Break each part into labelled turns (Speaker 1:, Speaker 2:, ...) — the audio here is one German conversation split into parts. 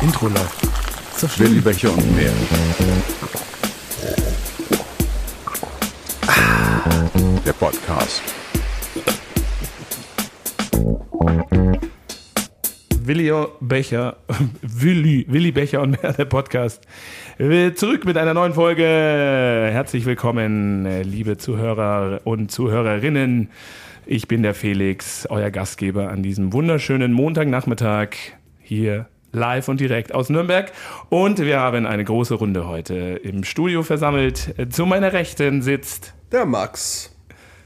Speaker 1: Intro läuft. So
Speaker 2: Willi Becher und mehr. Der Podcast.
Speaker 1: Willi Becher, Willi, Willi Becher und mehr der Podcast. Wir Zurück mit einer neuen Folge. Herzlich willkommen, äh, liebe Zuhörer und Zuhörerinnen. Ich bin der Felix, euer Gastgeber an diesem wunderschönen Montagnachmittag hier live und direkt aus Nürnberg. Und wir haben eine große Runde heute im Studio versammelt. Äh, Zu meiner Rechten sitzt,
Speaker 3: Der Max.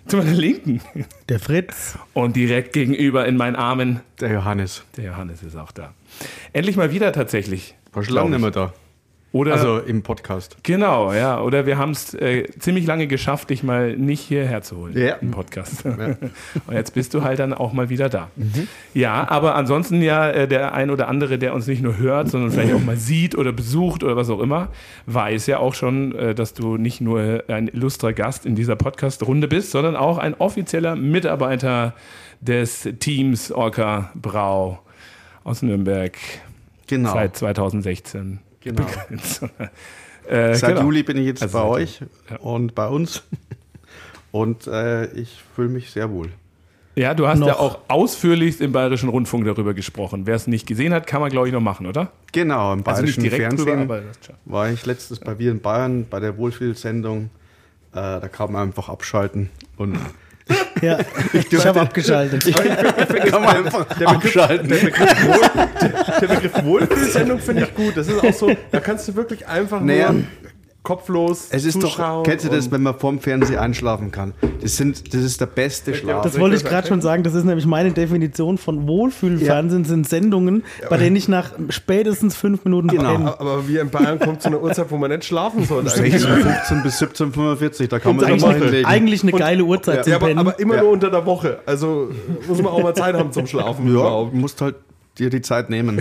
Speaker 1: zu meiner Linken
Speaker 4: Der Fritz.
Speaker 1: und direkt gegenüber in meinen Armen
Speaker 5: Der Johannes.
Speaker 1: Der Johannes ist auch da. Endlich mal wieder tatsächlich.
Speaker 5: War schon lange nicht mehr da.
Speaker 1: Oder
Speaker 5: Also im Podcast.
Speaker 1: genau, ja. Oder wir haben es äh, ziemlich lange geschafft, dich mal nicht hierher zu holen
Speaker 5: Ja. Mhm.
Speaker 1: im Podcast. Und jetzt bist du halt dann auch mal wieder da. Ja, aber ansonsten ja äh, der ein oder andere, der uns nicht nur hört, sondern vielleicht auch mal sieht oder besucht oder was auch immer, weiß ja auch schon, äh, dass du nicht nur ein illustrer Gast in dieser Podcast-Runde bist, sondern auch ein offizieller Mitarbeiter des Teams Orca Brau aus Nürnberg.
Speaker 5: Genau.
Speaker 1: Seit 2016.
Speaker 5: genau.
Speaker 1: Äh,
Speaker 5: Seit
Speaker 1: genau.
Speaker 5: Juli bin ich jetzt
Speaker 1: Also
Speaker 5: bei
Speaker 1: seit
Speaker 5: euch und bei uns. Und äh, ich fühle mich sehr wohl.
Speaker 1: Ja, du hast ja
Speaker 4: noch.
Speaker 1: auch ausführlichst im Bayerischen Rundfunk darüber gesprochen. Wer es nicht gesehen hat, kann man, glaube ich, noch machen, oder?
Speaker 5: Genau, im
Speaker 1: Also nicht
Speaker 5: bayerischen
Speaker 1: direkt drüber,
Speaker 5: Fernsehen
Speaker 1: aber das schon.
Speaker 5: war ich letztes bei Wir in Bayern bei der Wohlfühlsendung. Äh, da kann man einfach abschalten. Und
Speaker 4: Ja, ich, habe abgeschaltet.
Speaker 5: kann man einfach abschalten.
Speaker 3: Der Begriff Wohlfühlsendung finde ich gut. Das ist auch so, da kannst du wirklich einfach
Speaker 5: Naja.
Speaker 3: nur kopflos
Speaker 5: Es ist
Speaker 3: zuschauen.
Speaker 5: doch, kennst du das,
Speaker 3: und-
Speaker 5: wenn man vorm Fernseher einschlafen kann? Das, sind, das ist der beste Schlaf.
Speaker 4: Das wollte ich gerade schon sagen. Das ist nämlich meine Definition von Wohlfühlfernsehen. Sind Sendungen, bei denen ich nach spätestens fünf Minuten
Speaker 5: Genau.
Speaker 4: penne.
Speaker 3: aber, aber wir in Bayern kommen zu einer Uhrzeit, wo man nicht schlafen soll. eigentlich.
Speaker 5: 16.15 um bis 17.45, da kann
Speaker 4: Das
Speaker 5: man sich
Speaker 4: ist
Speaker 5: mal
Speaker 4: eigentlich,
Speaker 5: hinlegen.
Speaker 4: eigentlich eine geile Uhrzeit
Speaker 5: Ja,
Speaker 4: zum
Speaker 3: Ja, aber,
Speaker 4: Pennen.
Speaker 3: aber immer
Speaker 5: Ja.
Speaker 3: nur unter der Woche. Also äh, muss man auch mal Zeit haben zum Schlafen.
Speaker 5: Ja,
Speaker 3: überhaupt.
Speaker 5: du musst halt dir die Zeit nehmen.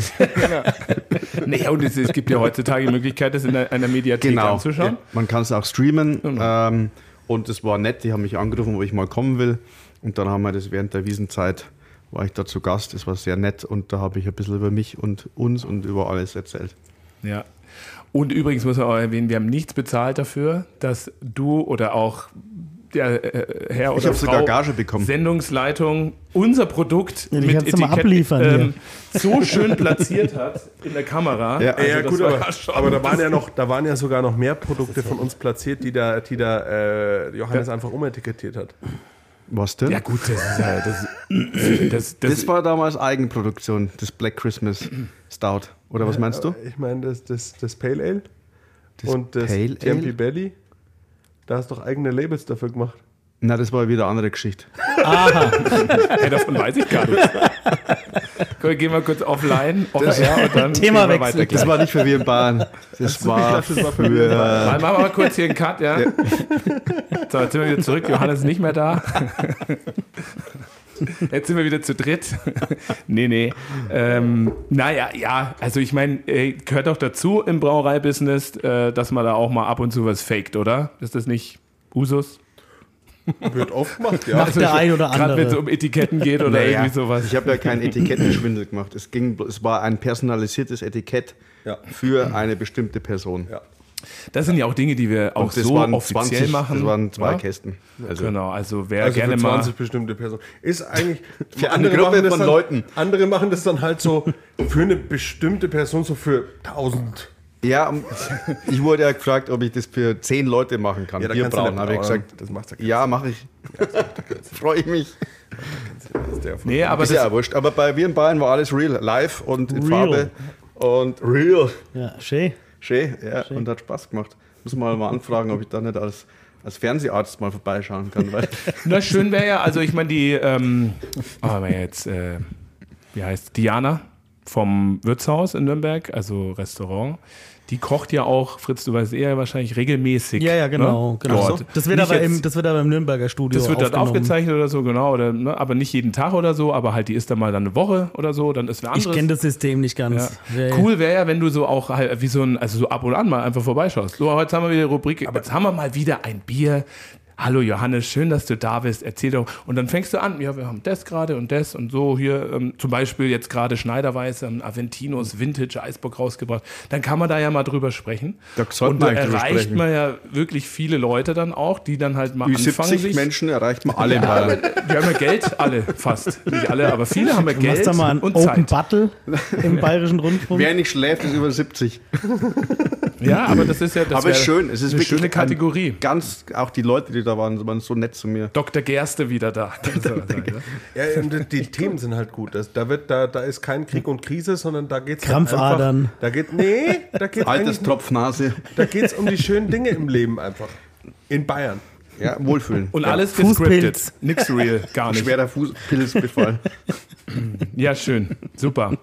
Speaker 1: Nee, und es, es gibt ja heutzutage die Möglichkeit, das in einer- einer Mediathek anzuschauen.
Speaker 5: Genau. Man kann es auch streamen. Ähm, und es war nett, die haben mich angerufen, wo ich mal kommen will. Und dann haben wir das während der Wiesenzeit, war ich da zu Gast. Es war sehr nett und da habe ich ein bisschen über mich und uns und über alles erzählt.
Speaker 1: Ja. Und übrigens muss man auch erwähnen, wir haben nichts bezahlt dafür, dass du oder auch der äh, Herr oder
Speaker 5: hab
Speaker 1: Frau
Speaker 5: sogar Gage bekommen.
Speaker 1: Sendungsleitung unser Produkt ähm,
Speaker 4: Ja, die kannst du mal abliefern
Speaker 1: so schön platziert hat in der Kamera. Also
Speaker 5: Ja,
Speaker 3: Ja,
Speaker 1: das
Speaker 3: gut,
Speaker 1: war
Speaker 3: aber,
Speaker 1: schon-
Speaker 3: aber da waren ja noch, da waren ja sogar noch mehr Produkte von uns platziert, die da, die da äh, Johannes einfach umetikettiert hat.
Speaker 5: Was denn?
Speaker 1: Ja gut, das ist ja, das, das, das,
Speaker 5: das war damals Eigenproduktion, das Black Christmas Stout. Oder was meinst du?
Speaker 3: Äh, Ich meine, das, das, das Pale Ale
Speaker 5: Das
Speaker 3: und das
Speaker 5: Pale
Speaker 3: Tempe
Speaker 5: Ale?
Speaker 3: Belly, da hast du doch eigene Labels dafür gemacht.
Speaker 5: Na, das war wieder eine andere Geschichte.
Speaker 1: Hey, davon weiß ich gar nicht. Komm, gehen wir kurz offline, off air und dann
Speaker 4: Thema
Speaker 1: gehen wir
Speaker 4: wechseln.
Speaker 1: weiter
Speaker 5: Das
Speaker 1: gleich.
Speaker 5: war nicht für wir in Bayern. Das war
Speaker 3: das war für wir in
Speaker 5: für
Speaker 1: Dann machen wir mal kurz hier einen Cut, ja? So, jetzt sind wir wieder zurück. Johannes ist nicht mehr da. Jetzt sind wir wieder zu dritt. Nee, nee. Ähm, naja, ja, also ich meine, äh, gehört auch dazu im Brauerei-Business, äh, dass man da auch mal ab und zu was faked, oder? Ist das nicht Usus? Also
Speaker 3: Wird oft gemacht,
Speaker 4: Macht der ein oder
Speaker 1: Gerade wenn es
Speaker 4: andere.
Speaker 1: um Etiketten geht oder
Speaker 5: Naja,
Speaker 1: irgendwie sowas.
Speaker 5: Ich habe ja keinen Etikettenschwindel gemacht. Es, ging, es war ein personalisiertes Etikett
Speaker 3: Ja.
Speaker 5: für eine bestimmte Person.
Speaker 3: Ja.
Speaker 1: Das sind ja auch Dinge, die wir auch
Speaker 5: Und das
Speaker 1: so
Speaker 5: waren
Speaker 1: offiziell
Speaker 5: 20,
Speaker 1: machen.
Speaker 5: Das waren zwei
Speaker 1: oder?
Speaker 5: Kästen. Also
Speaker 1: Genau, also wer
Speaker 3: Also
Speaker 1: gerne
Speaker 3: für 20
Speaker 1: mal.
Speaker 3: bestimmte Personen. Ist eigentlich
Speaker 5: Für eine Gruppe
Speaker 3: machen das
Speaker 5: von
Speaker 3: dann,
Speaker 5: Leuten.
Speaker 3: Andere machen das dann halt so für eine bestimmte Person, so für 1000.
Speaker 5: Ja, um- ich wurde ja gefragt, ob ich das für zehn Leute machen kann.
Speaker 3: Ja, da
Speaker 5: Bier
Speaker 3: kannst du
Speaker 5: brauen,
Speaker 3: nicht
Speaker 5: habe ich
Speaker 3: brauen.
Speaker 5: gesagt.
Speaker 3: Das macht ja keinen
Speaker 5: Ja, mache ich. Freue ich mich.
Speaker 1: Nee, aber
Speaker 5: ist
Speaker 1: das,
Speaker 5: ja auch wurscht. Aber bei Wir in Bayern war alles real. Live und in Farbe.
Speaker 4: Real.
Speaker 5: Und real.
Speaker 4: Ja, schön.
Speaker 5: Schön, ja, und hat Spaß gemacht. Muss mal mal anfragen, ob ich da nicht als, als Fernseharzt mal vorbeischauen kann. Weil
Speaker 1: na, schön wäre ja, also ich meine, die, ähm, aber jetzt, äh, wie heißt Diana vom Wirtshaus in Nürnberg, also Restaurant, die kocht ja auch, Fritz, du weißt eher wahrscheinlich regelmäßig.
Speaker 4: Ja, ja, genau.
Speaker 1: ne?
Speaker 4: genau.
Speaker 1: Dort.
Speaker 4: Das, wird
Speaker 1: Nicht
Speaker 4: aber im,
Speaker 1: jetzt-
Speaker 4: das wird aber im Nürnberger Studio
Speaker 1: das wird dann
Speaker 4: aufgenommen.
Speaker 1: aufgezeichnet oder so, genau, oder, ne, aber nicht jeden Tag oder so, aber halt die ist dann mal dann eine Woche oder so, dann ist eine
Speaker 4: Ich
Speaker 1: andere.
Speaker 4: kenne das System nicht
Speaker 1: Ja.
Speaker 4: ganz. Ja.
Speaker 1: Cool wäre ja, wenn du so auch halt wie so ein, also so ab und an mal einfach vorbeischaust. So, heute haben wir wieder Rubrik, jetzt haben wir mal wieder ein Bier, Hallo Johannes, schön, dass du da bist. Erzähl doch. Und dann fängst du an, ja, wir haben das gerade und das und so. Hier ähm, zum Beispiel jetzt gerade Schneiderweiße, ähm, Aventinos Vintage Eisbock rausgebracht. Dann kann man da ja mal drüber sprechen.
Speaker 5: Da sollte
Speaker 1: und da
Speaker 5: man eigentlich drüber
Speaker 1: erreicht
Speaker 5: sprechen.
Speaker 1: man ja wirklich viele Leute dann auch, die dann halt mal
Speaker 5: Wie
Speaker 1: anfangen
Speaker 5: 70
Speaker 1: sich-
Speaker 5: Menschen erreicht man alle in Bayern.
Speaker 1: Die haben ja Geld, alle fast. Nicht alle, aber viele haben ja
Speaker 4: Du machst
Speaker 1: Geld
Speaker 4: da mal einen
Speaker 1: und
Speaker 4: Open
Speaker 1: Zeit.
Speaker 4: Battle im Bayerischen Rundfunk.
Speaker 5: Wer nicht schläft, ist über 70.
Speaker 1: Ja, aber das ist ja das
Speaker 5: Hm. Aber ist
Speaker 1: wäre
Speaker 5: schön. Es ist
Speaker 1: eine
Speaker 5: wirklich
Speaker 1: schöne
Speaker 5: ein-
Speaker 1: Kategorie.
Speaker 5: Ganz, auch die Leute, die da waren, waren so nett zu mir.
Speaker 1: Dr. Gerste wieder da.
Speaker 3: Ja, und die- die Themen sind halt gut. Das, da, wird, da, da ist kein Krieg und Krise, sondern da geht es
Speaker 4: Krampfadern.
Speaker 3: Halt einfach, da geht, nee, da geht
Speaker 5: Altes
Speaker 3: es
Speaker 5: Tropfnase.
Speaker 3: da geht's um die schönen Dinge im Leben einfach. In Bayern.
Speaker 5: Ja, wohlfühlen.
Speaker 1: Und alles
Speaker 4: Fußpilz.
Speaker 1: gescriptet. Nix real, gar nicht.
Speaker 5: Schwerer Fuß Pilzbefall.
Speaker 1: Ja, schön. Super.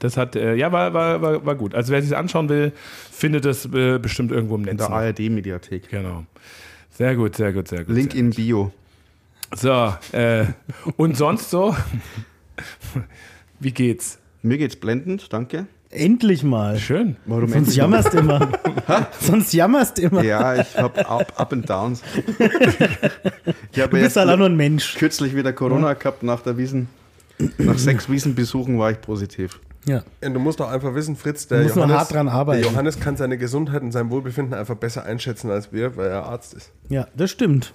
Speaker 1: Das hat, äh, ja, war, war, war, war gut. Also wer sich anschauen will, findet es äh, bestimmt irgendwo im
Speaker 5: In
Speaker 1: Netz.
Speaker 5: der
Speaker 1: noch.
Speaker 5: ARD-Mediathek.
Speaker 1: Genau. Sehr gut, sehr gut, sehr gut.
Speaker 5: Link in Bio.
Speaker 1: So, äh, und sonst so? Wie geht's?
Speaker 5: Mir geht's blendend, danke.
Speaker 4: Endlich mal.
Speaker 1: Schön.
Speaker 5: Warum
Speaker 4: Sonst jammerst immer. Sonst jammerst immer.
Speaker 5: Ja, ich hab Up, up and Downs. Ich habe
Speaker 4: du bist
Speaker 5: jetzt
Speaker 4: halt auch nur ein Mensch.
Speaker 5: kürzlich wieder Corona gehabt nach der Wiesen. Nach sechs Wiesenbesuchen war ich positiv.
Speaker 4: Ja.
Speaker 3: Und du musst doch einfach wissen, Fritz, der
Speaker 4: Du musst nur
Speaker 3: Johannes,
Speaker 4: hart dran arbeiten.
Speaker 3: der Johannes kann seine Gesundheit und sein Wohlbefinden einfach besser einschätzen als wir, weil er Arzt ist.
Speaker 4: ja, das stimmt.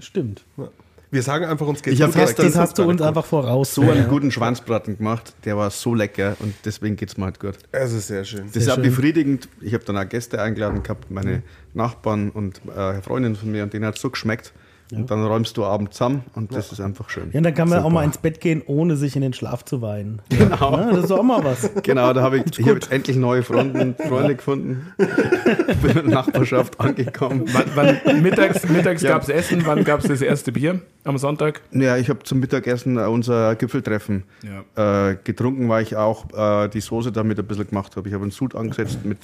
Speaker 4: Stimmt.
Speaker 3: Ja. Wir sagen einfach, uns geht's
Speaker 5: Ich hab
Speaker 3: aber
Speaker 5: gestern-
Speaker 3: geht's
Speaker 4: Das hast du
Speaker 3: gar nicht
Speaker 4: uns
Speaker 3: gut.
Speaker 4: einfach voraus.
Speaker 5: So einen guten Schwanzbraten gemacht, der war so lecker und deswegen geht's mir halt gut.
Speaker 3: Es ist sehr schön.
Speaker 5: Das ist
Speaker 4: Sehr
Speaker 5: auch
Speaker 4: schön.
Speaker 5: befriedigend. Ich habe dann auch Gäste eingeladen gehabt, meine Nachbarn und äh, Freundin von mir, und denen hat es so geschmeckt. Und dann räumst du abends zusammen und das ist einfach schön.
Speaker 4: Ja, und dann kann man
Speaker 5: Super.
Speaker 4: auch mal ins Bett gehen, ohne sich in den Schlaf zu weinen. Genau. das ist auch mal was.
Speaker 5: Genau, da habe ich, ich hab jetzt endlich neue Freunden, Freunde gefunden. Bin in der Nachbarschaft angekommen.
Speaker 1: Wann, wann, mittags mittags
Speaker 5: Ja.
Speaker 1: gab's Essen, wann gab's das erste Bier? Am Sonntag?
Speaker 5: Ja, ich habe zum Mittagessen äh, unser Gipfeltreffen äh, getrunken, weil ich auch äh, die Soße damit ein bisschen gemacht habe. Ich habe einen Sud angesetzt mit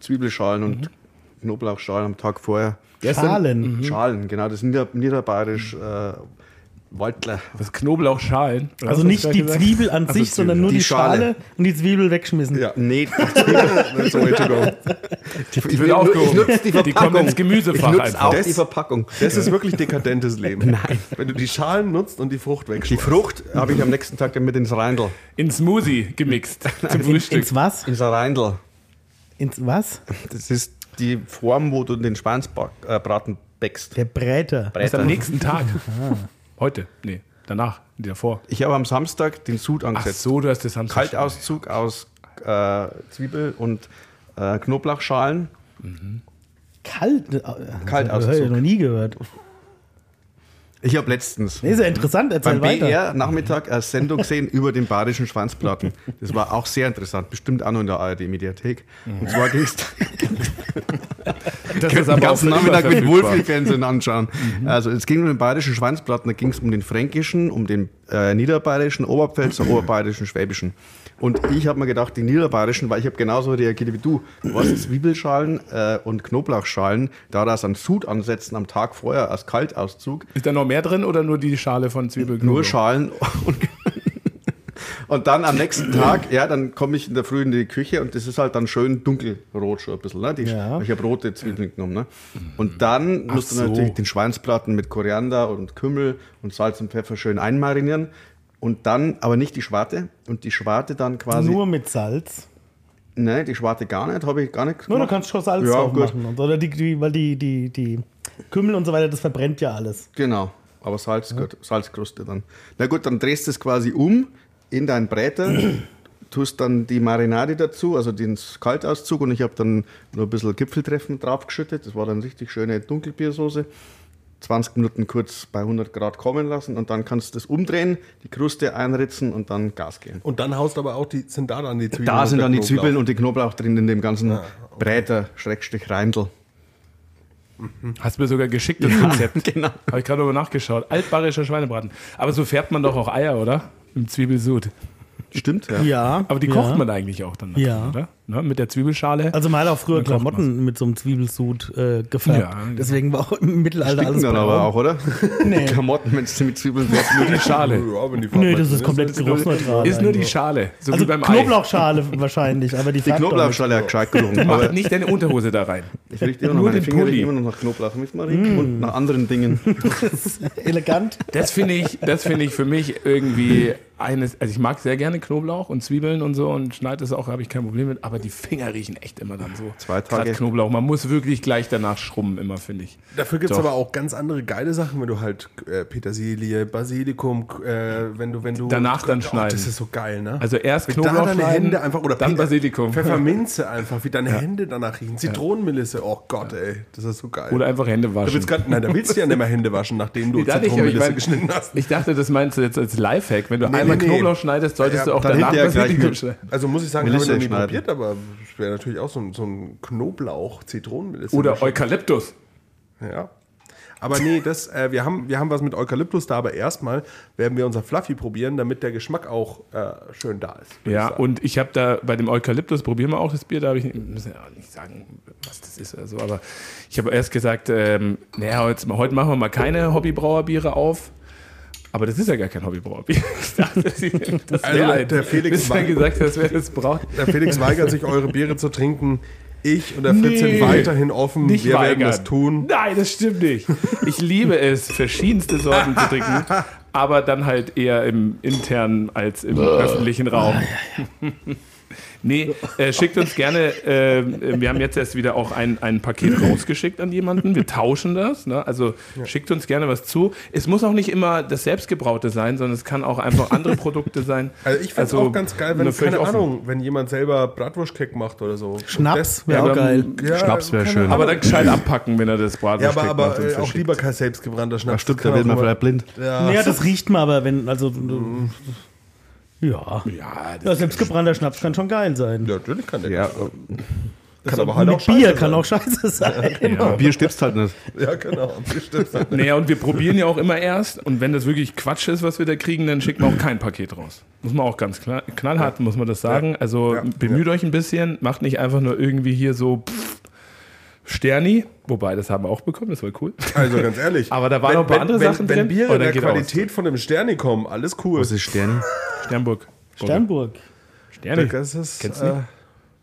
Speaker 5: Zwiebelschalen und Knoblauchschalen am Tag vorher.
Speaker 4: Schalen.
Speaker 5: Schalen, genau, das ist nieder, niederbayerisch äh, Waldler.
Speaker 1: Das Knoblauchschalen. Oder
Speaker 4: Also
Speaker 1: was
Speaker 4: nicht
Speaker 1: hast du
Speaker 4: die
Speaker 1: gesagt?
Speaker 4: Zwiebel an
Speaker 1: Also
Speaker 4: sich, sondern nur
Speaker 5: Die
Speaker 4: die,
Speaker 5: Schale.
Speaker 4: Schale. und die Zwiebel wegschmissen.
Speaker 5: Ja. Nee, sorry, Entschuldigung.
Speaker 1: Die wird aufgehoben.
Speaker 5: die
Speaker 1: Die kommen ins Gemüsefach
Speaker 5: Ich nutze
Speaker 1: einfach.
Speaker 5: auch
Speaker 3: Das-
Speaker 5: die Verpackung.
Speaker 3: Das ist wirklich dekadentes Leben. Nein. Wenn du die Schalen nutzt und die Frucht
Speaker 5: Die
Speaker 3: wegschmeißt.
Speaker 5: Frucht habe ich am nächsten Tag dann mit ins Reindl.
Speaker 1: In Smoothie gemixt zum Frühstück.
Speaker 4: Ins was?
Speaker 5: Ins Reindl.
Speaker 4: Ins was?
Speaker 5: Das ist die Form, wo du den Schweinsbraten äh, Braten backst.
Speaker 4: Der Bräter.
Speaker 1: Das ist am nächsten Tag.
Speaker 5: Ah.
Speaker 1: Heute. Nee, danach. Nee, Davor.
Speaker 5: Ich habe am Samstag den Sud
Speaker 1: Ach
Speaker 5: angesetzt.
Speaker 1: so, du hast das am
Speaker 5: Kaltauszug aus äh, Zwiebel und äh, Knoblauchschalen.
Speaker 4: Kalt. äh,
Speaker 5: Kaltauszug.
Speaker 4: Das habe ich noch nie gehört.
Speaker 5: Ich habe letztens
Speaker 4: Nee, ist ja interessant, erzähl
Speaker 5: beim
Speaker 4: weiter.
Speaker 5: BR Nachmittag eine Sendung gesehen über den badischen Schwanzplatten. Das war auch sehr interessant, bestimmt auch noch in der ARD-Mediathek. Und zwar ging es
Speaker 1: Das ist
Speaker 5: den
Speaker 1: aber
Speaker 5: ganzen
Speaker 1: auch
Speaker 5: Nachmittag mit
Speaker 1: verfügbar.
Speaker 5: Wohlfühlfernsehen anschauen. Also es ging um den bayerischen Schwanzplatten, da ging es um den fränkischen, um den äh, niederbayerischen, Oberpfälzer, oberbayerischen, schwäbischen. Und ich habe mir gedacht, die niederbayerischen, weil ich habe genauso reagiert wie du. Was ist Zwiebelschalen äh, und Knoblauchschalen, da das an Sud ansetzen am Tag vorher als Kaltauszug,
Speaker 1: Ist da noch mehr drin oder nur die Schale von Zwiebel?
Speaker 5: nur Schalen und Und dann am nächsten Tag, ja, dann komme ich in der Früh in die Küche und das ist halt dann schön dunkelrot schon ein bisschen. Ne? Die,
Speaker 4: Ja. Mhm.
Speaker 5: Ich habe rote Zwiebeln genommen. Ne? Und dann musst du
Speaker 1: so.
Speaker 5: natürlich den Schweinsbraten mit Koriander und Kümmel und Salz und Pfeffer schön einmarinieren. Und dann, aber nicht die Schwarte. Und die Schwarte dann quasi.
Speaker 4: Nur mit Salz.
Speaker 5: Ne, die Schwarte gar nicht, habe ich gar nicht
Speaker 4: Nur du
Speaker 5: gemacht.
Speaker 4: kannst schon Salz
Speaker 5: Ja,
Speaker 4: drauf
Speaker 5: gut.
Speaker 4: machen. Und, oder die, die, weil die, die, die Kümmel und so weiter, das verbrennt ja alles.
Speaker 5: Genau, aber Salz gehört, Salzkruste dann. Na gut, dann drehst du es quasi um in deinen Bräter, tust dann die Marinade dazu, also den Kaltauszug und ich habe dann noch ein bisschen Gipfeltreffen draufgeschüttet. Das war dann richtig schöne Dunkelbiersoße. 20 Minuten kurz bei 100 Grad kommen lassen und dann kannst du das umdrehen, die Kruste einritzen und dann Gas geben.
Speaker 3: Und dann haust aber auch die, sind da dann die Zwiebeln.
Speaker 5: Da
Speaker 3: und
Speaker 5: sind
Speaker 3: der
Speaker 5: dann die
Speaker 3: Knoblauch.
Speaker 5: Zwiebeln und die Knoblauch drin in dem ganzen Bräter, Schrägstrich Reindl.
Speaker 1: Hast mir sogar geschickt das Rezept. Genau. Habe ich gerade darüber nachgeschaut. Altbayerischer Schweinebraten. Aber so färbt man doch auch Eier, oder? Im Zwiebelsud.
Speaker 5: Stimmt, ja.
Speaker 4: Ja.
Speaker 1: Aber die
Speaker 4: ja.
Speaker 1: kocht man eigentlich auch dann.
Speaker 4: Ja.
Speaker 1: Oder? ne, mit der Zwiebelschale.
Speaker 4: Also man hat auch früher
Speaker 1: Dann kocht
Speaker 4: Klamotten mit so einem Zwiebelsud äh, gefärbt.
Speaker 1: Ja.
Speaker 4: Deswegen war auch im Mittelalter
Speaker 5: Spicken
Speaker 4: alles
Speaker 5: dann
Speaker 4: braun.
Speaker 5: aber auch, oder?
Speaker 4: Nee.
Speaker 5: Kamotten, wenn es mit Zwiebeln wird.
Speaker 1: nur die Schale.
Speaker 3: Ja, wenn die ne? Farbe
Speaker 4: Nee, das ist
Speaker 3: drin
Speaker 4: komplett geruchsneutral.
Speaker 1: Ist nur die
Speaker 4: eigentlich.
Speaker 1: Schale, so
Speaker 4: Also
Speaker 1: wie beim Ei.
Speaker 4: Knoblauchschale wahrscheinlich, aber die,
Speaker 5: Die
Speaker 4: färbt doch nicht.
Speaker 5: Knoblauchschale hat gescheit gelungen.
Speaker 1: Mach
Speaker 5: Aber
Speaker 1: nicht deine Unterhose da rein.
Speaker 5: ich rieche immer noch
Speaker 1: Nur
Speaker 5: meine
Speaker 1: den
Speaker 5: Finger
Speaker 1: Pulli.
Speaker 5: riechen immer noch nach Knoblauch mit Marie und nach anderen Dingen.
Speaker 4: Elegant.
Speaker 1: Das finde ich, das finde ich für mich irgendwie eines. Also ich mag sehr gerne Knoblauch und Zwiebeln und so und schneide das auch, habe ich kein Problem mit. Aber die Finger riechen echt immer dann so.
Speaker 5: Zwei
Speaker 1: Gerade
Speaker 5: Tage.
Speaker 1: Knoblauch. Man muss wirklich gleich danach schrubben, immer finde ich.
Speaker 3: Dafür gibt es
Speaker 1: Doch.
Speaker 3: aber auch ganz andere geile Sachen, wenn du halt äh, Petersilie, Basilikum, äh, wenn du, wenn du.
Speaker 1: Danach dann
Speaker 3: Oh,
Speaker 1: schneiden.
Speaker 3: Das ist so geil, ne?
Speaker 1: Also erst
Speaker 3: Wenn da
Speaker 1: Knoblauch
Speaker 3: deine
Speaker 1: schneiden,
Speaker 3: Hände einfach oder
Speaker 1: dann
Speaker 3: Pe-
Speaker 1: Basilikum.
Speaker 3: Pfefferminze einfach, wie deine Hände danach riechen. Zitronenmelisse, oh Gott, ey, das ist so geil.
Speaker 1: oder einfach Hände
Speaker 3: da
Speaker 1: waschen.
Speaker 3: willst grad, nein, da willst du ja nicht mehr Hände waschen, nachdem du
Speaker 1: Nee, da nicht, aber ich
Speaker 3: Zitronenmelisse
Speaker 1: mein-
Speaker 3: geschnitten hast.
Speaker 1: Ich dachte, das meinst du jetzt als Lifehack. Wenn du
Speaker 3: Nee,
Speaker 1: einmal
Speaker 3: nee, nee.
Speaker 1: Knoblauch schneidest, solltest
Speaker 3: Ja,
Speaker 1: du auch
Speaker 5: dann
Speaker 1: danach
Speaker 5: hinterher gleich
Speaker 1: Basilikum
Speaker 5: mit-
Speaker 1: schneiden.
Speaker 3: Also muss ich sagen, habe ich
Speaker 5: Melisse
Speaker 3: noch nie
Speaker 5: schneiden.
Speaker 3: probiert, aber es wäre natürlich auch so ein, so ein Knoblauch-Zitronenmelisse.
Speaker 1: Oder Eukalyptus.
Speaker 3: Ja. Aber nee, das, äh, wir, haben, wir haben was mit Eukalyptus da, aber erstmal werden wir unser Fluffy probieren, damit der Geschmack auch äh, schön da ist. würd ich
Speaker 1: Ja,
Speaker 3: sagen.
Speaker 1: und ich habe da bei dem Eukalyptus, probieren wir auch das Bier, da habe ich, müssen ja auch nicht sagen, was das ist oder so, aber ich habe erst gesagt, ähm, naja, heute, heute machen wir mal keine Hobbybrauerbiere auf. Aber das ist ja gar kein Hobbybrauerbier. Ich dachte, das wäre
Speaker 3: Also, der Felix
Speaker 1: bis dann
Speaker 3: war-
Speaker 1: gesagt, das wäre das Braut.
Speaker 3: Der Felix weigert sich, eure Biere zu trinken. Ich und der Fritz
Speaker 1: Nee,
Speaker 3: sind weiterhin offen.
Speaker 1: Nicht
Speaker 3: wir
Speaker 1: weigern.
Speaker 3: werden es tun.
Speaker 1: Nein, das stimmt nicht. Ich liebe es, verschiedenste Sorten zu trinken, aber dann halt eher im internen als im öffentlichen Raum. Nee, äh, schickt uns gerne, äh, äh, wir haben jetzt erst wieder auch ein, ein Paket rausgeschickt an jemanden, wir tauschen das, ne? also schickt uns gerne was zu. Es muss auch nicht immer das Selbstgebraute sein, sondern es kann auch einfach andere Produkte sein.
Speaker 3: Also ich find's auch ganz geil, wenn,
Speaker 1: ne, völlig
Speaker 3: keine
Speaker 1: offen.
Speaker 3: Ahnung, wenn jemand selber Bratwurstkek macht oder so.
Speaker 4: Schnaps
Speaker 3: Das-
Speaker 4: wäre
Speaker 1: Ja,
Speaker 4: auch
Speaker 1: aber-
Speaker 4: geil.
Speaker 3: ja,
Speaker 5: Schnaps wär
Speaker 3: keine
Speaker 5: schön.
Speaker 3: Ahnung.
Speaker 1: Aber dann gescheit abpacken, wenn er das Braten
Speaker 3: ja, aber, aber äh, auch lieber kein selbstgebrannter Schnaps.
Speaker 5: Ja, stimmt,
Speaker 3: Das
Speaker 5: da
Speaker 3: kann
Speaker 5: wird man
Speaker 3: auch
Speaker 5: vielleicht blind.
Speaker 3: immer-
Speaker 4: Naja,
Speaker 3: Ja,
Speaker 4: das riecht man aber, wenn, also.
Speaker 3: äh,
Speaker 4: Ja.
Speaker 1: Ja,
Speaker 4: ja
Speaker 1: das
Speaker 4: selbstgebrannter Schnaps kann schon geil sein.
Speaker 3: Ja, natürlich kann der.
Speaker 5: Ja,
Speaker 3: kann aber halt
Speaker 4: Mit Bier
Speaker 3: scheiße
Speaker 4: kann
Speaker 3: sein.
Speaker 4: auch scheiße sein.
Speaker 5: aber Bier stirbst halt nicht.
Speaker 3: Ja, genau. Bestimmt.
Speaker 1: Naja, und wir probieren ja auch immer erst. Und wenn das wirklich Quatsch ist, was wir da kriegen, dann schickt man auch kein Paket raus. Muss man auch ganz klar, knallhart, muss man das sagen. Also
Speaker 3: Ja.
Speaker 1: bemüht euch ein bisschen, macht nicht einfach nur irgendwie hier so pff, Sterni. Wobei, das haben wir auch bekommen, das war cool.
Speaker 3: Also ganz ehrlich.
Speaker 1: Aber da waren noch ein paar andere
Speaker 3: wenn,
Speaker 1: Sachen
Speaker 3: wenn
Speaker 1: drin.
Speaker 3: Bier
Speaker 1: Oh,
Speaker 3: in
Speaker 1: dann
Speaker 3: der
Speaker 1: geht er aus.
Speaker 3: Qualität von dem Sterni kommen, alles cool.
Speaker 5: Was ist Stern?
Speaker 1: Sternburg.
Speaker 4: Sternburg.
Speaker 1: Sterni.
Speaker 3: Das ist,
Speaker 1: Kennst du
Speaker 3: äh,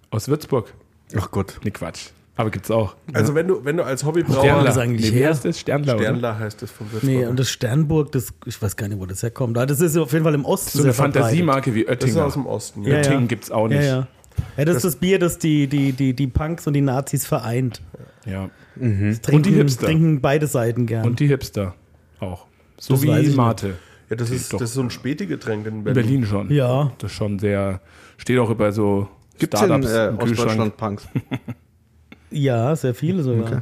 Speaker 1: Aus Würzburg.
Speaker 5: Ach Gott.
Speaker 1: Nee, Quatsch. Aber gibt's auch.
Speaker 3: also wenn du, wenn du als
Speaker 4: Sternler.
Speaker 3: Hobbybrauer
Speaker 4: Oh, das eigentlich
Speaker 1: nee, wie
Speaker 4: her?
Speaker 1: heißt das? Sternler. oder?
Speaker 3: Sternler heißt das vom Würzburg.
Speaker 4: Nee, und das Sternburg, das, ich weiß gar nicht, wo das herkommt. Ah, Das ist auf jeden Fall im Osten.
Speaker 1: So eine
Speaker 4: sehr verbreitet.
Speaker 1: Fantasiemarke wie
Speaker 3: das ist
Speaker 1: Oettinger.
Speaker 3: aus dem Osten.
Speaker 4: Ja,
Speaker 1: Oettingen
Speaker 4: ja.
Speaker 1: gibt's auch
Speaker 4: Ja,
Speaker 1: nicht.
Speaker 4: ja. Ja, das ist das Bier, das die, die, die, die Punks und die Nazis vereint.
Speaker 1: ja.
Speaker 4: Das trinken,
Speaker 1: Mhm. Hipster.
Speaker 4: trinken beide Seiten gern.
Speaker 1: Und die Hipster auch. So
Speaker 4: Das weiß ich
Speaker 1: wie
Speaker 4: nicht.
Speaker 1: Mate.
Speaker 3: Ja, das, ist,
Speaker 1: doch.
Speaker 3: das ist so ein Spätgetränk in
Speaker 1: In
Speaker 3: Berlin.
Speaker 1: Berlin schon.
Speaker 4: Ja.
Speaker 1: Das ist schon sehr, steht auch über so
Speaker 5: Gibt's in
Speaker 1: Startups
Speaker 5: äh,
Speaker 1: im Kühlschrank.
Speaker 5: Ostdeutschland Punks?
Speaker 4: ja, sehr viele sogar.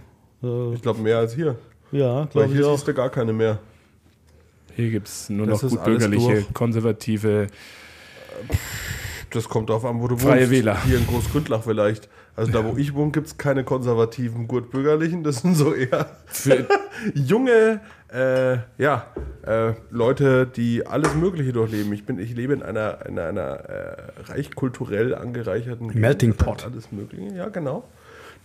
Speaker 3: Ich glaube, mehr als hier.
Speaker 4: Ja,
Speaker 3: Weil
Speaker 4: glaube ich
Speaker 3: hier
Speaker 4: auch.
Speaker 3: siehst du gar keine mehr.
Speaker 1: Hier gibt es nur
Speaker 3: Das
Speaker 1: noch
Speaker 3: ist
Speaker 1: gut
Speaker 3: alles
Speaker 1: bürgerliche,
Speaker 3: durch.
Speaker 1: konservative.
Speaker 3: Das kommt drauf an, wo du
Speaker 1: Freie
Speaker 3: wohnst.
Speaker 1: Wähler.
Speaker 3: Hier in Großgründlach vielleicht. Also da, wo ich wohne, gibt es keine konservativen Gutbürgerlichen. Das sind so eher
Speaker 1: Für,
Speaker 3: junge äh, ja, äh, Leute, die alles Mögliche durchleben. Ich, bin, ich lebe in einer, in einer äh, reich kulturell angereicherten Gegend.
Speaker 5: Melting
Speaker 3: Da
Speaker 5: Pot.
Speaker 3: ist Alles Mögliche, ja, genau.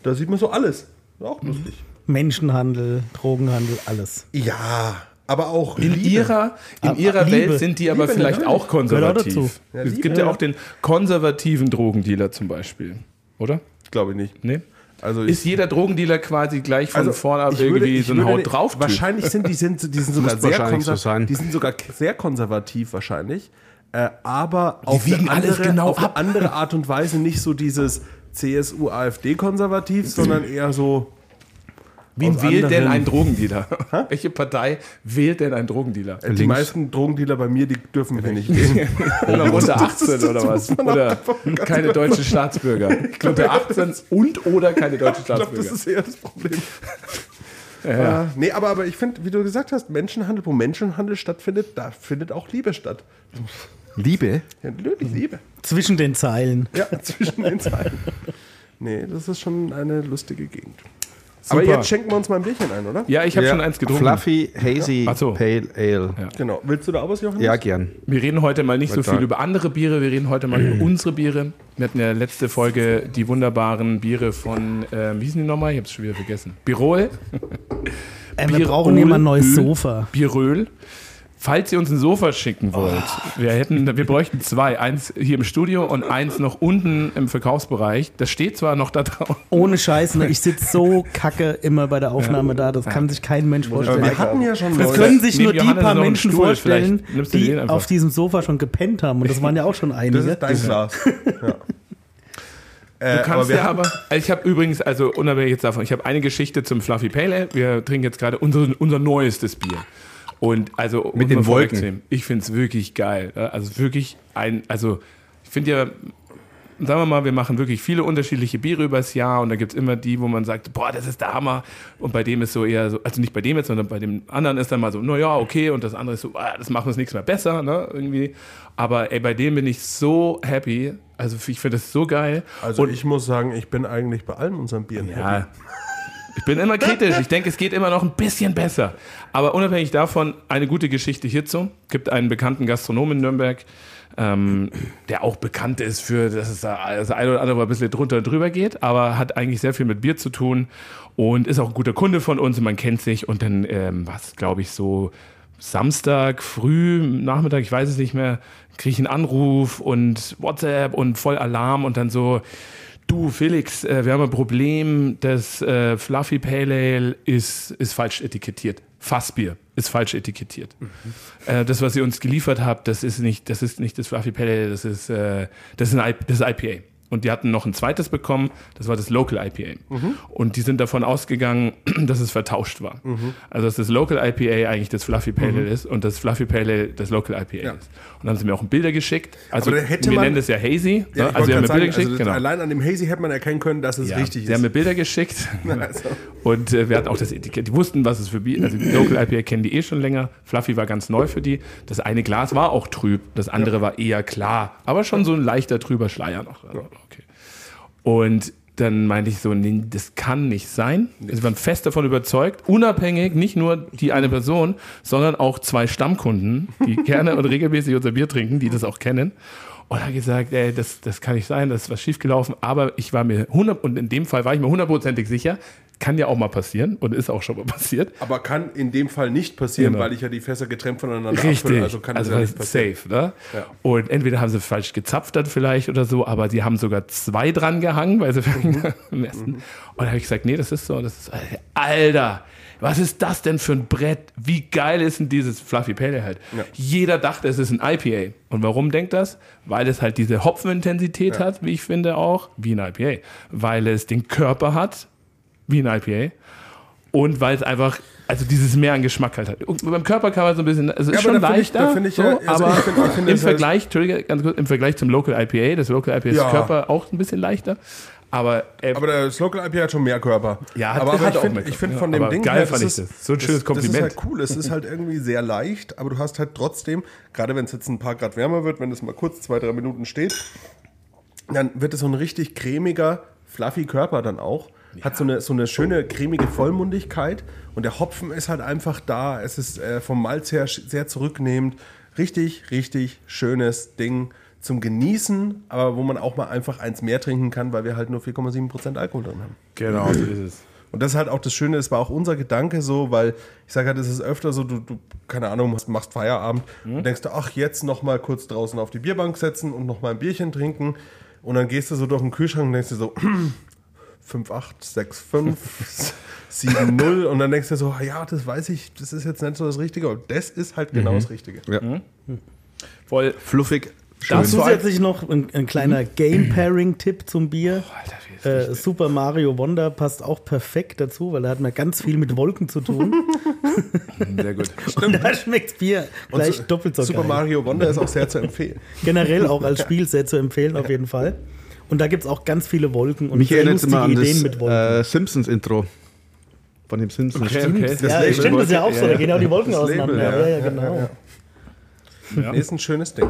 Speaker 3: Da sieht man so alles. Auch lustig.
Speaker 4: Menschenhandel, Drogenhandel, alles.
Speaker 3: Ja, aber auch
Speaker 1: in ihrer, in
Speaker 4: Aber
Speaker 1: ihrer
Speaker 4: Liebe.
Speaker 1: Welt sind die aber
Speaker 3: Liebe,
Speaker 1: vielleicht
Speaker 3: natürlich.
Speaker 1: ne? auch konservativ.
Speaker 4: Gehört auch dazu.
Speaker 3: Ja,
Speaker 1: es
Speaker 3: Liebe,
Speaker 1: gibt ja
Speaker 3: ja.
Speaker 1: auch den konservativen Drogendealer zum Beispiel. Oder?
Speaker 3: glaube ich nicht.
Speaker 1: Nee? Also,
Speaker 3: Also ich,
Speaker 1: Ist jeder Drogendealer quasi gleich von vorne
Speaker 3: Also, ich würde-
Speaker 1: irgendwie
Speaker 3: ich
Speaker 1: so ein
Speaker 3: würde-
Speaker 1: Haut drauf?
Speaker 3: Wahrscheinlich sind die sind, die sind sogar
Speaker 5: Muss
Speaker 3: sehr
Speaker 5: wahrscheinlich so
Speaker 3: konservativ.
Speaker 5: sein.
Speaker 3: Die sind sogar k- sehr konservativ wahrscheinlich. Äh, aber auf,
Speaker 1: wiegen
Speaker 3: eine andere,
Speaker 1: alles genau
Speaker 3: auf eine
Speaker 1: ab.
Speaker 3: andere Art und Weise nicht so dieses CSU-AfD-konservativ, sondern eher so.
Speaker 1: Wen
Speaker 3: aus
Speaker 1: wählt denn
Speaker 3: anderen-
Speaker 1: ein Drogendealer? Welche Partei wählt denn ein Drogendealer?
Speaker 3: Äh, Die
Speaker 5: Links.
Speaker 3: meisten Drogendealer bei mir, die dürfen hier nicht gehen.
Speaker 1: Oder unter
Speaker 3: Das ist-
Speaker 1: 18
Speaker 3: das
Speaker 1: oder was?
Speaker 3: muss man
Speaker 1: Oder
Speaker 3: einfach ganz
Speaker 1: keine deutschen Staatsbürger. Unter 18 und oder keine deutschen
Speaker 3: Ich glaube, das
Speaker 1: Staatsbürger.
Speaker 3: ist eher das Problem. Äh, nee, aber, aber ich finde, wie du gesagt hast, Menschenhandel, wo Menschenhandel stattfindet, da findet auch Liebe statt.
Speaker 5: Liebe?
Speaker 3: Ja, natürlich
Speaker 1: Mhm.
Speaker 3: Liebe.
Speaker 4: Zwischen den Zeilen.
Speaker 3: Ja, zwischen den Zeilen. Nee, das ist schon eine lustige Gegend.
Speaker 1: Super.
Speaker 3: Aber jetzt schenken wir uns mal ein Bierchen ein, oder?
Speaker 1: Ja, ich habe
Speaker 5: Ja.
Speaker 1: schon eins getrunken.
Speaker 5: Fluffy, Hazy,
Speaker 1: Ach so.
Speaker 5: Pale Ale.
Speaker 1: Ja.
Speaker 3: Genau. Willst du da auch was, Jochen?
Speaker 5: Ja, gern.
Speaker 1: Wir reden heute mal nicht so
Speaker 5: Guten
Speaker 1: viel
Speaker 5: Tag. Mhm.
Speaker 1: über andere Biere, wir reden heute mal über unsere Biere. Wir hatten ja letzte Folge die wunderbaren Biere von, ähm, wie hießen die nochmal? Ich hab's schon wieder vergessen. Birol,
Speaker 4: Äh,
Speaker 1: Bier-
Speaker 4: wir brauchen immer ein neues
Speaker 1: Öl.
Speaker 4: Sofa.
Speaker 1: Biröl. Falls ihr uns ein Sofa schicken wollt,
Speaker 5: Oh.
Speaker 1: wir, hätten, wir bräuchten zwei. Eins hier im Studio und eins noch unten im Verkaufsbereich. Das steht zwar noch da drauf.
Speaker 4: Ohne Scheiß, ne? ich sitze so kacke immer bei der Aufnahme da. Das kann sich kein Mensch vorstellen.
Speaker 3: Wir hatten ja schon
Speaker 4: Das
Speaker 3: Leute-
Speaker 4: können sich
Speaker 1: Neben
Speaker 4: nur die
Speaker 1: Johannes
Speaker 4: paar
Speaker 1: noch einen
Speaker 4: Menschen
Speaker 1: Stuhl,
Speaker 4: vorstellen,
Speaker 1: vielleicht nimmst du
Speaker 4: die
Speaker 1: den einfach.
Speaker 4: auf diesem Sofa schon gepennt haben. Und das waren ja auch schon einige.
Speaker 3: Das ist dein Glas. Ja. Äh,
Speaker 1: Du kannst
Speaker 3: wir
Speaker 1: ja aber. Ich habe übrigens, also unabhängig jetzt davon, ich habe eine Geschichte zum Fluffy Pale Ale. Wir trinken jetzt gerade unser, unser neuestes Bier. Und also
Speaker 5: Mit
Speaker 1: muss man
Speaker 5: den Wolken.
Speaker 1: vorwegnehmen, Ich finde es wirklich geil. Also wirklich ein, also ich finde ja, sagen wir mal, wir machen wirklich viele unterschiedliche Biere übers Jahr und da gibt es immer die, wo man sagt, boah, das ist der Hammer. Und bei dem ist so eher so, also nicht bei dem jetzt, sondern bei dem anderen ist dann mal so, naja, okay, und das andere ist so, ah, das machen wir das nächste Mal besser, ne? Irgendwie. Aber ey, bei dem bin ich so happy. Also ich finde das so geil.
Speaker 3: Also
Speaker 1: und
Speaker 3: ich muss sagen, ich bin eigentlich bei allen unseren Bieren happy.
Speaker 1: ja. also Ich bin immer kritisch. Ich denke, es geht immer noch ein bisschen besser. Aber unabhängig davon, eine gute Geschichte hierzu. Gibt einen bekannten Gastronomen in Nürnberg, ähm, der auch bekannt ist für, dass es da das eine oder andere mal ein bisschen drunter und drüber geht, aber hat eigentlich sehr viel mit Bier zu tun und ist auch ein guter Kunde von uns und man kennt sich. Und dann ähm, war es, glaube ich, so Samstag früh, Nachmittag, ich weiß es nicht mehr, kriege ich einen Anruf und WhatsApp und voll Alarm und dann so, Du, Felix, äh, wir haben ein Problem. Das äh, Fluffy Pale Ale ist, ist falsch etikettiert. Fassbier ist falsch etikettiert.
Speaker 3: Mhm.
Speaker 1: Äh, das, was ihr uns geliefert habt, das ist nicht das, ist nicht das Fluffy Pale Ale, das ist, äh, das, ist ein, I- das ist IPA. Und die hatten noch ein zweites bekommen, das war das Local IPA.
Speaker 3: Mhm.
Speaker 1: Und die sind davon ausgegangen, dass es vertauscht war.
Speaker 3: Mhm.
Speaker 1: Also, dass das Local IPA eigentlich das Fluffy Pale Ale ist und das Fluffy Pale Ale das Local IPA ist. Und dann haben sie mir auch ein Bilder geschickt. Also,
Speaker 3: dann hätte
Speaker 1: wir
Speaker 3: man-
Speaker 1: nennen das ja Hazy.
Speaker 3: Ja,
Speaker 1: ne?
Speaker 3: ich
Speaker 1: Also,
Speaker 3: wollte
Speaker 1: sie haben mir
Speaker 3: grad
Speaker 1: Bilder
Speaker 3: sagen,
Speaker 1: geschickt.
Speaker 3: also das-
Speaker 1: genau.
Speaker 3: Allein an dem Hazy hätte man erkennen können, dass es
Speaker 1: Ja,
Speaker 3: richtig
Speaker 1: sie haben
Speaker 3: ist.
Speaker 1: mir Bilder geschickt
Speaker 3: Also.
Speaker 1: und äh, wir hatten auch das Etikett. Die wussten, was es für Bier Also die Local IPA kennen die eh schon länger. Fluffy war ganz neu für die. Das eine Glas war auch trüb, das andere war eher klar, aber schon so ein leichter trüber Schleier noch. Also, okay. Und dann meinte ich so, nee, das kann nicht sein. Sie waren fest davon überzeugt, unabhängig, nicht nur die eine Person, sondern auch zwei Stammkunden, die gerne und regelmäßig unser Bier trinken, die das auch kennen. Und hat gesagt, ey, das, das kann nicht sein, das ist was schiefgelaufen. Aber ich war mir 100, und in dem Fall war ich mir hundertprozentig sicher, kann ja auch mal passieren und ist auch schon mal passiert.
Speaker 3: Aber kann in dem Fall nicht passieren,
Speaker 1: Genau.
Speaker 3: weil ich ja die Fässer getrennt voneinander
Speaker 1: Richtig.
Speaker 3: abfülle. Also kann
Speaker 1: also
Speaker 3: das ja
Speaker 1: das
Speaker 3: nicht
Speaker 1: ist
Speaker 3: passieren.
Speaker 1: safe, ne?
Speaker 3: Ja.
Speaker 1: Und entweder haben sie falsch gezapft dann vielleicht oder so, aber sie haben sogar zwei dran gehangen, weil sie
Speaker 3: Mhm.
Speaker 1: am ersten. Und da habe ich gesagt, nee, das ist so, das ist Alter. Was ist das denn für ein Brett? Wie geil ist denn dieses Fluffy Pale Ale halt? Jeder dachte, es ist ein IPA. Und warum denkt das? Weil es halt diese Hopfenintensität hat, wie ich finde auch, wie ein IPA. Weil es den Körper hat, wie ein IPA. Und weil es einfach, also dieses mehr an Geschmack halt hat. Und beim Körper kann man so ein bisschen, also
Speaker 3: Ja,
Speaker 1: ist
Speaker 3: aber
Speaker 1: schon
Speaker 3: da finde ich-
Speaker 1: leichter,
Speaker 3: da finde ich
Speaker 1: so,
Speaker 3: ja- also
Speaker 1: aber
Speaker 3: ich finde- ich finde,
Speaker 1: im
Speaker 3: das heißt-
Speaker 1: Vergleich, Entschuldige, ganz kurz, im Vergleich zum Local IPA, das Local IPA ist
Speaker 3: Ja.
Speaker 1: Körper auch ein bisschen leichter, aber, äh,
Speaker 3: Aber der Local IP hat schon mehr Körper.
Speaker 1: Ja, hat-
Speaker 3: aber, aber
Speaker 1: hat
Speaker 3: ich
Speaker 1: auch mehr
Speaker 3: finde
Speaker 1: Körper.
Speaker 3: ich find
Speaker 1: Ja,
Speaker 3: von dem
Speaker 1: aber
Speaker 3: Ding
Speaker 1: geil
Speaker 3: her,
Speaker 1: fand
Speaker 3: ist
Speaker 1: ich
Speaker 3: es-
Speaker 1: das. So ein schönes Kompliment.
Speaker 3: Das ist halt cool. Es ist halt irgendwie sehr leicht, aber du hast halt trotzdem, gerade wenn es jetzt ein paar Grad wärmer wird, wenn es mal kurz zwei, drei Minuten steht, dann wird es so ein richtig cremiger, fluffy Körper dann auch. Hat so eine, so
Speaker 1: Oh.
Speaker 3: eine schöne cremige Vollmundigkeit und der Hopfen ist halt einfach da. Es ist äh, vom Malz her sch- sehr zurücknehmend. Richtig, richtig schönes Ding zum Genießen, aber wo man auch mal einfach eins mehr trinken kann, weil wir halt nur 4,7% Alkohol drin haben.
Speaker 1: genau, so ist es.
Speaker 3: Und das ist halt auch das Schöne, es war auch unser Gedanke so, weil ich sage halt, es ist öfter so, du, du keine Ahnung, machst, machst Feierabend
Speaker 4: Mhm.
Speaker 3: und denkst, du, ach, jetzt nochmal kurz draußen auf die Bierbank setzen und nochmal ein Bierchen trinken. Und dann gehst du so durch den Kühlschrank und denkst dir so, 5, 8, 6, 5, 7, 0. Und dann denkst du so, "Ah ja, das weiß ich, das ist jetzt nicht so das Richtige, aber das ist halt
Speaker 4: Mhm.
Speaker 3: genau das Richtige.
Speaker 5: Ja.
Speaker 1: Voll,
Speaker 3: Äh,
Speaker 5: Fluffig. Schön.
Speaker 1: Das-
Speaker 4: Zusätzlich noch ein, ein kleiner Game-Pairing-Tipp zum Bier.
Speaker 1: Mhm. Oh, Alter, wie ist
Speaker 4: Äh, Super Mario Wonder passt auch perfekt dazu, weil da hat man ganz viel mit Wolken zu tun.
Speaker 1: sehr gut.
Speaker 4: Und da schmeckt Bier
Speaker 3: Und
Speaker 4: gleich
Speaker 3: so-
Speaker 4: doppelt so
Speaker 3: Super
Speaker 4: geil.
Speaker 3: Mario Wonder ist auch sehr zu empfehlen.
Speaker 4: Generell auch als Spiel sehr zu empfehlen, auf jeden Fall. Und da gibt es auch ganz viele Wolken und
Speaker 5: Mich
Speaker 4: sehr
Speaker 5: erinnert es immer an
Speaker 4: Ideen
Speaker 5: das
Speaker 4: mit Wolken.
Speaker 5: äh, Simpsons-Intro. Von dem Simpsons.
Speaker 1: Das
Speaker 4: ja,
Speaker 3: Label
Speaker 4: ich stimmt, das ist ja auch so, da gehen auch die Wolken
Speaker 3: Das Label,
Speaker 4: auseinander.
Speaker 3: ja.
Speaker 4: ja, ja, genau.
Speaker 3: Nee, ist ein schönes Ding.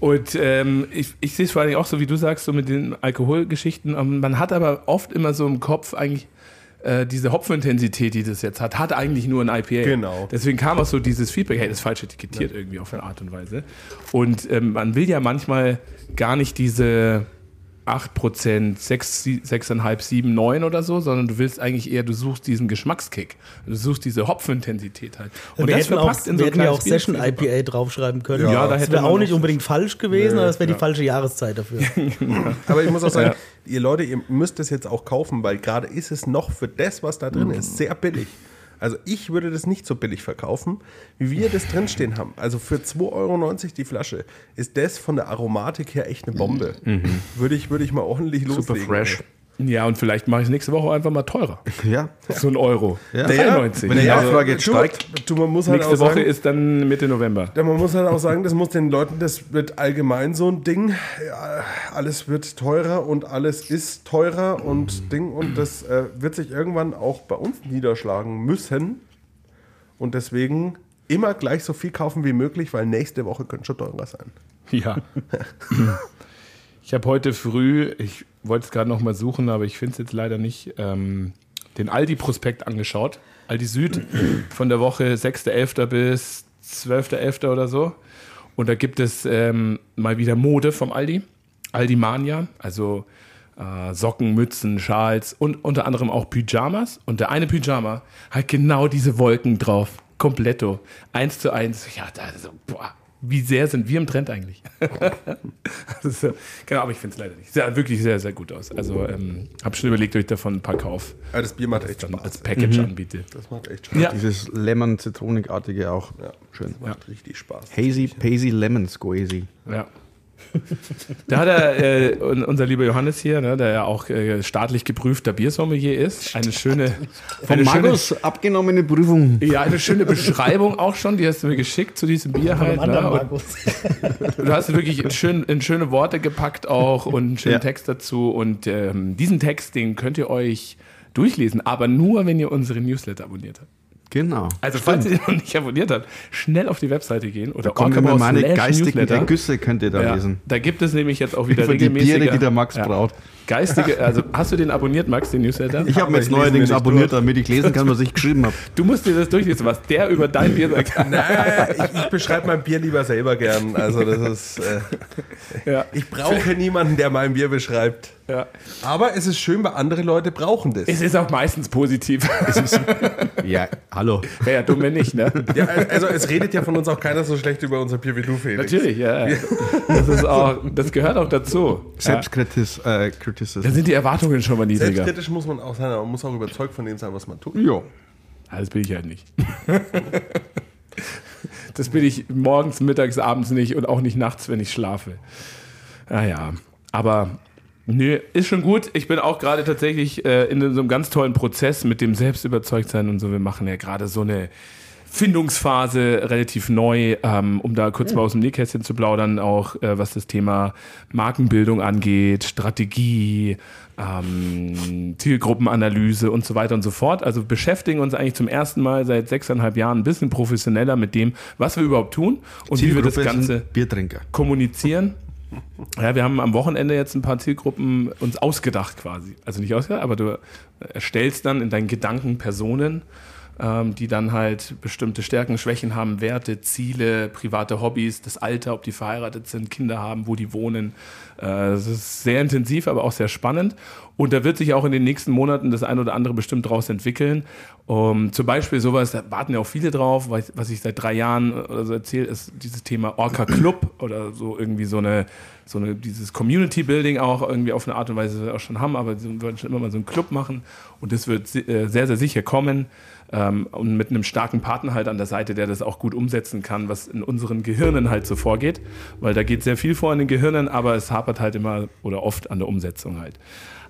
Speaker 1: Und ähm, ich, ich sehe es vor allen Dingen auch so, wie du sagst, so mit den Alkoholgeschichten. Ähm, Man hat aber oft immer so im Kopf eigentlich äh, diese Hopfenintensität, die das jetzt hat, hat eigentlich nur ein IPA.
Speaker 3: Genau.
Speaker 1: Deswegen kam auch so dieses Feedback, hey, das ist falsch etikettiert irgendwie auf eine Art und Weise. Und ähm, man will ja manchmal gar nicht diese 8 Prozent, 6, 6,5, 7, 9 oder so, sondern du willst eigentlich eher, du suchst diesen Geschmackskick. Du suchst diese Hopfenintensität halt.
Speaker 4: Und wir
Speaker 1: das
Speaker 4: hätten auch,
Speaker 1: verpackt in so
Speaker 4: wir
Speaker 1: ein
Speaker 4: hätten ja
Speaker 1: kleines
Speaker 4: auch
Speaker 1: Bier.
Speaker 4: Session IPA draufschreiben können.
Speaker 3: Ja, Ja, da
Speaker 4: das
Speaker 1: hätte
Speaker 4: wäre
Speaker 1: man
Speaker 4: auch nicht
Speaker 1: noch-
Speaker 4: unbedingt falsch gewesen,
Speaker 3: Nee,
Speaker 4: aber es wäre die falsche Jahreszeit dafür.
Speaker 3: Aber ich muss auch sagen,
Speaker 1: Ja.
Speaker 3: ihr Leute, ihr müsst es jetzt auch kaufen, weil gerade ist es noch für das, was da drin ist, sehr billig. Also ich würde das nicht so billig verkaufen, wie wir das drinstehen haben. Also für 2,90 Euro die Flasche ist das von der Aromatik her echt eine Bombe. Würde, ich, würde ich mal ordentlich
Speaker 5: Super
Speaker 3: loslegen.
Speaker 5: fresh.
Speaker 1: Ja, und vielleicht mache ich nächste Woche einfach mal teurer.
Speaker 5: Ja.
Speaker 1: So ein Euro.
Speaker 5: Ja.
Speaker 3: Ja,
Speaker 1: 93.
Speaker 5: Wenn die
Speaker 3: ja,
Speaker 5: Nachfrage jetzt
Speaker 3: du,
Speaker 5: steigt,
Speaker 3: Du, man muss halt auch
Speaker 1: Nächste
Speaker 3: sagen,
Speaker 1: Woche ist dann Mitte November.
Speaker 3: Ja, man muss halt auch sagen, das muss den Leuten, das wird allgemein so ein Ding. Ja, alles wird teurer und alles ist teurer und Ding und das äh, wird sich irgendwann auch bei uns niederschlagen müssen. Und deswegen immer gleich so viel kaufen wie möglich, weil nächste Woche könnte schon teurer sein.
Speaker 1: Ja. ich habe heute früh, ich wollte es gerade noch mal suchen, aber ich finde es jetzt leider nicht, ähm, den Aldi-Prospekt angeschaut. Aldi Süd von der Woche 6.11. bis 12.11. oder so. Und da gibt es ähm, mal wieder Mode vom Aldi. Aldi Mania, also äh, Socken, Mützen, Schals und unter anderem auch Pyjamas. Und der eine Pyjama hat genau diese Wolken drauf. Kompletto. Eins zu eins. Ja, da, so, boah, wie sehr sind wir im Trend eigentlich? das ist, so- genau, aber ich finde es leider nicht. Sah wirklich sehr, sehr gut aus. Also ähm, habe schon überlegt, ob ich davon ein paar kaufe.
Speaker 3: Aber das Bier macht echt
Speaker 1: Dann
Speaker 3: Spaß.
Speaker 1: als Package
Speaker 5: Mhm.
Speaker 1: anbiete.
Speaker 3: Das macht echt Spaß.
Speaker 1: Ja.
Speaker 5: Dieses Lemon-Zitronikartige auch. Schön.
Speaker 3: Macht richtig Spaß.
Speaker 5: Hazy, Paisy, Lemon Squeezy.
Speaker 1: Ja. da hat er, äh, un- unser lieber Johannes hier, ne, der ja auch äh, staatlich geprüfter Biersommelier ist, eine schöne,
Speaker 5: Von
Speaker 1: eine schöne,
Speaker 5: Magus abgenommene Prüfung.
Speaker 1: ja, eine schöne Beschreibung auch schon, die hast du mir geschickt zu diesem Bier
Speaker 4: Von
Speaker 1: halt.
Speaker 4: einem anderen
Speaker 1: Ne? Und
Speaker 4: Markus.
Speaker 1: du hast wirklich in, schön, in schöne Worte gepackt auch und einen schönen
Speaker 5: Ja.
Speaker 1: Text dazu. Und ähm, diesen Text, den könnt ihr euch durchlesen, aber nur, wenn ihr unseren Newsletter abonniert habt.
Speaker 5: Genau.
Speaker 1: Also falls ihr ihn noch nicht abonniert habt, schnell auf die Webseite gehen oder
Speaker 5: Kommen wir
Speaker 1: orca.com
Speaker 5: meine
Speaker 1: slash
Speaker 5: geistigen
Speaker 1: Newsletter.
Speaker 5: Ergüsse, könnt ihr da
Speaker 1: Ja,
Speaker 5: lesen.
Speaker 1: da gibt es nämlich jetzt auch wieder
Speaker 5: Für die
Speaker 1: regelmäßige...
Speaker 5: Biere, die der Max braut.
Speaker 1: Geistige, also hast du den abonniert, Max, den Newsletter?
Speaker 5: Ich habe
Speaker 3: Aber
Speaker 5: jetzt
Speaker 3: ich lese
Speaker 5: neuerdings
Speaker 3: mir nicht
Speaker 5: abonniert,
Speaker 3: durch.
Speaker 5: damit ich lesen kann, was ich geschrieben habe.
Speaker 1: Du musst dir das durchlesen, was der über dein Bier sagt.
Speaker 3: Naja, ich, ich beschreibe mein Bier lieber selber gern. Also das ist. Äh,
Speaker 1: Ja,
Speaker 3: ich brauche niemanden, der mein Bier beschreibt.
Speaker 1: ja.
Speaker 3: Aber es ist schön, weil andere Leute brauchen das.
Speaker 1: Es ist auch meistens positiv.
Speaker 5: Ja, hallo.
Speaker 1: Wäre ja dumm, wenn nicht, ne?
Speaker 3: Ja, also es redet ja von uns auch keiner so schlecht über unser Bier wie du, Felix.
Speaker 1: Natürlich, ja. Das, ist auch, das gehört auch dazu. Ja.
Speaker 5: Selbstkritis, äh,
Speaker 1: Da
Speaker 5: Criticism.
Speaker 1: sind die Erwartungen schon mal niedriger.
Speaker 3: Selbstkritisch muss man auch sein, aber man muss auch überzeugt von dem sein, was man tut.
Speaker 5: Ja.
Speaker 1: Ah, das bin ich halt nicht. Das bin ich morgens, mittags, abends nicht und auch nicht nachts, wenn ich schlafe. Naja, Ah aber nö, ist schon gut. Ich bin auch gerade tatsächlich äh, in so einem ganz tollen Prozess mit dem Selbstüberzeugtsein und so. Wir machen ja gerade so eine Findungsphase relativ neu, ähm, um da
Speaker 5: Hm.
Speaker 1: kurz mal aus dem Nähkästchen zu plaudern, auch äh, was das Thema Markenbildung angeht, Strategie, ähm, Zielgruppenanalyse und so weiter und so fort. Also beschäftigen uns eigentlich zum ersten Mal seit sechseinhalb Jahren ein bisschen professioneller mit dem, was wir überhaupt tun und wie wir das
Speaker 5: Zielgruppe sind
Speaker 1: Ganze
Speaker 5: Biertrinker.
Speaker 1: kommunizieren. Ja, wir haben am Wochenende jetzt ein paar Zielgruppen uns ausgedacht quasi. Also nicht ausgedacht, aber du erstellst dann in deinen Gedanken Personen, ähm, die dann halt bestimmte Stärken, Schwächen haben, Werte, Ziele, private Hobbys, das Alter, ob die verheiratet sind, Kinder haben, wo die wohnen. Äh, Es ist sehr intensiv, aber auch sehr spannend. Und da wird sich auch in den nächsten Monaten das ein oder andere bestimmt draus entwickeln. Um, zum Beispiel sowas, da warten ja auch viele drauf, was, was ich seit drei Jahren oder so erzähle, ist dieses Thema Orca Club oder so irgendwie so eine, so eine, dieses Community Building auch irgendwie auf eine Art und Weise, was wir auch schon haben, aber wir wollen schon immer mal so einen Club machen und das wird si- äh, sehr, sehr sicher kommen. Ähm, und mit einem starken Partner halt an der Seite, der das auch gut umsetzen kann, was in unseren Gehirnen halt so vorgeht, weil da geht sehr viel vor in den Gehirnen, aber es hapert halt immer oder oft an der Umsetzung halt.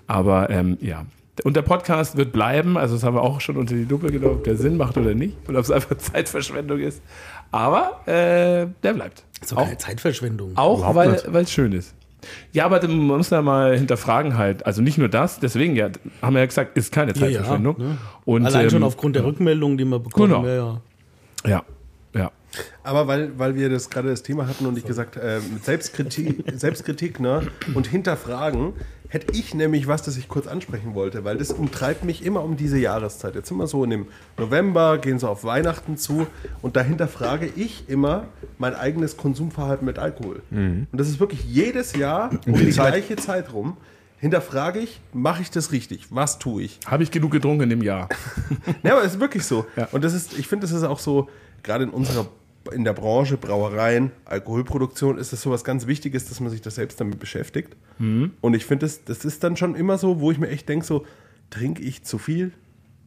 Speaker 1: Aber ähm, ja. Und der Podcast wird bleiben, also das haben wir auch schon unter die Lupe genommen, ob der Sinn macht oder nicht und ob es einfach Zeitverschwendung ist. Aber äh, der bleibt.
Speaker 4: So
Speaker 1: auch
Speaker 4: keine Zeitverschwendung.
Speaker 1: auch
Speaker 5: Überhaupt
Speaker 1: weil
Speaker 5: nicht.
Speaker 1: weil es schön ist. Ja, aber man muss da mal hinterfragen halt. Also nicht nur das, deswegen ja, haben wir ja gesagt, ist keine
Speaker 4: Ja, ja,
Speaker 1: Zeitverschwendung.
Speaker 4: ne?
Speaker 1: Und,
Speaker 4: Allein schon
Speaker 1: ähm,
Speaker 4: aufgrund der Rückmeldungen, die wir bekommen.
Speaker 1: Genau.
Speaker 4: Ja, ja.
Speaker 1: Ja, ja.
Speaker 3: Aber weil, weil wir das gerade das Thema hatten und ich gesagt, äh, mit Selbstkritik, Selbstkritik ne, und Hinterfragen, hätte ich nämlich was, das ich kurz ansprechen wollte, weil das umtreibt mich immer um diese Jahreszeit. Jetzt sind wir so in dem November, gehen so auf Weihnachten zu und dahinter frage ich immer mein eigenes Konsumverhalten mit Alkohol. Und das ist wirklich jedes Jahr um Mhm. die gleiche Zeit rum. Hinterfrage ich, mache ich das richtig? Was tue ich?
Speaker 1: Habe ich genug getrunken im Jahr?
Speaker 3: Ja, aber es ist wirklich so.
Speaker 1: Ja.
Speaker 3: Und das ist, ich finde, das ist auch so, gerade in unserer, in der Branche, Brauereien, Alkoholproduktion, ist das sowas ganz Wichtiges, dass man sich das selbst damit beschäftigt.
Speaker 6: Mhm.
Speaker 3: Und ich finde, das, das ist dann schon immer so, wo ich mir echt denke, so, trinke ich zu viel?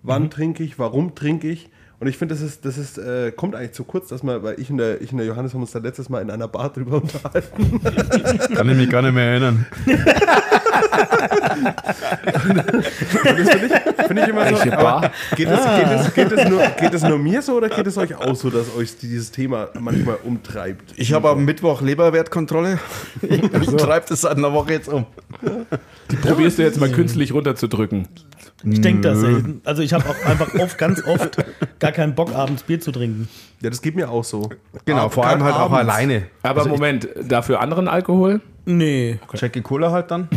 Speaker 3: Wann
Speaker 6: Mhm.
Speaker 3: trinke ich? Warum trinke ich? Und ich finde, das ist, das ist, äh, kommt eigentlich zu kurz, dass man, weil ich und der, ich und der Johannes haben uns da letztes Mal in einer Bar drüber unterhalten.
Speaker 5: Kann ich mich gar nicht mehr erinnern.
Speaker 3: Und das finde ich, finde ich immer so.
Speaker 6: Welche
Speaker 3: aber
Speaker 6: Bar? Ah.
Speaker 3: Geht es, geht, es, geht, es nur, geht es nur mir so oder geht es euch auch so, dass euch dieses Thema manchmal umtreibt?
Speaker 5: Ich habe am Mittwoch Leberwertkontrolle. Ich treibe das seit einer Woche jetzt um.
Speaker 1: Probierst du jetzt mal künstlich runterzudrücken.
Speaker 4: Ich denke das. Ey. Also ich habe auch einfach oft, ganz oft gar keinen Bock, abends Bier zu trinken.
Speaker 3: Ja, das geht mir auch so.
Speaker 5: Genau,
Speaker 3: Ab-
Speaker 5: vor allem halt auch
Speaker 3: abends.
Speaker 5: alleine.
Speaker 1: Aber
Speaker 3: Also
Speaker 1: Moment, dafür anderen Alkohol?
Speaker 4: Nee.
Speaker 5: Jackie Cola halt dann.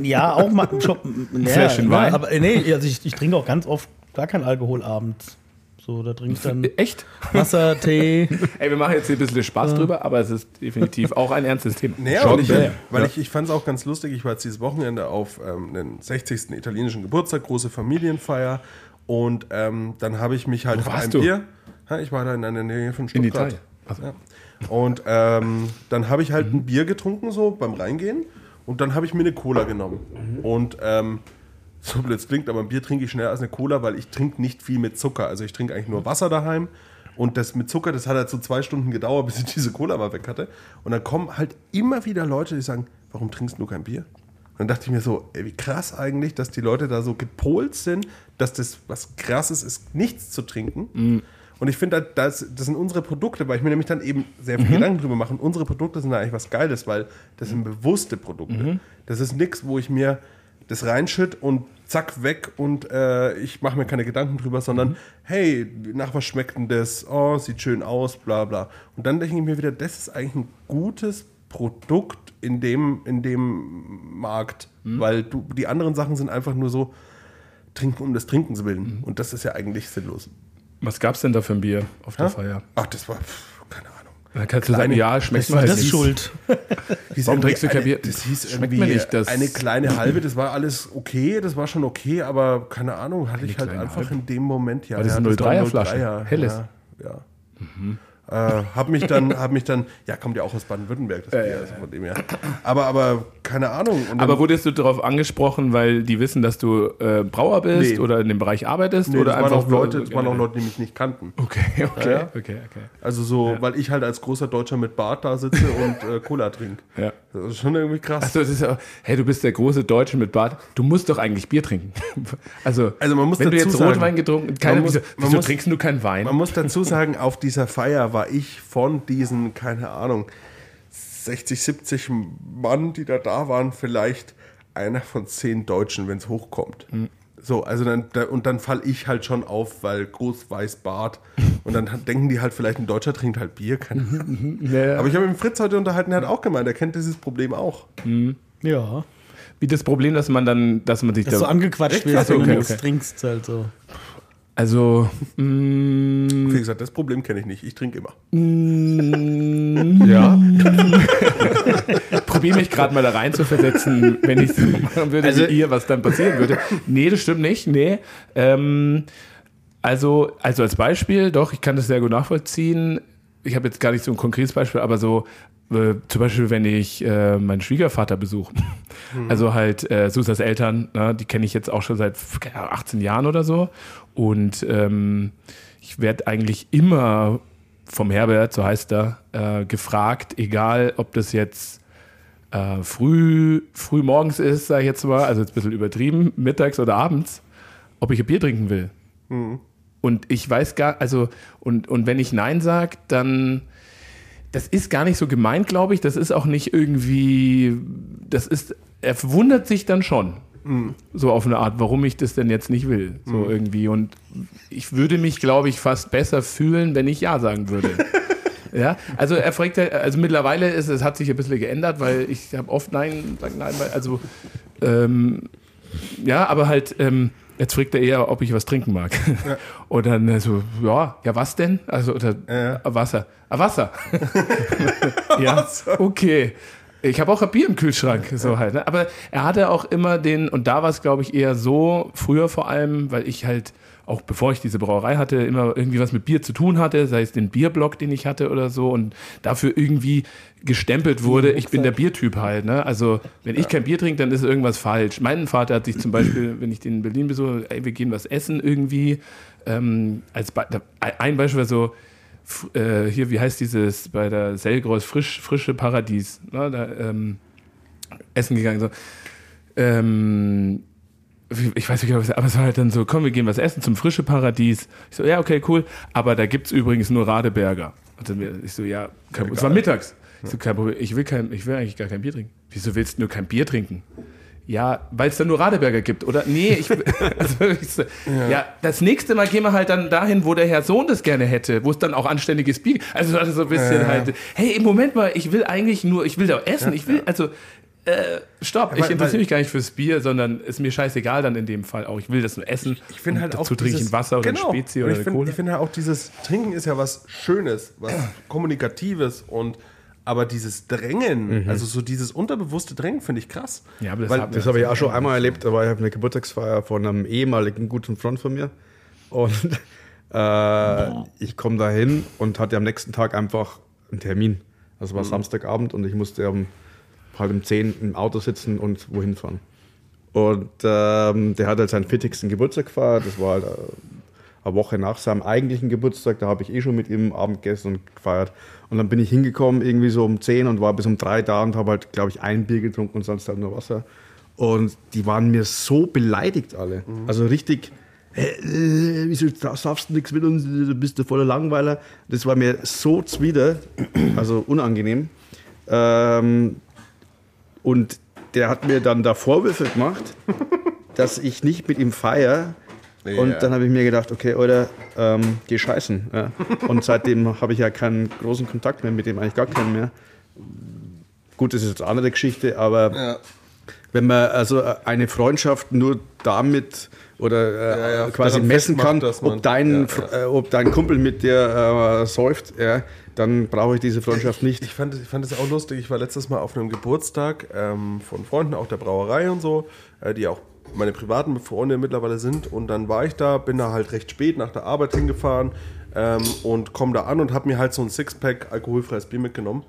Speaker 4: Ja, auch mal. Schon, ja,
Speaker 1: Fläschchen
Speaker 4: ja,
Speaker 1: Wein?
Speaker 4: Aber nee, also ich, ich trinke auch ganz oft gar keinen Alkohol abends. So, da trinke ich
Speaker 3: Hm.
Speaker 4: dann
Speaker 1: Echt?
Speaker 4: Wasser, Tee.
Speaker 1: Ey, wir machen jetzt hier ein bisschen Spaß drüber, aber es ist definitiv auch ein ernstes Thema. ne?
Speaker 3: Naja,
Speaker 1: Schon
Speaker 3: und ich,
Speaker 1: sehr.
Speaker 3: weil ich, ich fand es auch ganz lustig. Ich war jetzt dieses Wochenende auf ähm, den 60. italienischen Geburtstag, große Familienfeier. Und ähm, dann habe ich mich halt auf
Speaker 1: warst
Speaker 3: ein
Speaker 1: du?
Speaker 3: Bier. Ja, ich war da in der Nähe von
Speaker 1: In
Speaker 3: Stuttgart.
Speaker 1: Italien. Also,
Speaker 3: Ja. Und ähm, dann habe ich halt ein Bier getrunken, so beim Reingehen. Und dann habe ich mir eine Cola genommen. Und ähm, so blöd es klingt, aber ein Bier trinke ich schneller als eine Cola, weil ich trinke nicht viel mit Zucker. Also ich trinke eigentlich nur Wasser daheim. Und das mit Zucker, das hat halt so zwei Stunden gedauert, bis ich diese Cola mal weg hatte. Und dann kommen halt immer wieder Leute, die sagen, warum trinkst du kein Bier? Und dann dachte ich mir so, ey, wie krass eigentlich, dass die Leute da so gepolt sind, dass das was krasses ist, nichts zu trinken. Und ich finde, halt, das, das sind unsere Produkte, weil ich mir nämlich dann eben sehr viel Gedanken drüber mache. Und unsere Produkte sind eigentlich was Geiles, weil das sind bewusste Produkte. Das ist nichts, wo ich mir das reinschütt und zack, weg und äh, ich mache mir keine Gedanken drüber, sondern hey, nach was schmeckt denn das? Oh, sieht schön aus, bla bla. Und dann denke ich mir wieder, das ist eigentlich ein gutes Produkt in dem, in dem Markt, weil du, die anderen Sachen sind einfach nur so trinken um des Trinkens willen. Und das ist ja eigentlich sinnlos.
Speaker 1: was gab's denn da für ein Bier auf der
Speaker 3: Ja?
Speaker 1: Feier?
Speaker 3: Ach, das war, pf, keine Ahnung.
Speaker 1: Da kannst du sagen, ja, schmeckt
Speaker 4: War
Speaker 1: mir
Speaker 4: das
Speaker 1: nicht.
Speaker 4: schuld?
Speaker 3: Hieß
Speaker 1: Warum
Speaker 3: irgendwie
Speaker 1: trinkst du kein
Speaker 3: eine-
Speaker 1: Bier?
Speaker 3: Das hieß
Speaker 1: Schmeckt
Speaker 3: irgendwie
Speaker 1: mir nicht, das-
Speaker 3: eine kleine halbe, das war alles okay, das war schon okay, aber keine Ahnung, hatte ich halt
Speaker 1: kleine
Speaker 3: einfach
Speaker 1: halbe?
Speaker 3: in dem Moment, ja.
Speaker 1: War das
Speaker 3: ja,
Speaker 1: eine 03er Flasche?
Speaker 3: 03er,
Speaker 1: Helles? Mhm.
Speaker 3: Ja, ja. Äh, hab mich dann, hab mich dann, ja, kommt ja auch aus Baden-Württemberg, das Bier, also von dem her. Aber, aber, keine Ahnung. Und dann-
Speaker 1: Aber wurdest du darauf angesprochen, weil die wissen, dass du äh, Brauer bist
Speaker 3: Nee.
Speaker 1: oder in dem Bereich arbeitest?
Speaker 3: nee,
Speaker 1: oder
Speaker 3: das waren
Speaker 1: einfach
Speaker 3: auch Leute, das waren auch Leute, die mich nicht kannten.
Speaker 1: Okay, okay,
Speaker 3: Ja, ja.
Speaker 1: okay, okay.
Speaker 3: Also so, weil ich halt als großer Deutscher mit Bart da sitze und äh, Cola trinke.
Speaker 1: Ja.
Speaker 3: Das ist schon irgendwie krass.
Speaker 1: Achso, es Also, ist ja, hey, du bist der große Deutsche mit Bart. Du musst doch eigentlich Bier trinken. Also,
Speaker 3: Also man muss
Speaker 1: wenn du
Speaker 3: dazu
Speaker 1: jetzt
Speaker 3: sagen,
Speaker 1: Rotwein getrunken, keine,
Speaker 3: man muss-
Speaker 1: wieso,
Speaker 3: man
Speaker 1: wieso
Speaker 3: muss-
Speaker 1: trinkst du keinen Wein?
Speaker 3: Man muss dazu sagen, auf dieser Feier war ich von diesen, keine Ahnung, 60, 70 Mann, die da da waren, vielleicht einer von zehn Deutschen, wenn es hochkommt. So, also dann, da, und dann fall ich halt schon auf, weil groß, weiß, Bart. Und dann hat- denken die halt, vielleicht ein Deutscher trinkt halt Bier. Keine Ahnung.
Speaker 1: Ja,
Speaker 3: Aber ich habe mit dem Fritz heute unterhalten, der hat auch gemeint, er kennt dieses Problem auch.
Speaker 4: Ja.
Speaker 1: Wie das Problem, dass man dann, dass man sich
Speaker 4: Dass du
Speaker 1: da.
Speaker 4: angequatscht wirst,
Speaker 1: Achso,
Speaker 4: wenn
Speaker 1: okay,
Speaker 4: du nichts
Speaker 1: okay.
Speaker 4: trinkst. Halt so.
Speaker 1: Also, mm,
Speaker 3: Wie gesagt, das Problem kenne ich nicht. Ich trinke immer.
Speaker 5: Ja.
Speaker 1: probiere Hm. mich gerade mal da rein zu versetzen, wenn ich so machen würde
Speaker 5: Also-
Speaker 1: wie ihr, was dann passieren würde. Nee, das stimmt nicht. Nee. Ähm, also, also als Beispiel, doch, ich kann das sehr gut nachvollziehen. Ich habe jetzt gar nicht so ein konkretes Beispiel, aber so äh, zum Beispiel, wenn ich äh, meinen Schwiegervater besuche.
Speaker 5: Hm.
Speaker 1: Also halt äh, Susas Eltern, ne, die kenne ich jetzt auch schon seit keine Ahnung, 18 Jahren oder so. Und ähm, ich werde eigentlich immer vom Herbert, so heißt er, äh, gefragt, egal ob das jetzt äh, früh, früh morgens ist, sage ich jetzt mal, also jetzt ein bisschen übertrieben, mittags oder abends, ob ich ein Bier trinken will. Und ich weiß gar, also, und, und wenn ich Nein sage, dann, das ist gar nicht so gemeint, glaube ich. Das ist auch nicht irgendwie, das ist, er wundert sich dann schon. So auf eine Art, warum ich das denn jetzt nicht will. So irgendwie. Und ich würde mich, glaube ich, fast besser fühlen, wenn ich Ja sagen würde. Ja, also er fragt, ja- also mittlerweile ist es hat sich ein bisschen geändert, weil ich habe oft Nein, sag Nein, weil, also ähm, ja, aber halt, ähm, jetzt fragt er eher, ob ich was trinken mag. Und dann äh, so, ja, ja, was denn? Also, oder
Speaker 3: Ja.
Speaker 1: äh, Wasser. Ah, Wasser. ja, okay. Ich habe auch ein Bier im Kühlschrank, so halt. Ne? Aber er hatte auch immer den, und da war es, glaube ich, eher so, früher vor allem, weil ich halt, auch bevor ich diese Brauerei hatte, immer irgendwie was mit Bier zu tun hatte, sei es den Bierblock, den ich hatte oder so, und dafür irgendwie gestempelt wurde, ich bin der Biertyp halt. Ne? Also, wenn ich kein Bier trinke, dann ist irgendwas falsch. Mein Vater hat sich zum Beispiel, wenn ich den in Berlin besuche, ey, wir gehen was essen irgendwie. Ähm, als Be da- ein Beispiel war so, f- äh, hier, wie heißt dieses bei der Selgros frisch, frische Paradies, ne, da, ähm, essen gegangen. So. Ähm, ich weiß nicht, ob es, aber es war halt dann so, komm, wir gehen was essen zum frische Paradies. Ich so, ja, okay, cool. Aber da gibt es übrigens nur Radeberger. Und dann, wir- ich so, ja, kein, es war mittags. Ich so, kein Problem, ich will, kein, ich will eigentlich gar kein Bier trinken. Wieso willst du nur kein Bier trinken? Ja, weil es dann nur Radeberger gibt, oder? Nee, ich, also ich so, ja. das nächste Mal gehen wir halt dann dahin, wo der Herr Sohn das gerne hätte, wo es dann auch anständiges Bier, also, also so ein bisschen halt, hey, im Moment mal, ich will eigentlich nur, ich will da essen, ich will, also, äh, stopp, ich
Speaker 3: weil-
Speaker 1: interessiere
Speaker 3: weil-
Speaker 1: mich gar nicht fürs Bier, sondern ist mir scheißegal dann in dem Fall auch, ich will Um das nur essen.
Speaker 3: Ich finde halt
Speaker 1: dazu
Speaker 3: auch
Speaker 1: trinke ich ein
Speaker 3: dieses-
Speaker 1: Wasser oder
Speaker 3: Genau.
Speaker 1: ein Spezi
Speaker 3: Und
Speaker 1: oder
Speaker 3: ich
Speaker 1: eine
Speaker 3: finde-
Speaker 1: Cola.
Speaker 3: Ich finde halt auch dieses Trinken ist ja was Schönes, was Kommunikatives und aber dieses Drängen, also so dieses unterbewusste Drängen, finde ich krass.
Speaker 1: Mhm. Ja, aber das haben wir
Speaker 5: Das habe ich auch schon einmal erlebt, da war ich auf einer Geburtstagsfeier von einem ehemaligen guten Freund von mir. Und äh, ich komme da hin und hatte am nächsten Tag einfach einen Termin. Also war Samstagabend und ich musste um halb um 10 im Auto sitzen und wohin fahren. Und ähm, der hat halt seinen 40. Geburtstag gefeiert. Das war halt äh, eine Woche nach seinem eigentlichen Geburtstag. Da habe ich eh schon mit ihm Abend gegessen und gefeiert. Und dann bin ich hingekommen, irgendwie so um 10 und war bis um 3 da und habe halt, glaube ich, ein Bier getrunken und sonst halt nur Wasser. Und die waren mir so beleidigt alle. Also richtig, äh, äh, wieso darfst du nichts mit uns, du bist der voller Langweiler. Das war mir so zwider, also unangenehm. Ähm, und der hat mir dann da Vorwürfe gemacht, dass ich nicht mit ihm feier.
Speaker 3: Ja.
Speaker 5: Und dann habe ich mir gedacht, okay, oder ähm, geh scheißen. Ja. Und seitdem habe ich ja keinen großen Kontakt mehr mit dem, eigentlich gar keinen mehr. Gut, das ist jetzt eine andere Geschichte, aber
Speaker 3: Ja.
Speaker 5: wenn man also äh, eine Freundschaft nur damit oder äh,
Speaker 3: Ja, ja,
Speaker 5: quasi
Speaker 3: daran
Speaker 5: messen
Speaker 3: festmacht,
Speaker 5: kann,
Speaker 3: dass man-
Speaker 5: ob dein,
Speaker 3: Ja,
Speaker 5: Fr- Äh, ob dein Kumpel mit dir äh, säuft, ja, dann brauche ich diese Freundschaft nicht.
Speaker 3: Ich fand, ich fand es auch lustig. Ich war letztes Mal auf einem Geburtstag ähm, von Freunden, auch der Brauerei und so, äh, die auch meine privaten Freunde mittlerweile sind. Und dann war ich da, bin da halt recht spät nach der Arbeit hingefahren ähm, und komme da an und habe mir halt so ein Sixpack alkoholfreies Bier mitgenommen.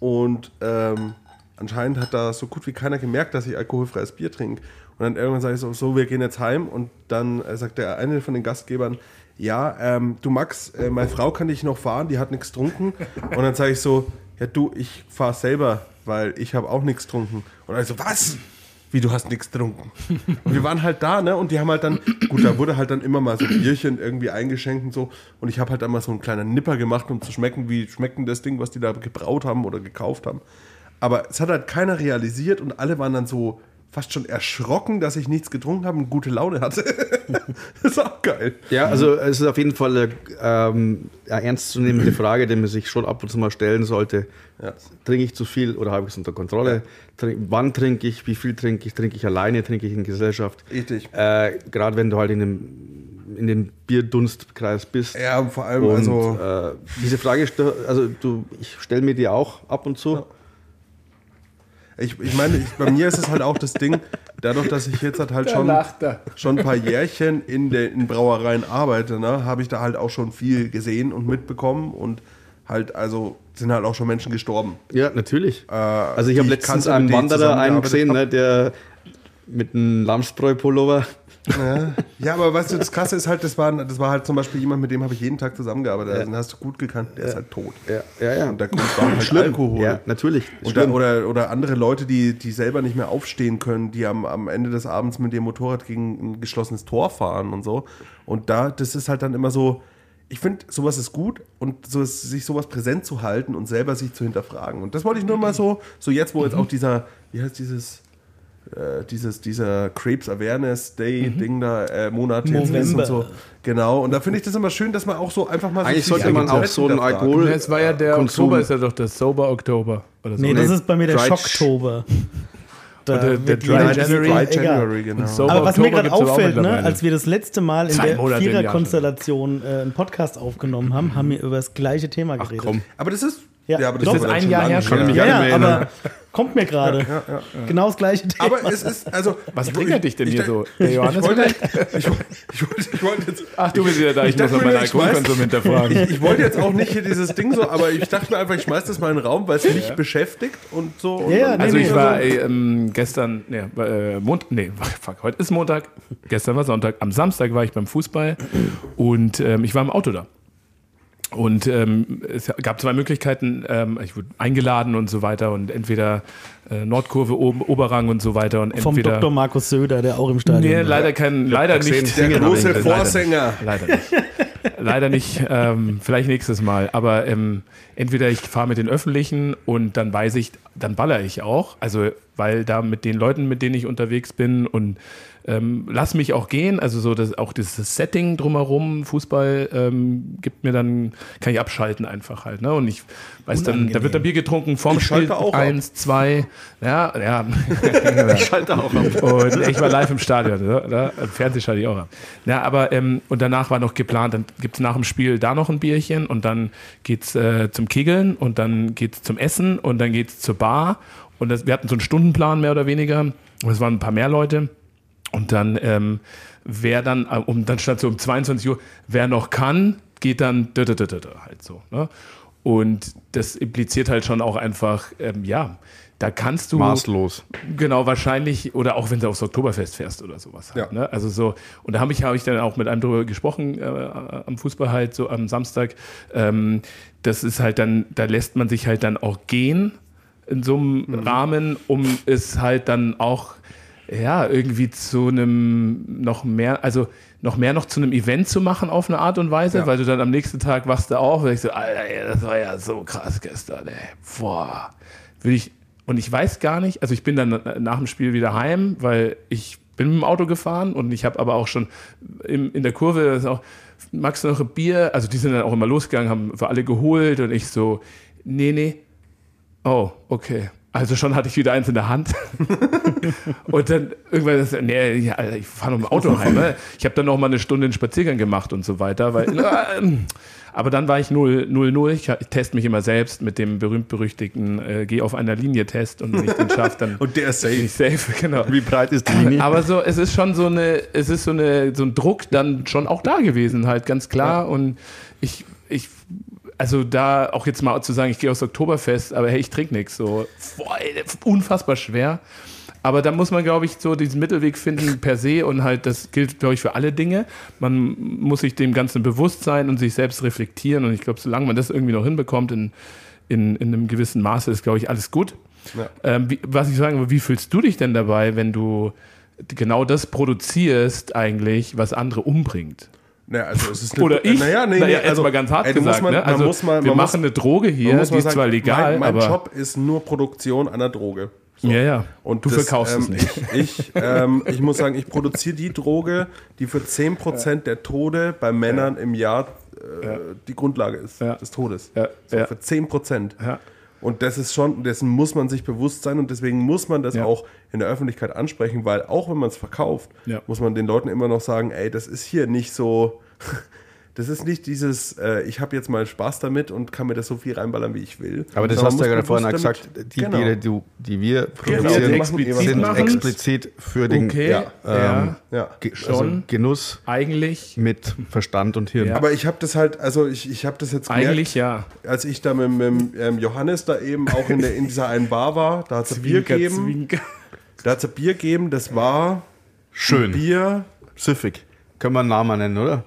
Speaker 3: Und ähm, anscheinend hat da so gut wie keiner gemerkt, dass ich alkoholfreies Bier trinke. Und dann irgendwann sage ich so, so, wir gehen jetzt heim. Und dann äh, sagt der eine von den Gastgebern, ja, ähm, du Max, äh, meine Frau kann dich noch fahren, die hat nichts getrunken. Und dann sage ich so, ja du, ich fahre selber, weil ich habe auch nichts getrunken. Und er so, was? Wie du hast nichts getrunken. Und wir waren halt da, ne? Und die haben halt dann, gut, da wurde halt dann immer mal so ein Bierchen irgendwie eingeschenkt und so. Und ich habe halt dann mal so einen kleinen Nipper gemacht, um zu schmecken, wie schmeckt denn das Ding, was die da gebraut haben oder gekauft haben. Aber es hat halt keiner realisiert und alle waren dann so fast schon erschrocken, dass ich nichts getrunken habe und gute Laune hatte. das ist auch geil.
Speaker 5: Ja, also es ist auf jeden Fall eine ähm, eine ernstzunehmende Frage, die man sich schon ab und zu mal stellen sollte.
Speaker 3: Ja.
Speaker 5: Trinke ich zu viel oder habe ich es unter Kontrolle? Trink, wann trinke ich? Wie viel trinke ich? Trinke ich alleine? Trinke ich in Gesellschaft?
Speaker 3: Richtig.
Speaker 5: Äh, Gerade wenn du halt in dem, in dem Bierdunstkreis bist.
Speaker 3: Ja, und vor allem,
Speaker 5: Und,
Speaker 3: also.
Speaker 5: äh, diese Frage, stö- also du, ich stelle mir die auch ab und zu.
Speaker 3: Ich, ich meine, ich, bei mir ist es halt auch das Ding, dadurch, dass ich jetzt halt, halt schon,
Speaker 1: lacht er.
Speaker 3: schon ein paar Jährchen in den Brauereien arbeite, ne, habe ich da halt auch schon viel gesehen und mitbekommen und halt, also sind halt auch schon Menschen gestorben.
Speaker 5: Ja, natürlich. also ich
Speaker 3: Äh, die
Speaker 5: habe
Speaker 3: ich
Speaker 5: letztens
Speaker 3: kannte,
Speaker 5: einen
Speaker 3: mit denen ich
Speaker 5: Wanderer einen
Speaker 3: zusammengearbeitet
Speaker 5: gesehen, ne, der mit einem Lamsbräu-Pullover
Speaker 3: Ja, aber weißt du, das Krasse ist halt, das war, das war halt zum Beispiel jemand, mit dem habe ich jeden Tag zusammengearbeitet. Also den hast du gut gekannt, der ist halt tot.
Speaker 5: Ja, ja, ja.
Speaker 3: Und da kommt dann halt
Speaker 5: Schlimm.
Speaker 3: Alkohol.
Speaker 5: Ja, natürlich.
Speaker 3: Oder,
Speaker 5: Schlimm.
Speaker 3: oder, oder andere Leute, die, die selber nicht mehr aufstehen können, die am, am Ende des Abends mit dem Motorrad gegen ein geschlossenes Tor fahren und so. Und da, das ist halt dann immer so, ich finde, sowas ist gut und so ist, sich sowas präsent zu halten und selber sich zu hinterfragen. Und das wollte ich nur mal so, so jetzt, wo jetzt auch dieser, wie heißt dieses äh, dieses, dieser Crepes Awareness Day Ding da, äh, Monat jetzt ist
Speaker 4: Movember.
Speaker 3: und so. Genau, und da finde ich das immer schön, dass man auch so einfach mal so
Speaker 5: Eigentlich
Speaker 3: sich
Speaker 5: sollte man auch
Speaker 3: Aktivitäten
Speaker 5: so einen
Speaker 3: da fragen.
Speaker 5: Alkohol.
Speaker 1: Es war ja der
Speaker 5: Konsum.
Speaker 1: Oktober, ist ja doch der Sober Oktober. Oder so. ne?
Speaker 4: Nee, das ist bei mir der
Speaker 5: Dried-
Speaker 4: Schocktober. Da
Speaker 1: Oder der
Speaker 4: wird
Speaker 1: Dry
Speaker 4: jeder-
Speaker 3: Nein, das ist
Speaker 1: January,
Speaker 3: Dry
Speaker 4: egal.
Speaker 3: January, genau.
Speaker 1: so.
Speaker 4: Aber was mir
Speaker 1: Oktober
Speaker 4: gerade
Speaker 1: gibt's aber auch
Speaker 4: auffällt, ne,
Speaker 1: mittlerweile.
Speaker 4: als wir das letzte Mal in
Speaker 1: Zwei
Speaker 4: der
Speaker 1: Monate im Jahr
Speaker 4: Viererkonstellation äh, einen Podcast aufgenommen haben, haben wir über das gleiche Thema
Speaker 5: Ach
Speaker 4: geredet.
Speaker 5: komm,
Speaker 3: Aber das ist.
Speaker 4: Ja.
Speaker 3: aber
Speaker 1: Doch,
Speaker 3: ist
Speaker 1: ist
Speaker 3: ja
Speaker 1: ein
Speaker 3: schon
Speaker 1: Jahr
Speaker 3: lange
Speaker 1: her schon.
Speaker 3: her.
Speaker 5: mich
Speaker 4: Ja,
Speaker 5: gar
Speaker 4: ja,
Speaker 5: nicht mehr erinnern.
Speaker 4: aber kommt mir gerade. Genau das gleiche Thema.
Speaker 3: Aber es ist, also.
Speaker 1: Was
Speaker 3: ich-
Speaker 1: triggert dich denn
Speaker 3: ich-
Speaker 1: hier
Speaker 3: ich-
Speaker 1: so? Der Johannes
Speaker 3: Ich wollte, ich, wollte- ich, wollte, ich wollte jetzt.
Speaker 1: Ach, du bist wieder da. Ich,
Speaker 3: dachte
Speaker 1: muss noch
Speaker 3: mir,
Speaker 1: meinen
Speaker 3: ich weiß-
Speaker 1: Alkoholkonsum hinterfragen.
Speaker 3: Ich, ich wollte jetzt auch nicht hier dieses Ding so, aber ich dachte mir einfach, ich schmeiß das mal in den Raum, weil es mich beschäftigt und so. Und
Speaker 4: Ja, ja,
Speaker 3: dann-
Speaker 4: nee,
Speaker 1: Also
Speaker 4: nee,
Speaker 1: ich war äh, ähm, gestern, nee, äh, Mont nee, fuck, heute ist Montag, gestern war Sonntag, am Samstag war ich beim Fußball und ähm, ich war im Auto da. Und ähm, es gab zwei Möglichkeiten, ähm, ich wurde eingeladen und so weiter und entweder äh, Nordkurve, oben, Oberrang und so weiter und
Speaker 4: Vom
Speaker 1: entweder...
Speaker 4: Dr. Markus Söder, der auch im Stadion
Speaker 1: Nee,
Speaker 4: war.
Speaker 1: leider kein, leider nicht.
Speaker 3: Der große
Speaker 1: Leider nicht.
Speaker 3: Vorsänger.
Speaker 1: Leider nicht. Leider nicht. Ähm, vielleicht nächstes Mal. Aber ähm, entweder ich fahre mit den Öffentlichen und dann weiß ich, dann baller ich auch. Also, weil da mit den Leuten, mit denen ich unterwegs bin und ähm, lass mich auch gehen. Also, so das, auch dieses Setting drumherum, Fußball, ähm, gibt mir dann, kann ich abschalten einfach halt. Ne? Und ich weiß dann, da wird dann Bier getrunken vorm
Speaker 3: Ich schalte
Speaker 1: Spiel.
Speaker 3: auch ab.
Speaker 1: eins, zwei. Ja, ja.
Speaker 5: ich schalte auch ab.
Speaker 1: Und ich war live im Stadion. Ne? Ne? Im Fernsehen schalte ich auch an. Ja, aber, ähm, und danach war noch geplant, dann gibt es nach dem Spiel da noch ein Bierchen und dann geht es äh, zum Kegeln und dann geht es zum Essen und dann geht es zur Bar. Und das, wir hatten so einen Stundenplan mehr oder weniger. Und es waren ein paar mehr Leute. Und dann, ähm, wer dann, äh, um, dann stand so um 22 Uhr, wer noch kann, geht dann dö, dö, dö, dö, dö, halt so. Ne? Und das impliziert halt schon auch einfach, ähm, ja, da kannst du.
Speaker 5: Maßlos.
Speaker 1: Genau, wahrscheinlich, oder auch wenn du aufs Oktoberfest fährst oder sowas. Halt,
Speaker 3: Ja.
Speaker 1: ne? Also so, und da habe ich, hab ich dann auch mit einem drüber gesprochen äh, am Fußball halt, so am Samstag. Ähm, das ist halt dann, da lässt man sich halt dann auch gehen in so einem Rahmen, um es halt dann auch ja, irgendwie zu einem noch mehr, also noch mehr noch zu einem Event zu machen auf eine Art und Weise, weil du dann am nächsten Tag wachst du auf und denkst so, Alter, ey, das war ja so krass gestern, ey. Boah. Will ich, und ich weiß gar nicht, also ich bin dann nach dem Spiel wieder heim, weil ich bin mit dem Auto gefahren und ich habe aber auch schon im, in der Kurve das ist auch, magst du noch ein Bier? Also die sind dann auch immer losgegangen, haben für alle geholt und ich so, nee, nee, Oh, okay. Also schon hatte ich wieder eins in der Hand. und dann irgendwann, das, nee, ja, Alter, ich fahre mit dem Auto heim. Ne? Ich habe dann noch mal eine Stunde einen Spaziergang gemacht und so weiter. Weil, ähm, aber dann war ich 0-0. Ich, ich teste mich immer selbst mit dem berühmt-berüchtigten äh, Geh auf einer Linie-Test und wenn ich den schaffe, dann
Speaker 3: Und der ist safe.
Speaker 1: bin ich safe. Genau.
Speaker 5: Wie breit ist die Linie?
Speaker 1: Aber so, es ist schon so eine, es ist so eine, so ein Druck dann schon auch da gewesen, halt, ganz klar. Und ich, ich, also da auch jetzt mal zu sagen, ich gehe aufs Oktoberfest, aber hey, ich trinke nichts, so boah, ey, unfassbar schwer. Aber da muss man, glaube ich, so diesen Mittelweg finden per se und halt, das gilt, glaube ich, für alle Dinge. Man muss sich dem Ganzen bewusst sein und sich selbst reflektieren. Und ich glaube, solange man das irgendwie noch hinbekommt in, in, in einem gewissen Maße, ist, glaube ich, alles gut. Ähm, wie, was ich sagen will, wie fühlst du dich denn dabei, wenn du genau das produzierst eigentlich, was andere umbringt?
Speaker 3: Naja, also es ist eine,
Speaker 1: Oder ich?
Speaker 3: Naja, nee,
Speaker 1: Naja,
Speaker 3: nee,
Speaker 1: jetzt
Speaker 3: also,
Speaker 1: mal ganz hart
Speaker 3: ey, du
Speaker 1: gesagt.
Speaker 3: musst mal-
Speaker 1: ne?
Speaker 3: man
Speaker 1: also,
Speaker 3: muss mal-
Speaker 1: wir
Speaker 3: man muss-
Speaker 1: machen eine Droge hier,
Speaker 3: man
Speaker 1: die
Speaker 3: muss
Speaker 1: ist
Speaker 3: mal sagen,
Speaker 1: zwar legal,
Speaker 3: Mein, mein
Speaker 1: aber
Speaker 3: Job ist nur Produktion einer Droge.
Speaker 1: ja, ja.
Speaker 3: Und
Speaker 1: du
Speaker 3: das,
Speaker 1: verkaufst
Speaker 3: ähm,
Speaker 1: es nicht.
Speaker 3: Ich, ich, ähm, ich muss sagen, ich produziere die Droge, die für 10% der Tode bei Männern im Jahr äh, die Grundlage ist,
Speaker 1: Ja.
Speaker 3: des Todes.
Speaker 1: Ja,
Speaker 3: So,
Speaker 1: ja.
Speaker 3: Für 10%.
Speaker 1: Ja.
Speaker 3: Und das ist schon, dessen muss man sich bewusst sein und deswegen muss man das
Speaker 1: Ja.
Speaker 3: auch in der Öffentlichkeit ansprechen, weil auch wenn man es verkauft,
Speaker 1: Ja.
Speaker 3: muss man den Leuten immer noch sagen, ey, das ist hier nicht so, das ist nicht dieses, äh, ich habe jetzt mal Spaß damit und kann mir das so viel reinballern, wie ich will.
Speaker 5: Aber das
Speaker 3: Sondern
Speaker 5: hast du ja
Speaker 3: muss
Speaker 5: gerade vorhin auch
Speaker 3: bewusst
Speaker 5: gesagt,
Speaker 3: damit-
Speaker 5: die Biere, die, die wir
Speaker 3: Genau,
Speaker 5: produzieren,
Speaker 3: die
Speaker 1: machen-
Speaker 5: sind
Speaker 1: die machen-
Speaker 5: explizit für den
Speaker 1: Okay,
Speaker 5: ja,
Speaker 1: ja.
Speaker 5: ähm,
Speaker 3: ja.
Speaker 5: Ge also
Speaker 1: Schon.
Speaker 5: Genuss
Speaker 1: Eigentlich,
Speaker 5: mit Verstand und Hirn.
Speaker 1: Ja.
Speaker 3: Aber ich habe das halt, also ich, ich habe das jetzt gemerkt,
Speaker 1: eigentlich ja.
Speaker 3: als ich da mit, mit ähm, Johannes da eben auch in, der, in dieser einen Bar war, da hat es Bier gegeben.
Speaker 1: Zwinker.
Speaker 3: Da hat es Bier gegeben, das war
Speaker 5: Schön.
Speaker 3: Bier.
Speaker 5: Pacific. Können wir einen Namen nennen, oder?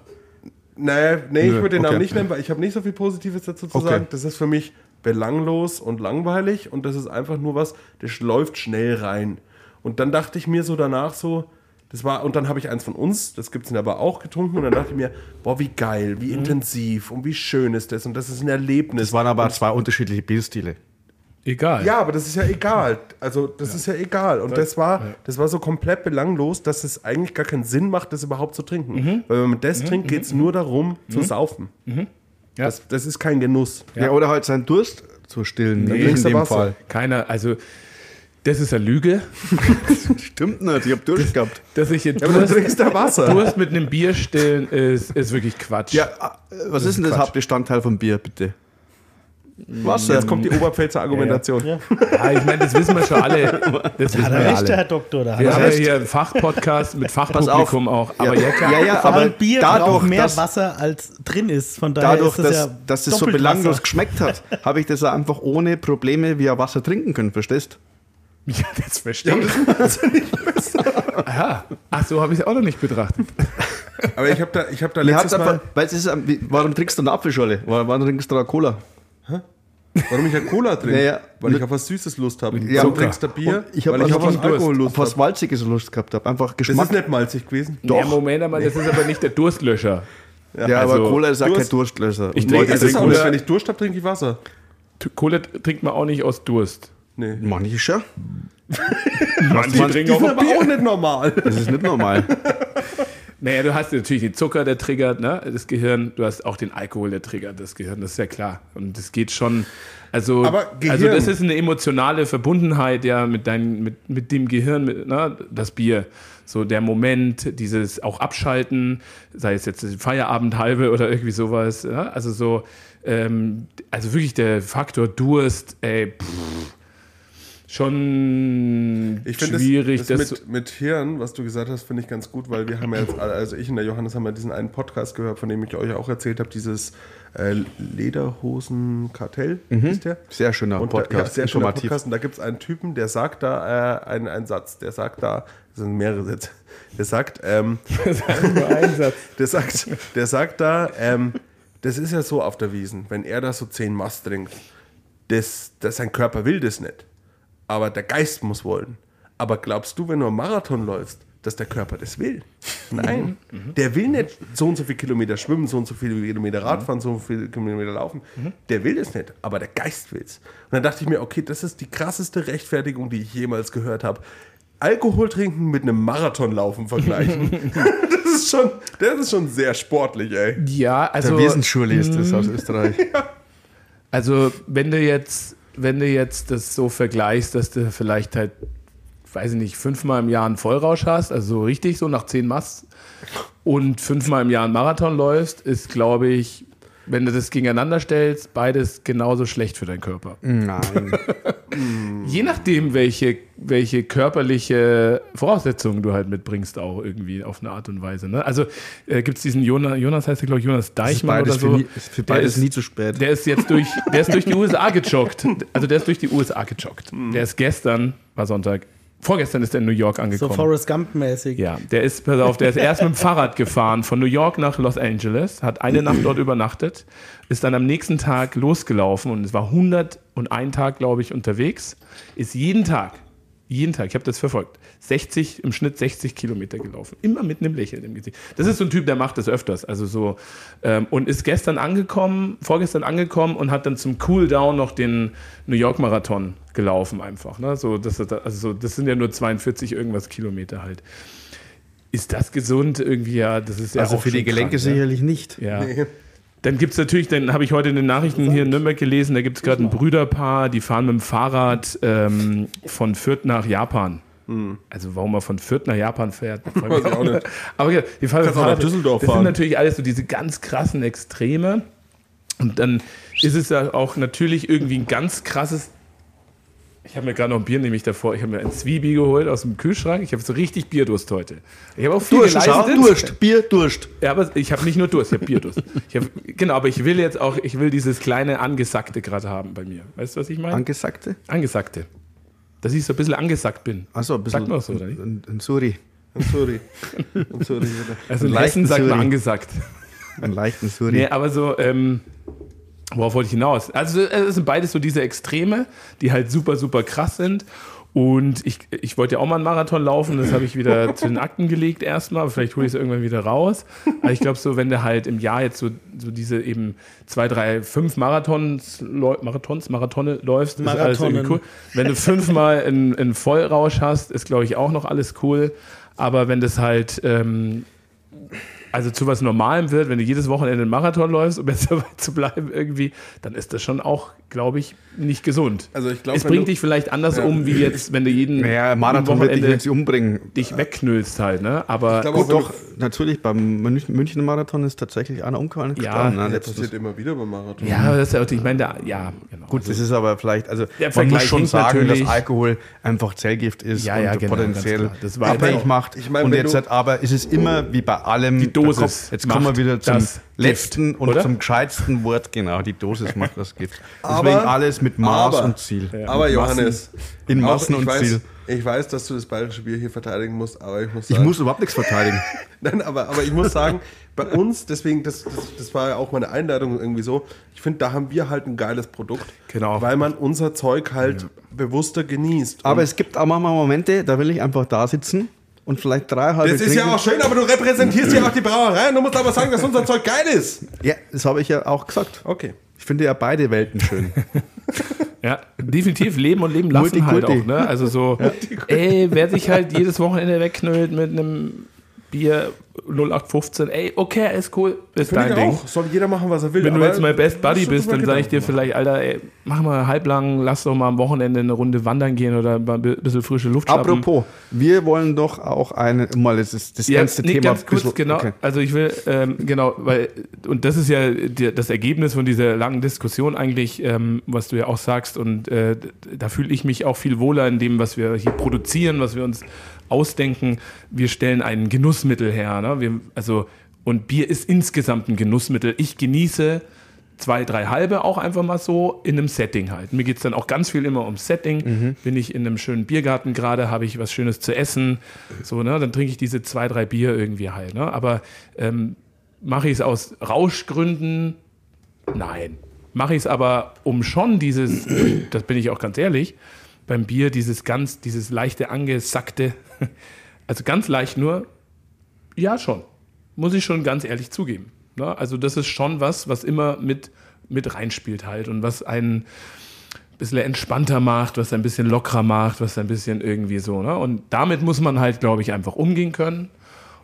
Speaker 3: Nee, nee ich
Speaker 5: Nö,
Speaker 3: würde den Namen
Speaker 5: okay.
Speaker 3: nicht nennen, weil ich habe nicht so viel Positives dazu zu
Speaker 5: Okay.
Speaker 3: sagen. Das ist für mich belanglos und langweilig und das ist einfach nur was, das läuft schnell rein. Und dann dachte ich mir so danach so, das war, und dann habe ich eins von uns, das gibt es aber auch getrunken, und dann dachte ich mir, boah, wie geil, wie intensiv und wie schön ist das und das ist ein Erlebnis.
Speaker 5: Es waren aber zwei unterschiedliche Bierstile.
Speaker 1: Egal.
Speaker 3: Ja, aber das ist ja egal. Also das ist ja egal. Und das war, das war so komplett belanglos, dass es eigentlich gar keinen Sinn macht, das überhaupt zu trinken. Weil wenn man das trinkt, geht es nur darum, zu saufen.
Speaker 1: Ja.
Speaker 3: Das, das ist kein Genuss.
Speaker 5: Ja, oder halt seinen Durst zu stillen.
Speaker 3: Nee,
Speaker 5: in dem
Speaker 3: Wasser.
Speaker 5: Fall.
Speaker 1: Keiner, also das ist eine Lüge,
Speaker 5: Stimmt nicht, ich habe Durst gehabt.
Speaker 1: dass ich jetzt
Speaker 3: Ja, aber du
Speaker 1: Durst,
Speaker 3: trinkst da Wasser.
Speaker 1: Durst mit einem Bier stillen ist, ist wirklich Quatsch.
Speaker 5: Ja, äh, was ist denn das
Speaker 3: Quatsch.
Speaker 5: Hauptbestandteil von Bier, bitte? Wasser.
Speaker 3: Jetzt kommt die Oberpfälzer Argumentation.
Speaker 1: Ja, ich meine, das wissen wir schon alle. Das wissen
Speaker 4: Hat er
Speaker 1: wir
Speaker 4: recht, der Herr
Speaker 1: alle.
Speaker 4: Doktor? Da hat
Speaker 1: Wir
Speaker 4: er
Speaker 1: haben ja
Speaker 4: recht.
Speaker 1: hier einen Fachpodcast mit Fachpublikum auch. Aber ja, klar.
Speaker 5: ja, ja,
Speaker 4: Aber
Speaker 5: aber
Speaker 4: ein Bier
Speaker 5: dadurch,
Speaker 4: braucht mehr
Speaker 5: dass,
Speaker 4: Wasser, als drin ist. Von daher
Speaker 5: dadurch,
Speaker 4: ist das
Speaker 5: dass,
Speaker 4: ja
Speaker 5: dass es so
Speaker 4: doppelt
Speaker 5: belanglos
Speaker 4: Wasser.
Speaker 5: geschmeckt hat, habe ich das ja einfach ohne Probleme wie ein Wasser trinken können, verstehst?
Speaker 1: Ja, das verstehe ich. Aha. Ach, so habe ich es auch noch nicht betrachtet.
Speaker 3: Aber ich habe da, ich hab da
Speaker 5: Mir hat's
Speaker 3: letztes Mal,
Speaker 5: einfach, weil es ist, ähm, wie- warum trinkst du eine Apfelschorle? Warum, warum trinkst du eine Cola?
Speaker 3: warum ich ja Cola trinke,
Speaker 5: Naja,
Speaker 3: weil
Speaker 5: mit-
Speaker 3: ich auf was Süßes Lust habe.
Speaker 5: Ja,
Speaker 3: du
Speaker 5: Zucker.
Speaker 3: trinkst da Bier,
Speaker 5: Und ich habe
Speaker 3: weil ich auf
Speaker 5: einfach
Speaker 3: was
Speaker 5: Durst.
Speaker 3: Alkohol Lust
Speaker 5: auf was
Speaker 3: habe.
Speaker 5: Walziges Lust gehabt habe. Einfach
Speaker 3: Das
Speaker 5: Geschmack.
Speaker 3: ist nicht malzig gewesen.
Speaker 5: Doch.
Speaker 1: Ja, Moment mal, das ist aber nicht der Durstlöscher.
Speaker 5: ja, aber
Speaker 1: also
Speaker 5: Cola ist auch kein
Speaker 3: Durst-
Speaker 5: Durstlöser.
Speaker 1: Ich
Speaker 5: Und
Speaker 1: trinke-
Speaker 5: Leute
Speaker 3: Das
Speaker 1: Also
Speaker 3: ist auch
Speaker 1: Cola-
Speaker 3: nicht, wenn ich Durst habe, trinke ich Wasser.
Speaker 1: T- Cola trinkt man auch nicht aus Durst.
Speaker 3: Nee.
Speaker 5: Mach nicht schon.
Speaker 1: Manche trinken
Speaker 3: Die sind aber auch nicht normal.
Speaker 5: Das ist nicht normal.
Speaker 1: Naja, du hast natürlich den Zucker, der triggert, ne? das Gehirn. Du hast auch den Alkohol, der triggert das Gehirn. Das ist ja klar. Und das geht schon. Also,
Speaker 3: Aber
Speaker 1: also
Speaker 3: Gehirn-
Speaker 1: das ist eine emotionale Verbundenheit ja mit, dein, mit, mit dem Gehirn, mit, ne? das Bier. So der Moment, dieses auch Abschalten, sei es jetzt Feierabend halbe oder irgendwie sowas. Ja? Also so, ähm, also wirklich der Faktor Durst, ey, pff, schon
Speaker 3: Ich finde
Speaker 1: schwierig.
Speaker 3: das, das
Speaker 1: zu-
Speaker 3: mit, mit Hirn, was du gesagt hast, finde ich ganz gut, weil wir haben ja jetzt, alle- also ich und der Johannes haben ja diesen einen Podcast gehört, von dem ich euch auch erzählt habe, dieses äh, Lederhosen-Kartell, ist der?
Speaker 5: Mhm. Sehr schöner
Speaker 3: Und da, ja,
Speaker 5: Podcast.
Speaker 3: sehr schöner
Speaker 5: informativ.
Speaker 3: Podcast. Und da gibt es einen Typen, der sagt da äh, einen, einen Satz, der sagt da, das sind mehrere Sätze, der sagt, ähm, der sagt, der sagt da, ähm, das ist ja so auf der Wiesen, wenn er da so zehn Mass trinkt, das, das sein Körper will das nicht. Aber der Geist muss wollen. Aber glaubst du, wenn du einen Marathon läufst, dass der Körper das will? Nein. Mhm. Der will nicht so und so viele Kilometer schwimmen, so und so viele Kilometer Radfahren, so und so viele Kilometer laufen. Der will das nicht, aber der Geist will's. Und dann dachte ich mir, okay, das ist die krasseste Rechtfertigung, die ich jemals gehört habe. Alkohol trinken mit einem Marathonlaufen vergleichen. das, ist schon, das ist schon sehr sportlich, ey.
Speaker 1: ja, also.
Speaker 5: Der Wesensschule ist das aus Österreich.
Speaker 1: Also, wenn du jetzt, wenn du jetzt das so vergleichst, dass du vielleicht halt, weiß ich nicht, fünfmal im Jahr einen Vollrausch hast, also so richtig so nach zehn Mass und fünfmal im Jahr einen Marathon läufst, ist, glaube ich, wenn du das gegeneinander stellst, beides genauso schlecht für deinen Körper.
Speaker 5: Mhm. Nein.
Speaker 1: Je nachdem, welche, welche körperliche Voraussetzungen du halt mitbringst, auch irgendwie auf eine Art und Weise. Ne? Also äh, gibt es diesen Jonas, Jonas heißt der, glaube ich, Jonas
Speaker 5: Das ist
Speaker 1: Deichmann
Speaker 5: beides
Speaker 1: oder so.
Speaker 5: für, nie, ist für
Speaker 1: Der
Speaker 5: beides
Speaker 1: ist-
Speaker 5: nie zu spät.
Speaker 1: Der ist jetzt durch, der ist durch die USA gejoggt. Also der ist durch die USA gejoggt. Der ist gestern, war Sonntag, vorgestern ist er in New York
Speaker 4: So
Speaker 1: angekommen.
Speaker 4: Forrest Gump-mäßig.
Speaker 1: ja, der ist, pass auf, der ist erst mit dem Fahrrad gefahren von New York nach Los Angeles, hat eine Nacht dort übernachtet, ist dann am nächsten Tag losgelaufen und es war 101 Tag, glaube ich, unterwegs, ist jeden Tag, jeden Tag, ich habe das verfolgt, 60, im Schnitt 60 Kilometer gelaufen. Immer mit einem Lächeln im Gesicht. Das ist so ein Typ, der macht das öfters. Also so, ähm, und ist gestern angekommen, vorgestern angekommen und hat dann zum Cooldown noch den New York Marathon gelaufen einfach. Ne? So, das, ist- also so, das sind ja nur 42 irgendwas Kilometer halt. Ist das gesund irgendwie? Ja, das ist ja
Speaker 5: also
Speaker 1: auch
Speaker 5: für die
Speaker 1: schon
Speaker 5: Gelenke
Speaker 1: krank, ne?
Speaker 5: sicherlich nicht.
Speaker 1: Ja. Dann gibt es natürlich, dann habe ich heute in den Nachrichten hier in Nürnberg gelesen, da gibt es gerade ein Brüderpaar, die fahren mit dem Fahrrad ähm, von Fürth nach Japan. Also warum man von Fürth nach Japan fährt, frag
Speaker 3: Hm. Weiß ich auch nicht.
Speaker 1: Aber ja, die fahren mit dem
Speaker 3: auch nach
Speaker 1: Fahrrad.
Speaker 3: Düsseldorf
Speaker 1: Das sind
Speaker 3: fahren.
Speaker 1: natürlich alles so diese ganz krassen Extreme. Und dann ist es ja auch natürlich irgendwie ein ganz krasses ich habe mir gerade noch ein Bier nämlich davor. Ich habe mir ein Zwiebi geholt aus dem Kühlschrank. Ich habe so richtig Bierdurst heute. Ich habe auch viel
Speaker 5: Durst, schau,
Speaker 1: geleistet.
Speaker 5: Durst, Bier, Durst.
Speaker 1: Ja, aber ich habe nicht nur Durst, ich habe Bierdurst. Ich hab, genau, aber ich will jetzt auch, ich will dieses kleine Angesackte gerade haben bei mir. Weißt du, was ich meine?
Speaker 5: Angesagte?
Speaker 1: Angesackte. Dass ich so ein bisschen angesackt bin.
Speaker 5: Achso, Also ein bisschen.
Speaker 1: Sagt man so, oder nicht?
Speaker 5: Ein, ein Suri.
Speaker 3: Sorry. Sorry.
Speaker 1: Also
Speaker 5: Leichten
Speaker 1: in Hessen sagt man
Speaker 5: Zürich.
Speaker 1: angesackt.
Speaker 5: Einen leichten Suri.
Speaker 1: Nee, aber so, ähm, worauf wollte ich hinaus? Also es sind beides so diese Extreme, die halt super, super krass sind. Und ich, ich wollte ja auch mal einen Marathon laufen, das habe ich wieder zu den Akten gelegt erstmal, aber vielleicht hole ich es irgendwann wieder raus. Aber ich glaube so, wenn du halt im Jahr jetzt so, so diese eben zwei, drei, fünf Marathons, läu- Marathons, Marathone läufst, ist alles irgendwie cool.
Speaker 4: Marathonen.
Speaker 1: Wenn du fünfmal in, in Vollrausch hast, ist glaube ich auch noch alles cool. Aber wenn das halt ähm, also zu was Normalem wird, wenn du jedes Wochenende einen Marathon läufst, um jetzt dabei zu bleiben irgendwie, dann ist das schon auch, glaube ich, nicht gesund.
Speaker 3: Also ich glaub,
Speaker 1: es
Speaker 3: wenn
Speaker 1: bringt
Speaker 3: du-
Speaker 1: dich vielleicht anders um, wie jetzt, wenn du jeden
Speaker 5: Naja, Marathon wird dich
Speaker 1: Wochenende
Speaker 5: jetzt
Speaker 1: dich,
Speaker 5: umbringen.
Speaker 1: wegknüllst halt, ne? Aber
Speaker 3: glaub auch,
Speaker 5: Gut,
Speaker 3: wenn
Speaker 5: doch, natürlich, beim Münch- München-Marathon ist tatsächlich einer umgefallen.
Speaker 1: Ja,
Speaker 5: gestorben,
Speaker 1: ja,
Speaker 5: ne,
Speaker 3: Das
Speaker 5: letztens.
Speaker 3: passiert immer wieder beim Marathon.
Speaker 1: ja, das ist ja auch, ich meine, da, ja, genau.
Speaker 5: Gut, das ist aber vielleicht, also man
Speaker 1: Vergleich
Speaker 5: muss schon
Speaker 1: hinkt
Speaker 5: sagen,
Speaker 1: natürlich.
Speaker 5: dass Alkohol einfach Zellgift ist
Speaker 1: Ja,
Speaker 5: und
Speaker 1: ja, genau, ganz
Speaker 5: potenziell
Speaker 1: klar. Das war
Speaker 5: abhängig
Speaker 1: jetzt auch-
Speaker 5: macht.
Speaker 3: ich meine,
Speaker 5: und
Speaker 3: wenn
Speaker 5: jetzt
Speaker 3: du-
Speaker 5: hat, aber ist es ist immer wie bei allem
Speaker 1: Die Dosis
Speaker 5: der Kopf- Jetzt
Speaker 1: macht
Speaker 5: kommen wir wieder zum
Speaker 1: das
Speaker 5: letzten
Speaker 1: Gift,
Speaker 5: und
Speaker 1: oder?
Speaker 5: zum gescheitsten Wort. Genau, die Dosis macht das Gift.
Speaker 3: Aber-
Speaker 5: Deswegen alles mit Maß
Speaker 3: aber-
Speaker 5: und Ziel.
Speaker 3: Aber
Speaker 5: Mit Massen-
Speaker 3: Johannes,
Speaker 5: in
Speaker 3: auch
Speaker 5: Maßen
Speaker 3: ich
Speaker 5: und
Speaker 3: weiß,
Speaker 5: Ziel.
Speaker 3: Ich weiß, dass du das bayerische Bier hier verteidigen musst, aber ich muss
Speaker 5: Ich
Speaker 3: sagen,
Speaker 5: muss überhaupt nichts verteidigen.
Speaker 3: Nein, aber, aber ich muss sagen, bei uns, deswegen, das, das, das war ja auch meine Einladung irgendwie so, ich finde, da haben wir halt ein geiles Produkt.
Speaker 1: Genau.
Speaker 3: Weil man unser Zeug halt bewusster genießt.
Speaker 5: Aber
Speaker 3: Und
Speaker 5: es gibt auch manchmal Momente, da will ich einfach da sitzen und vielleicht drei halbe
Speaker 3: das ist ja
Speaker 5: trinken.
Speaker 3: auch schön, aber du repräsentierst ja auch die Brauerei. Du musst aber sagen, dass unser Zeug geil ist.
Speaker 5: Ja, das habe ich ja auch gesagt.
Speaker 3: Okay.
Speaker 5: Ich finde ja beide Welten schön.
Speaker 1: Ja, definitiv Leben und Leben lassen halt
Speaker 5: Multikulti.
Speaker 1: auch, ne? Also so, ey, wer sich halt jedes Wochenende wegknüllt mit einem Bier 0815, ey, okay, ist cool, ist dein Ding.
Speaker 3: Soll jeder machen, was er will.
Speaker 1: Wenn du
Speaker 3: aber
Speaker 1: jetzt mein Best Buddy
Speaker 3: musst du
Speaker 1: bist,
Speaker 3: drüber
Speaker 1: dann sage ich dir
Speaker 3: Gedanken
Speaker 1: vielleicht, Alter, ey, mach mal halblang, lass doch mal am Wochenende eine Runde wandern gehen oder mal ein bisschen frische Luft schnappen.
Speaker 5: Apropos, wir wollen doch auch eine, mal das, ist das
Speaker 1: Ja,
Speaker 5: ganze
Speaker 1: nee,
Speaker 5: Thema.
Speaker 1: ganz kurz,
Speaker 5: bisschen-
Speaker 1: genau.
Speaker 5: okay.
Speaker 1: Also ich will, ähm, genau, weil, und das ist ja die, das Ergebnis von dieser langen Diskussion eigentlich, ähm, was du ja auch sagst, und äh, d- da fühle ich mich auch viel wohler in dem, was wir hier produzieren, was wir uns ausdenken. Wir stellen ein Genussmittel her, ne? wir, also, und Bier ist insgesamt ein Genussmittel. Ich genieße zwei, drei halbe auch einfach mal so in einem Setting halt. Mir geht es dann auch ganz viel immer ums Setting. Bin ich in einem schönen Biergarten gerade, habe ich was Schönes zu essen, so, ne, dann trinke ich diese zwei, drei Bier irgendwie halt, ne, aber ähm, mache ich es aus Rauschgründen? Nein. Mache ich es aber, um schon dieses, das bin ich auch ganz ehrlich, beim Bier dieses ganz, dieses leichte angesackte, also ganz leicht nur, ja schon. Muss ich schon ganz ehrlich zugeben. Ne? Also das ist schon was, was immer mit, mit reinspielt halt und was einen ein bisschen entspannter macht, was ein bisschen lockerer macht, was ein bisschen irgendwie so. Ne? Und damit muss man halt, glaube ich, einfach umgehen können.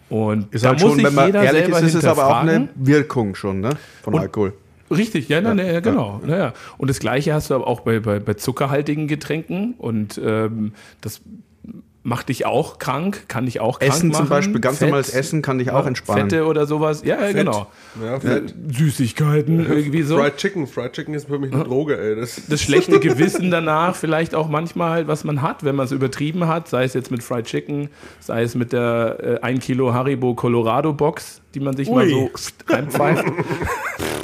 Speaker 1: Und
Speaker 5: Ist
Speaker 1: da
Speaker 5: halt
Speaker 1: muss
Speaker 5: schon,
Speaker 1: sich
Speaker 5: wenn man
Speaker 1: jeder
Speaker 5: ehrlich
Speaker 1: selber
Speaker 5: ist, ist es aber auch
Speaker 1: hinterfragen.
Speaker 5: eine Wirkung schon, ne? Von Alkohol.
Speaker 1: Richtig, ja, na, na, ja genau. Na, ja. Und das Gleiche hast du aber auch bei, bei, bei zuckerhaltigen Getränken und ähm, das macht dich auch krank, kann dich auch krank
Speaker 5: Essen
Speaker 1: machen.
Speaker 5: zum Beispiel, ganz
Speaker 1: Fett,
Speaker 5: normales Essen kann dich auch entspannen.
Speaker 1: Fette oder sowas, ja, ja genau.
Speaker 3: Ja,
Speaker 1: Äh,
Speaker 3: Fett.
Speaker 1: Süßigkeiten irgendwie so.
Speaker 3: Fried Chicken. Fried Chicken ist für mich eine Droge, ey. Das,
Speaker 1: Das schlechte Gewissen danach, vielleicht auch manchmal, halt, was man hat, wenn man es übertrieben hat, sei es jetzt mit Fried Chicken, sei es mit der äh, 1 Kilo Haribo Colorado Box, die man sich mal
Speaker 4: Ui.
Speaker 1: so reinpfeift.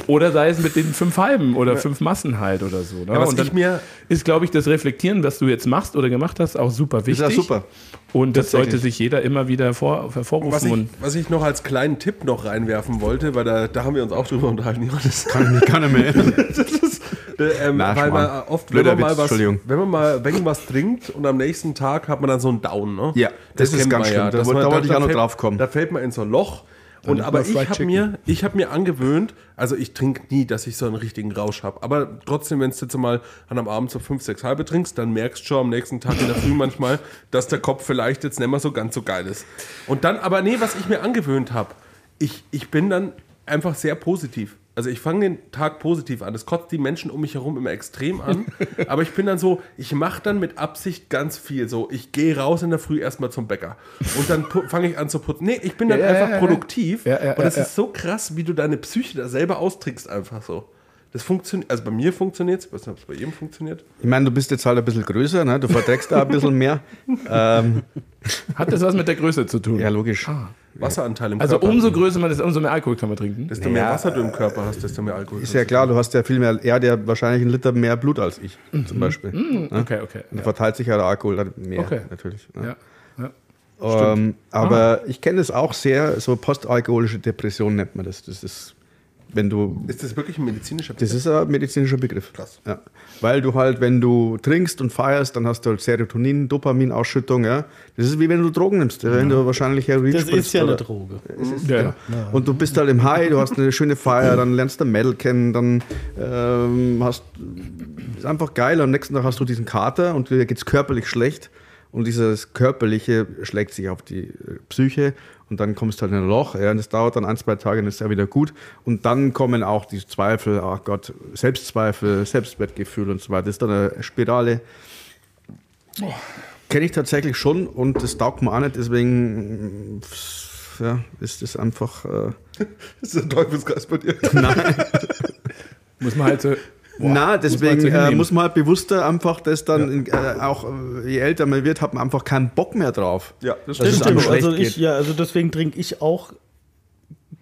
Speaker 1: oder sei es mit den fünf Halben oder fünf Massen halt oder so. Ne?
Speaker 3: Ja, was
Speaker 1: Und dann
Speaker 3: ich mir-
Speaker 1: ist, glaube ich, das Reflektieren, was du jetzt machst oder gemacht hast, auch super
Speaker 5: Ist
Speaker 1: wichtig.
Speaker 5: ja super.
Speaker 1: Und das sollte
Speaker 5: Tatsächlich.
Speaker 1: sich jeder immer wieder hervor, hervorrufen.
Speaker 3: was ich,
Speaker 1: und
Speaker 3: was ich noch als kleinen Tipp noch reinwerfen wollte, weil da, da haben wir uns auch drüber unterhalten, Johannes.
Speaker 5: Kann, kann er mehr.
Speaker 3: Äh, ähm,
Speaker 5: Na,
Speaker 3: weil
Speaker 5: Schmarrn.
Speaker 3: man oft, wenn
Speaker 5: Blöder
Speaker 3: man, mal
Speaker 5: Witz,
Speaker 3: was,
Speaker 5: Entschuldigung.
Speaker 3: wenn man mal wenn man was trinkt und am nächsten Tag hat man dann so einen Down, ne?
Speaker 5: Ja, das ist
Speaker 3: kennt
Speaker 5: ganz
Speaker 3: man
Speaker 5: schlimm. Da
Speaker 3: dass
Speaker 5: wollte-
Speaker 3: man-
Speaker 5: da wollte ich auch noch
Speaker 3: fällt-
Speaker 5: drauf kommen.
Speaker 3: Da fällt man in so ein Loch. Und aber ich habe mir, ich hab mir angewöhnt, also ich trinke nie, dass ich so einen richtigen Rausch habe. Aber trotzdem, wenn du jetzt mal an einem Abend so fünf, sechs halbe trinkst, dann merkst du schon am nächsten Tag in der Früh manchmal, dass der Kopf vielleicht jetzt nicht mehr so ganz so geil ist. Und dann, aber nee, was ich mir angewöhnt habe, ich, ich bin dann einfach sehr positiv. Also ich fange den Tag positiv an. Das kotzt die Menschen um mich herum immer extrem an. Aber ich bin dann so, ich mache dann mit Absicht ganz viel. So, ich gehe raus in der Früh erstmal zum Bäcker. Und dann fange ich an zu putzen. Nee, ich bin dann
Speaker 1: Ja, ja,
Speaker 3: einfach
Speaker 1: ja, ja.
Speaker 3: produktiv.
Speaker 1: Ja, ja,
Speaker 3: und das
Speaker 1: ja,
Speaker 3: ist so krass, wie du deine Psyche da selber austrickst einfach so. Das funktioniert, also bei mir funktioniert es, weiß nicht, ob es bei jedem funktioniert.
Speaker 5: Ich meine, du bist jetzt halt ein bisschen größer, ne? Du verträgst da ein bisschen mehr. Ähm,
Speaker 1: hat das was mit der Größe zu tun?
Speaker 5: ja, logisch.
Speaker 1: Ah,
Speaker 3: Wasseranteil im
Speaker 1: also
Speaker 3: Körper.
Speaker 1: umso äh, größer man ist, umso mehr Alkohol kann man trinken.
Speaker 3: desto mehr Wasser du im Körper hast, desto mehr Alkohol.
Speaker 5: Ist ja klar, du hast ja viel mehr, er hat ja wahrscheinlich einen Liter mehr Blut als ich,
Speaker 1: Mhm.
Speaker 5: zum Beispiel. Ne?
Speaker 1: Okay, okay.
Speaker 5: Dann verteilt sich ja der Alkohol dann mehr,
Speaker 1: Okay.
Speaker 5: natürlich. Ne?
Speaker 1: Ja. Ja.
Speaker 4: Ah.
Speaker 5: Ähm, aber ich kenne es auch sehr, so postalkoholische Depression nennt man das. Das ist wenn du.
Speaker 3: Ist das wirklich ein medizinischer
Speaker 5: Das ist ein medizinischer Begriff.
Speaker 3: Krass.
Speaker 5: Ja. Weil du halt, wenn du trinkst und feierst, dann hast du halt Serotonin, Dopaminausschüttung. Ja? Das ist wie wenn du Drogen nimmst. Wenn du wahrscheinlich Heroin
Speaker 4: Das
Speaker 5: spritzt
Speaker 4: ist ja eine
Speaker 5: oder-
Speaker 4: Droge.
Speaker 1: Ja.
Speaker 5: Und du bist halt im High, du hast eine schöne Feier, dann lernst du Metal kennen, dann ähm, hast ist einfach geil. Am nächsten Tag hast du diesen Kater und dir geht's körperlich schlecht. Und dieses Körperliche schlägt sich auf die äh, Psyche und dann kommst du halt in ein Loch. Ja, und das dauert dann ein, zwei Tage und ist ja wieder gut. Und dann kommen auch die Zweifel, ach Gott, Selbstzweifel, Selbstwertgefühl und so weiter. Das ist dann eine Spirale. Kenne ich tatsächlich schon und das taugt mir auch nicht, deswegen pff, ja, ist das einfach. Äh,
Speaker 3: Das ist ein Teufelskreis bei dir.
Speaker 1: Muss man halt so.
Speaker 5: Na, deswegen muss man,
Speaker 1: so
Speaker 5: äh,
Speaker 1: hinnehmen.
Speaker 5: muss man halt bewusster einfach das dann, äh, auch äh, je älter man wird, hat man einfach keinen Bock mehr drauf.
Speaker 3: Ja, das
Speaker 5: Dass
Speaker 3: stimmt.
Speaker 5: es einem schlecht
Speaker 4: also ich,
Speaker 5: geht.
Speaker 4: ja, also deswegen trinke ich auch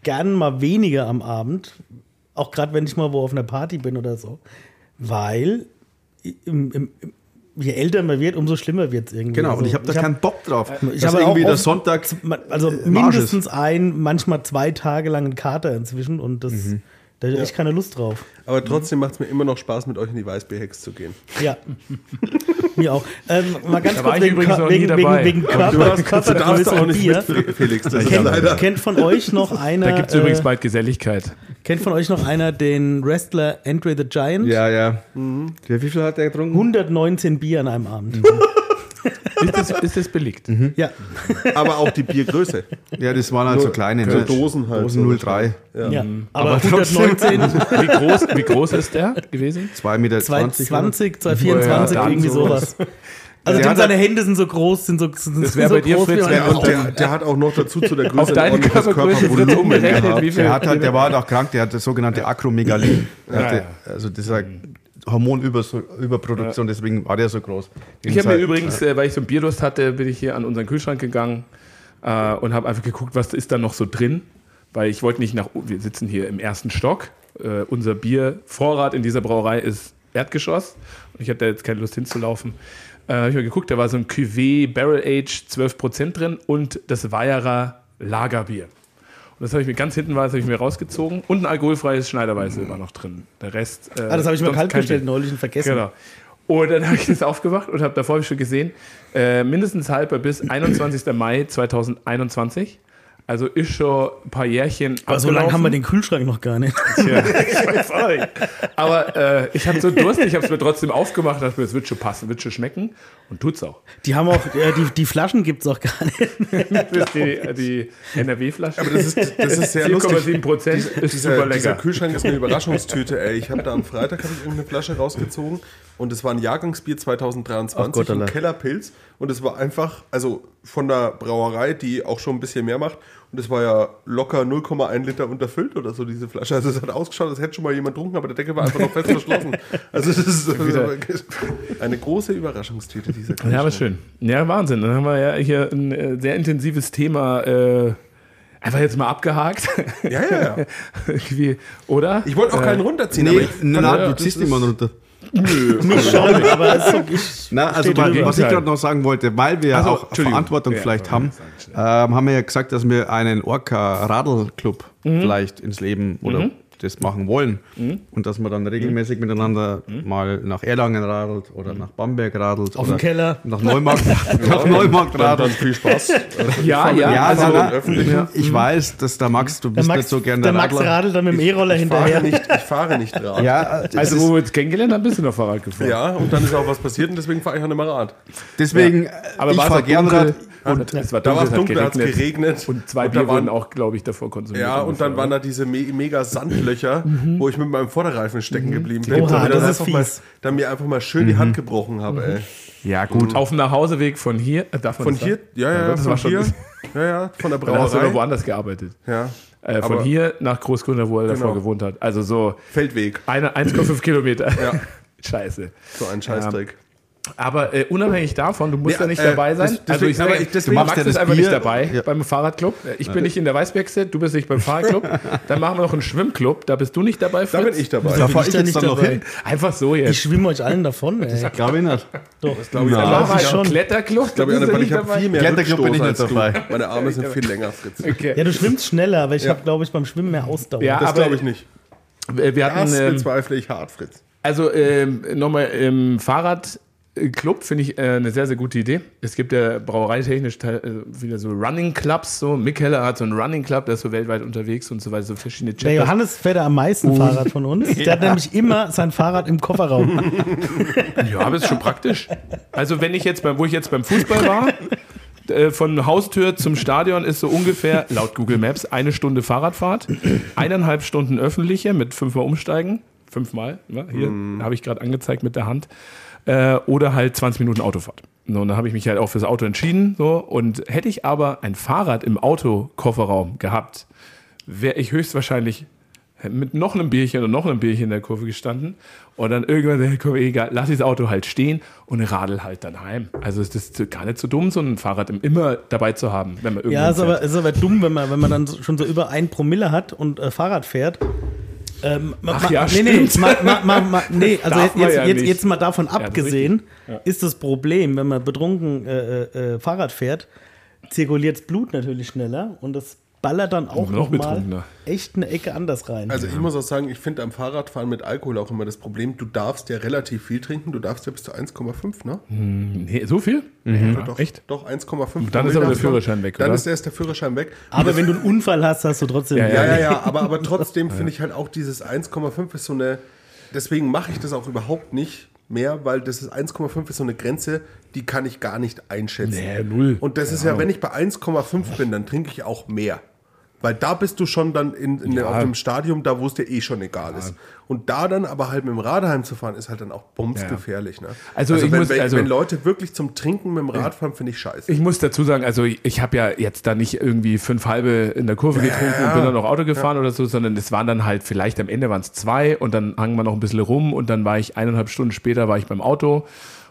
Speaker 4: gern mal weniger am Abend. Auch gerade wenn ich mal wo auf einer Party bin oder so. Weil im, im, im- je älter man wird, umso schlimmer wird es irgendwie.
Speaker 5: Genau,
Speaker 4: also,
Speaker 5: und ich habe da keinen Bock drauf.
Speaker 4: ich
Speaker 5: dass
Speaker 4: habe auch
Speaker 5: irgendwie der
Speaker 4: oft-
Speaker 5: Sonntag
Speaker 4: Also
Speaker 5: Marsch ist.
Speaker 4: mindestens ein, manchmal zwei Tage lang einen Kater inzwischen und das,
Speaker 5: Mhm.
Speaker 4: da habe ich keine Lust drauf.
Speaker 3: Aber trotzdem macht es mir immer noch Spaß, mit euch in die Weißbierhex zu gehen.
Speaker 4: Ja. Mir auch. Ähm, mal ganz
Speaker 1: Da war
Speaker 4: kurz
Speaker 1: ich
Speaker 4: wegen,
Speaker 1: übrigens
Speaker 4: Kör-
Speaker 1: noch nie
Speaker 4: wegen, wegen,
Speaker 1: dabei.
Speaker 4: wegen Körper, Körpergröße und Bier.
Speaker 3: Felix. Das ist
Speaker 4: Kennt,
Speaker 3: leider.
Speaker 4: kennt von euch noch einer. äh,
Speaker 1: Da gibt es übrigens bald Geselligkeit.
Speaker 4: Kennt von euch noch einer den Wrestler Andre the Giant?
Speaker 5: Ja, ja. Der, wie viel hat der getrunken?
Speaker 4: 119 Bier an einem Abend.
Speaker 1: Mhm. Ist das, ist das belegt?
Speaker 4: Ja.
Speaker 3: Aber auch die Biergröße.
Speaker 5: Ja, das waren halt so kleine.
Speaker 3: so Dosen halt,
Speaker 5: Dosen
Speaker 3: so.
Speaker 5: 03.
Speaker 4: ja.
Speaker 1: Mhm.
Speaker 4: Aber,
Speaker 5: Aber trotzdem.
Speaker 4: 119,
Speaker 1: Wie groß, wie groß ist der gewesen?
Speaker 5: 2,20 Meter. 20,
Speaker 4: 220, 224,
Speaker 1: Ja, dann
Speaker 4: irgendwie sowas.
Speaker 5: Der
Speaker 4: Also dem
Speaker 5: hat
Speaker 4: seine Hände sind so groß, sind so, sind
Speaker 1: Das
Speaker 4: sind
Speaker 1: wär
Speaker 4: so
Speaker 1: bei dir,
Speaker 4: groß wie
Speaker 1: Fritz,
Speaker 4: meine
Speaker 1: wär
Speaker 3: Der,
Speaker 4: Hand.
Speaker 3: und der, der hat auch noch dazu zu der Größe
Speaker 1: Auf
Speaker 3: ein
Speaker 1: deine
Speaker 3: ordentliches
Speaker 1: Körpergröße
Speaker 3: Körpervolumen.
Speaker 1: wird umgerechnet, wie viel.
Speaker 5: Der, hat halt, der war halt auch krank, der hatte sogenannte Akromegalie. Der hatte, also dieser Hormonüberproduktion, deswegen war der so groß.
Speaker 1: Ich habe mir übrigens, äh, weil ich so einen Bierdurst hatte, bin ich hier an unseren Kühlschrank gegangen äh, und habe einfach geguckt, was ist da noch so drin. Weil ich wollte nicht nach, o- wir sitzen hier im ersten Stock. Äh, unser Biervorrat in dieser Brauerei ist Erdgeschoss. Und ich hatte da jetzt keine Lust hinzulaufen. Äh, habe ich mal geguckt, da war so ein Cuvée Barrel Age 12% drin und das Weierer Lagerbier. Und das habe ich mir ganz hinten war, das habe ich mir rausgezogen. Und ein alkoholfreies Schneiderweiße war noch drin. Der Rest. Äh,
Speaker 4: Ah, das habe ich mir
Speaker 1: sonst kein
Speaker 4: kalt gestellt
Speaker 1: Bier.
Speaker 4: neulich und vergessen.
Speaker 1: Genau. Und dann habe ich das aufgewacht und habe davor hab ich schon gesehen, äh, mindestens halber bis 21. Mai 2021. Also ist schon ein paar Jährchen.
Speaker 4: Aber so lange haben wir den Kühlschrank noch gar nicht.
Speaker 1: Sorry. Aber äh, ich hatte so Durst, ich habe es mir trotzdem aufgemacht, dachte mir, es wird schon passen, wird schon schmecken und tut's auch.
Speaker 4: Die haben auch, äh, die, die Flaschen gibt's auch gar nicht.
Speaker 1: Das ist die, die NRW-Flasche.
Speaker 3: Aber das ist, das ist sehr lustig.
Speaker 1: 4,7 Prozent ist super
Speaker 3: Äh, Dieser, dieser
Speaker 1: lecker.
Speaker 3: Kühlschrank ist eine Überraschungstüte, ey. Ich habe da am Freitag hab ich irgendeine Flasche rausgezogen und es war ein Jahrgangsbier 2023,
Speaker 5: Ach Gott,
Speaker 3: ein
Speaker 5: Allah.
Speaker 3: Kellerpilz. Und es war einfach, also von der Brauerei, die auch schon ein bisschen mehr macht. Und es war ja locker 0,1 Liter unterfüllt oder so, diese Flasche. Also es hat ausgeschaut, als hätte schon mal jemand getrunken, aber der Deckel war einfach noch fest verschlossen. Also es ist eine große Überraschungstüte, dieser Kühlschrank.
Speaker 1: Ja, aber schön. Ja, Wahnsinn. Dann haben wir ja hier ein äh, sehr intensives Thema äh, einfach jetzt mal abgehakt.
Speaker 3: Ja, ja, ja.
Speaker 1: Irgendwie, oder?
Speaker 3: Ich wollte auch keinen runterziehen, aber
Speaker 5: Nee,
Speaker 3: ich,
Speaker 5: na,
Speaker 1: Ja,
Speaker 5: du
Speaker 1: das
Speaker 5: ziehst niemanden runter.
Speaker 4: Mich schon, aber es ist so, ich,
Speaker 5: Na, also
Speaker 4: steht
Speaker 5: weil,
Speaker 4: drüber.
Speaker 5: was ich gerade noch sagen wollte, weil wir
Speaker 1: so,
Speaker 5: auch
Speaker 1: Entschuldigung.
Speaker 5: Verantwortung
Speaker 1: Ja,
Speaker 5: vielleicht haben, ähm, haben wir ja gesagt, dass wir einen Orca-Radl-Club vielleicht ins Leben oder das machen wollen. Und dass man dann regelmäßig miteinander mal nach Erlangen radelt oder nach Bamberg radelt.
Speaker 4: auf
Speaker 5: oder
Speaker 4: dem Keller.
Speaker 5: Nach Neumarkt, nach Neumarkt
Speaker 3: dann, dann
Speaker 5: radelt.
Speaker 3: viel Spaß.
Speaker 1: ja, ja,
Speaker 5: Ja,
Speaker 1: also,
Speaker 5: also,
Speaker 3: im
Speaker 5: na,
Speaker 3: Öffentlichen.
Speaker 5: ja, ich weiß, dass der Max, du
Speaker 4: Der
Speaker 5: bist
Speaker 4: Max,
Speaker 5: nicht so gerne
Speaker 4: der
Speaker 5: der
Speaker 4: Max
Speaker 5: Radler.
Speaker 4: radelt dann mit dem E-Roller
Speaker 3: Ich fahre
Speaker 4: hinterher.
Speaker 3: nicht, ich fahre nicht Rad.
Speaker 5: Ja,
Speaker 1: also
Speaker 5: es
Speaker 1: wo
Speaker 5: ist,
Speaker 1: wir uns kennengelernt haben, bist du noch Fahrrad gefahren.
Speaker 3: Ja, und dann ist auch was passiert und deswegen fahre ich auch nicht mehr Rad.
Speaker 5: deswegen,
Speaker 1: Aber
Speaker 5: ich
Speaker 1: war es
Speaker 5: fahre
Speaker 1: auch
Speaker 5: gerne
Speaker 1: dunkel
Speaker 5: Rad.
Speaker 1: und es war
Speaker 3: Da
Speaker 1: dunkel,
Speaker 3: war es
Speaker 1: es hat
Speaker 3: dunkel, hat es
Speaker 1: geregnet.
Speaker 3: geregnet.
Speaker 1: Und zwei
Speaker 3: da
Speaker 1: Bier wurden
Speaker 3: waren-
Speaker 1: auch, ne? glaube ich, davor konsumiert.
Speaker 3: Ja, und dann waren da diese me mega Sandlöcher,
Speaker 1: Mhm.
Speaker 3: wo ich mit meinem Vorderreifen stecken geblieben bin.
Speaker 4: Oha,
Speaker 3: damit
Speaker 4: das ist
Speaker 3: einfach mal,
Speaker 4: fies.
Speaker 3: dann mir einfach mal schön die
Speaker 1: Mhm.
Speaker 3: Hand gebrochen habe, ey.
Speaker 1: Ja,
Speaker 5: Hm.
Speaker 1: gut. Auf dem Nachhauseweg von hier. äh, Darf man
Speaker 3: Von
Speaker 1: das
Speaker 3: hier,
Speaker 1: sagen?
Speaker 3: ja, ja,
Speaker 1: das war
Speaker 3: von
Speaker 1: schon-
Speaker 3: hier, ja, ja, von der
Speaker 1: Da hast du noch
Speaker 3: Brauerei.
Speaker 1: woanders gearbeitet.
Speaker 3: Ja,
Speaker 1: Äh, von
Speaker 3: Aber-
Speaker 1: hier nach Großgründer, wo er davor
Speaker 3: Genau.
Speaker 1: gewohnt hat. Also so
Speaker 3: Feldweg,
Speaker 1: eine- 1,5 Kilometer.
Speaker 3: Ja.
Speaker 1: Scheiße.
Speaker 3: so ein Scheißdreck.
Speaker 1: Aber äh, unabhängig davon, du musst
Speaker 3: Nee,
Speaker 1: ja nicht
Speaker 3: äh,
Speaker 1: dabei sein. Also
Speaker 3: das- deswegen-
Speaker 1: ich sag mal,
Speaker 3: aber ich- deswegen-
Speaker 1: du machst
Speaker 5: Du
Speaker 1: ja
Speaker 5: machst
Speaker 1: das
Speaker 5: ja
Speaker 1: einfach
Speaker 5: das
Speaker 1: nicht
Speaker 5: Bier.
Speaker 1: dabei beim Fahrradclub. Äh, Ich bin nicht in der Weißbergse, du bist nicht beim Fahrradclub. Dann machen wir noch einen Schwimmclub, da bist du nicht dabei, Fritz.
Speaker 3: Da bin ich dabei.
Speaker 5: Da fahre
Speaker 4: ich
Speaker 5: ich
Speaker 4: da
Speaker 5: jetzt
Speaker 4: nicht
Speaker 5: dann noch
Speaker 4: dabei?
Speaker 5: hin.
Speaker 1: Einfach so
Speaker 4: Ich
Speaker 1: jetzt.
Speaker 4: schwimme euch allen davon, ey.
Speaker 5: Glaube ich nicht.
Speaker 4: Doch.
Speaker 3: Glaube ich,
Speaker 4: Ja,
Speaker 3: auch.
Speaker 4: das ist schon-
Speaker 1: Kletterclub, da
Speaker 3: Glaub ich,
Speaker 1: bist
Speaker 3: auch nicht,
Speaker 1: du
Speaker 3: weil ich
Speaker 1: nicht
Speaker 3: habe viel
Speaker 1: dabei.
Speaker 3: mehr
Speaker 5: Kletterclub bin
Speaker 3: Rückstoß
Speaker 5: ich nicht
Speaker 3: als du.
Speaker 5: dabei.
Speaker 3: Meine Arme sind viel länger, Fritz.
Speaker 1: Okay.
Speaker 4: Ja, du schwimmst schneller, aber ich
Speaker 3: Ja.
Speaker 4: habe, glaube ich, beim Schwimmen mehr Ausdauer.
Speaker 1: Ja,
Speaker 3: Das
Speaker 1: aber
Speaker 3: glaube ich nicht.
Speaker 1: Wir wir hatten,
Speaker 3: Das
Speaker 1: ähm,
Speaker 3: bezweifle ich hart, Fritz.
Speaker 1: also ähm, nochmal im Fahrradclub finde ich äh, eine sehr, sehr gute Idee. Es gibt ja brauereitechnisch te- äh, wieder so Running Clubs. So. Mick Heller hat so einen Running Club, der ist so weltweit unterwegs und so weiter, so verschiedene
Speaker 4: Der
Speaker 1: Chapters.
Speaker 4: Johannes fährt da am meisten
Speaker 1: Oh.
Speaker 4: Fahrrad von uns. Der hat nämlich immer sein Fahrrad im Kofferraum.
Speaker 1: Ja, aber ist schon praktisch. Also wenn ich jetzt beim, wo ich jetzt beim Fußball war, äh, von Haustür zum Stadion ist so ungefähr, laut Google Maps, eine Stunde Fahrradfahrt, eineinhalb Stunden öffentliche mit fünfmal umsteigen, fünfmal, ne? hier habe ich gerade angezeigt mit der Hand, äh, oder halt 20 Minuten Autofahrt. So, und da habe ich mich halt auch fürs Auto entschieden. So, und hätte ich aber ein Fahrrad im Autokofferraum gehabt, wäre ich höchstwahrscheinlich mit noch einem Bierchen und noch einem Bierchen in der Kurve gestanden und dann irgendwann, hey, komm, egal, lass ich das Auto halt stehen und radel halt dann heim. Also es ist das gar nicht so dumm, so ein Fahrrad im- immer dabei zu haben, wenn man
Speaker 4: Ja,
Speaker 1: irgendwann
Speaker 4: ist aber,
Speaker 1: fährt.
Speaker 4: ist aber dumm, wenn man, wenn man dann so- schon so über ein Promille hat und äh, Fahrrad fährt. Ähm, ma,
Speaker 1: Ach
Speaker 4: ma-
Speaker 1: ja,
Speaker 4: nee, nee,
Speaker 1: stimmt.
Speaker 4: ma, ma, ma, ma, nee, also
Speaker 1: Darf
Speaker 4: jetzt,
Speaker 1: man
Speaker 4: jetzt,
Speaker 1: ja
Speaker 4: jetzt,
Speaker 1: nicht.
Speaker 4: jetzt mal davon
Speaker 1: das ist
Speaker 4: abgesehen, ist das Problem, wenn man betrunken äh, äh, äh, Fahrrad fährt, zirkuliert das Blut natürlich schneller und das ballert dann auch
Speaker 1: noch
Speaker 4: noch mal
Speaker 1: betrunkener.
Speaker 4: echt eine Ecke anders rein.
Speaker 3: Also ich muss auch sagen, ich finde am Fahrradfahren mit Alkohol auch immer das Problem, du darfst ja relativ viel trinken, du darfst ja bis zu 1,5, ne?
Speaker 1: Nee, so viel?
Speaker 4: Mhm.
Speaker 1: Ja,
Speaker 3: doch,
Speaker 1: Echt?
Speaker 3: Doch, 1,5.
Speaker 1: Dann ist aber der Führerschein weg,
Speaker 3: Dann
Speaker 1: oder?
Speaker 3: ist erst der Führerschein weg.
Speaker 4: aber wenn du einen Unfall hast, hast du trotzdem.
Speaker 1: Ja,
Speaker 3: Ja, ja, ja, aber, aber trotzdem finde ich halt auch dieses 1,5 ist so eine, deswegen mache ich das auch überhaupt nicht mehr, weil das ist 1,5 ist so eine Grenze, die kann ich gar nicht einschätzen.
Speaker 1: Nee, null.
Speaker 3: Und das ist ja, wenn ich bei 1,5 bin, dann trinke ich auch mehr. Weil da bist du schon dann in, in auf dem Stadium, da wo es dir eh schon egal ist. Und da dann aber halt mit dem Rad heimzufahren, ist halt dann auch bumsgefährlich. Ne?
Speaker 1: Also ich
Speaker 3: wenn,
Speaker 1: muss-
Speaker 3: wenn,
Speaker 1: also-
Speaker 3: wenn Leute wirklich zum Trinken mit dem Rad fahren, finde ich scheiße.
Speaker 1: Ich muss dazu sagen, also ich, ich habe ja jetzt da nicht irgendwie fünf halbe in der Kurve getrunken und bin dann noch Auto gefahren oder so, sondern es waren dann halt vielleicht am Ende waren es zwei und dann hangen wir noch ein bisschen rum und dann war ich eineinhalb Stunden später war ich beim Auto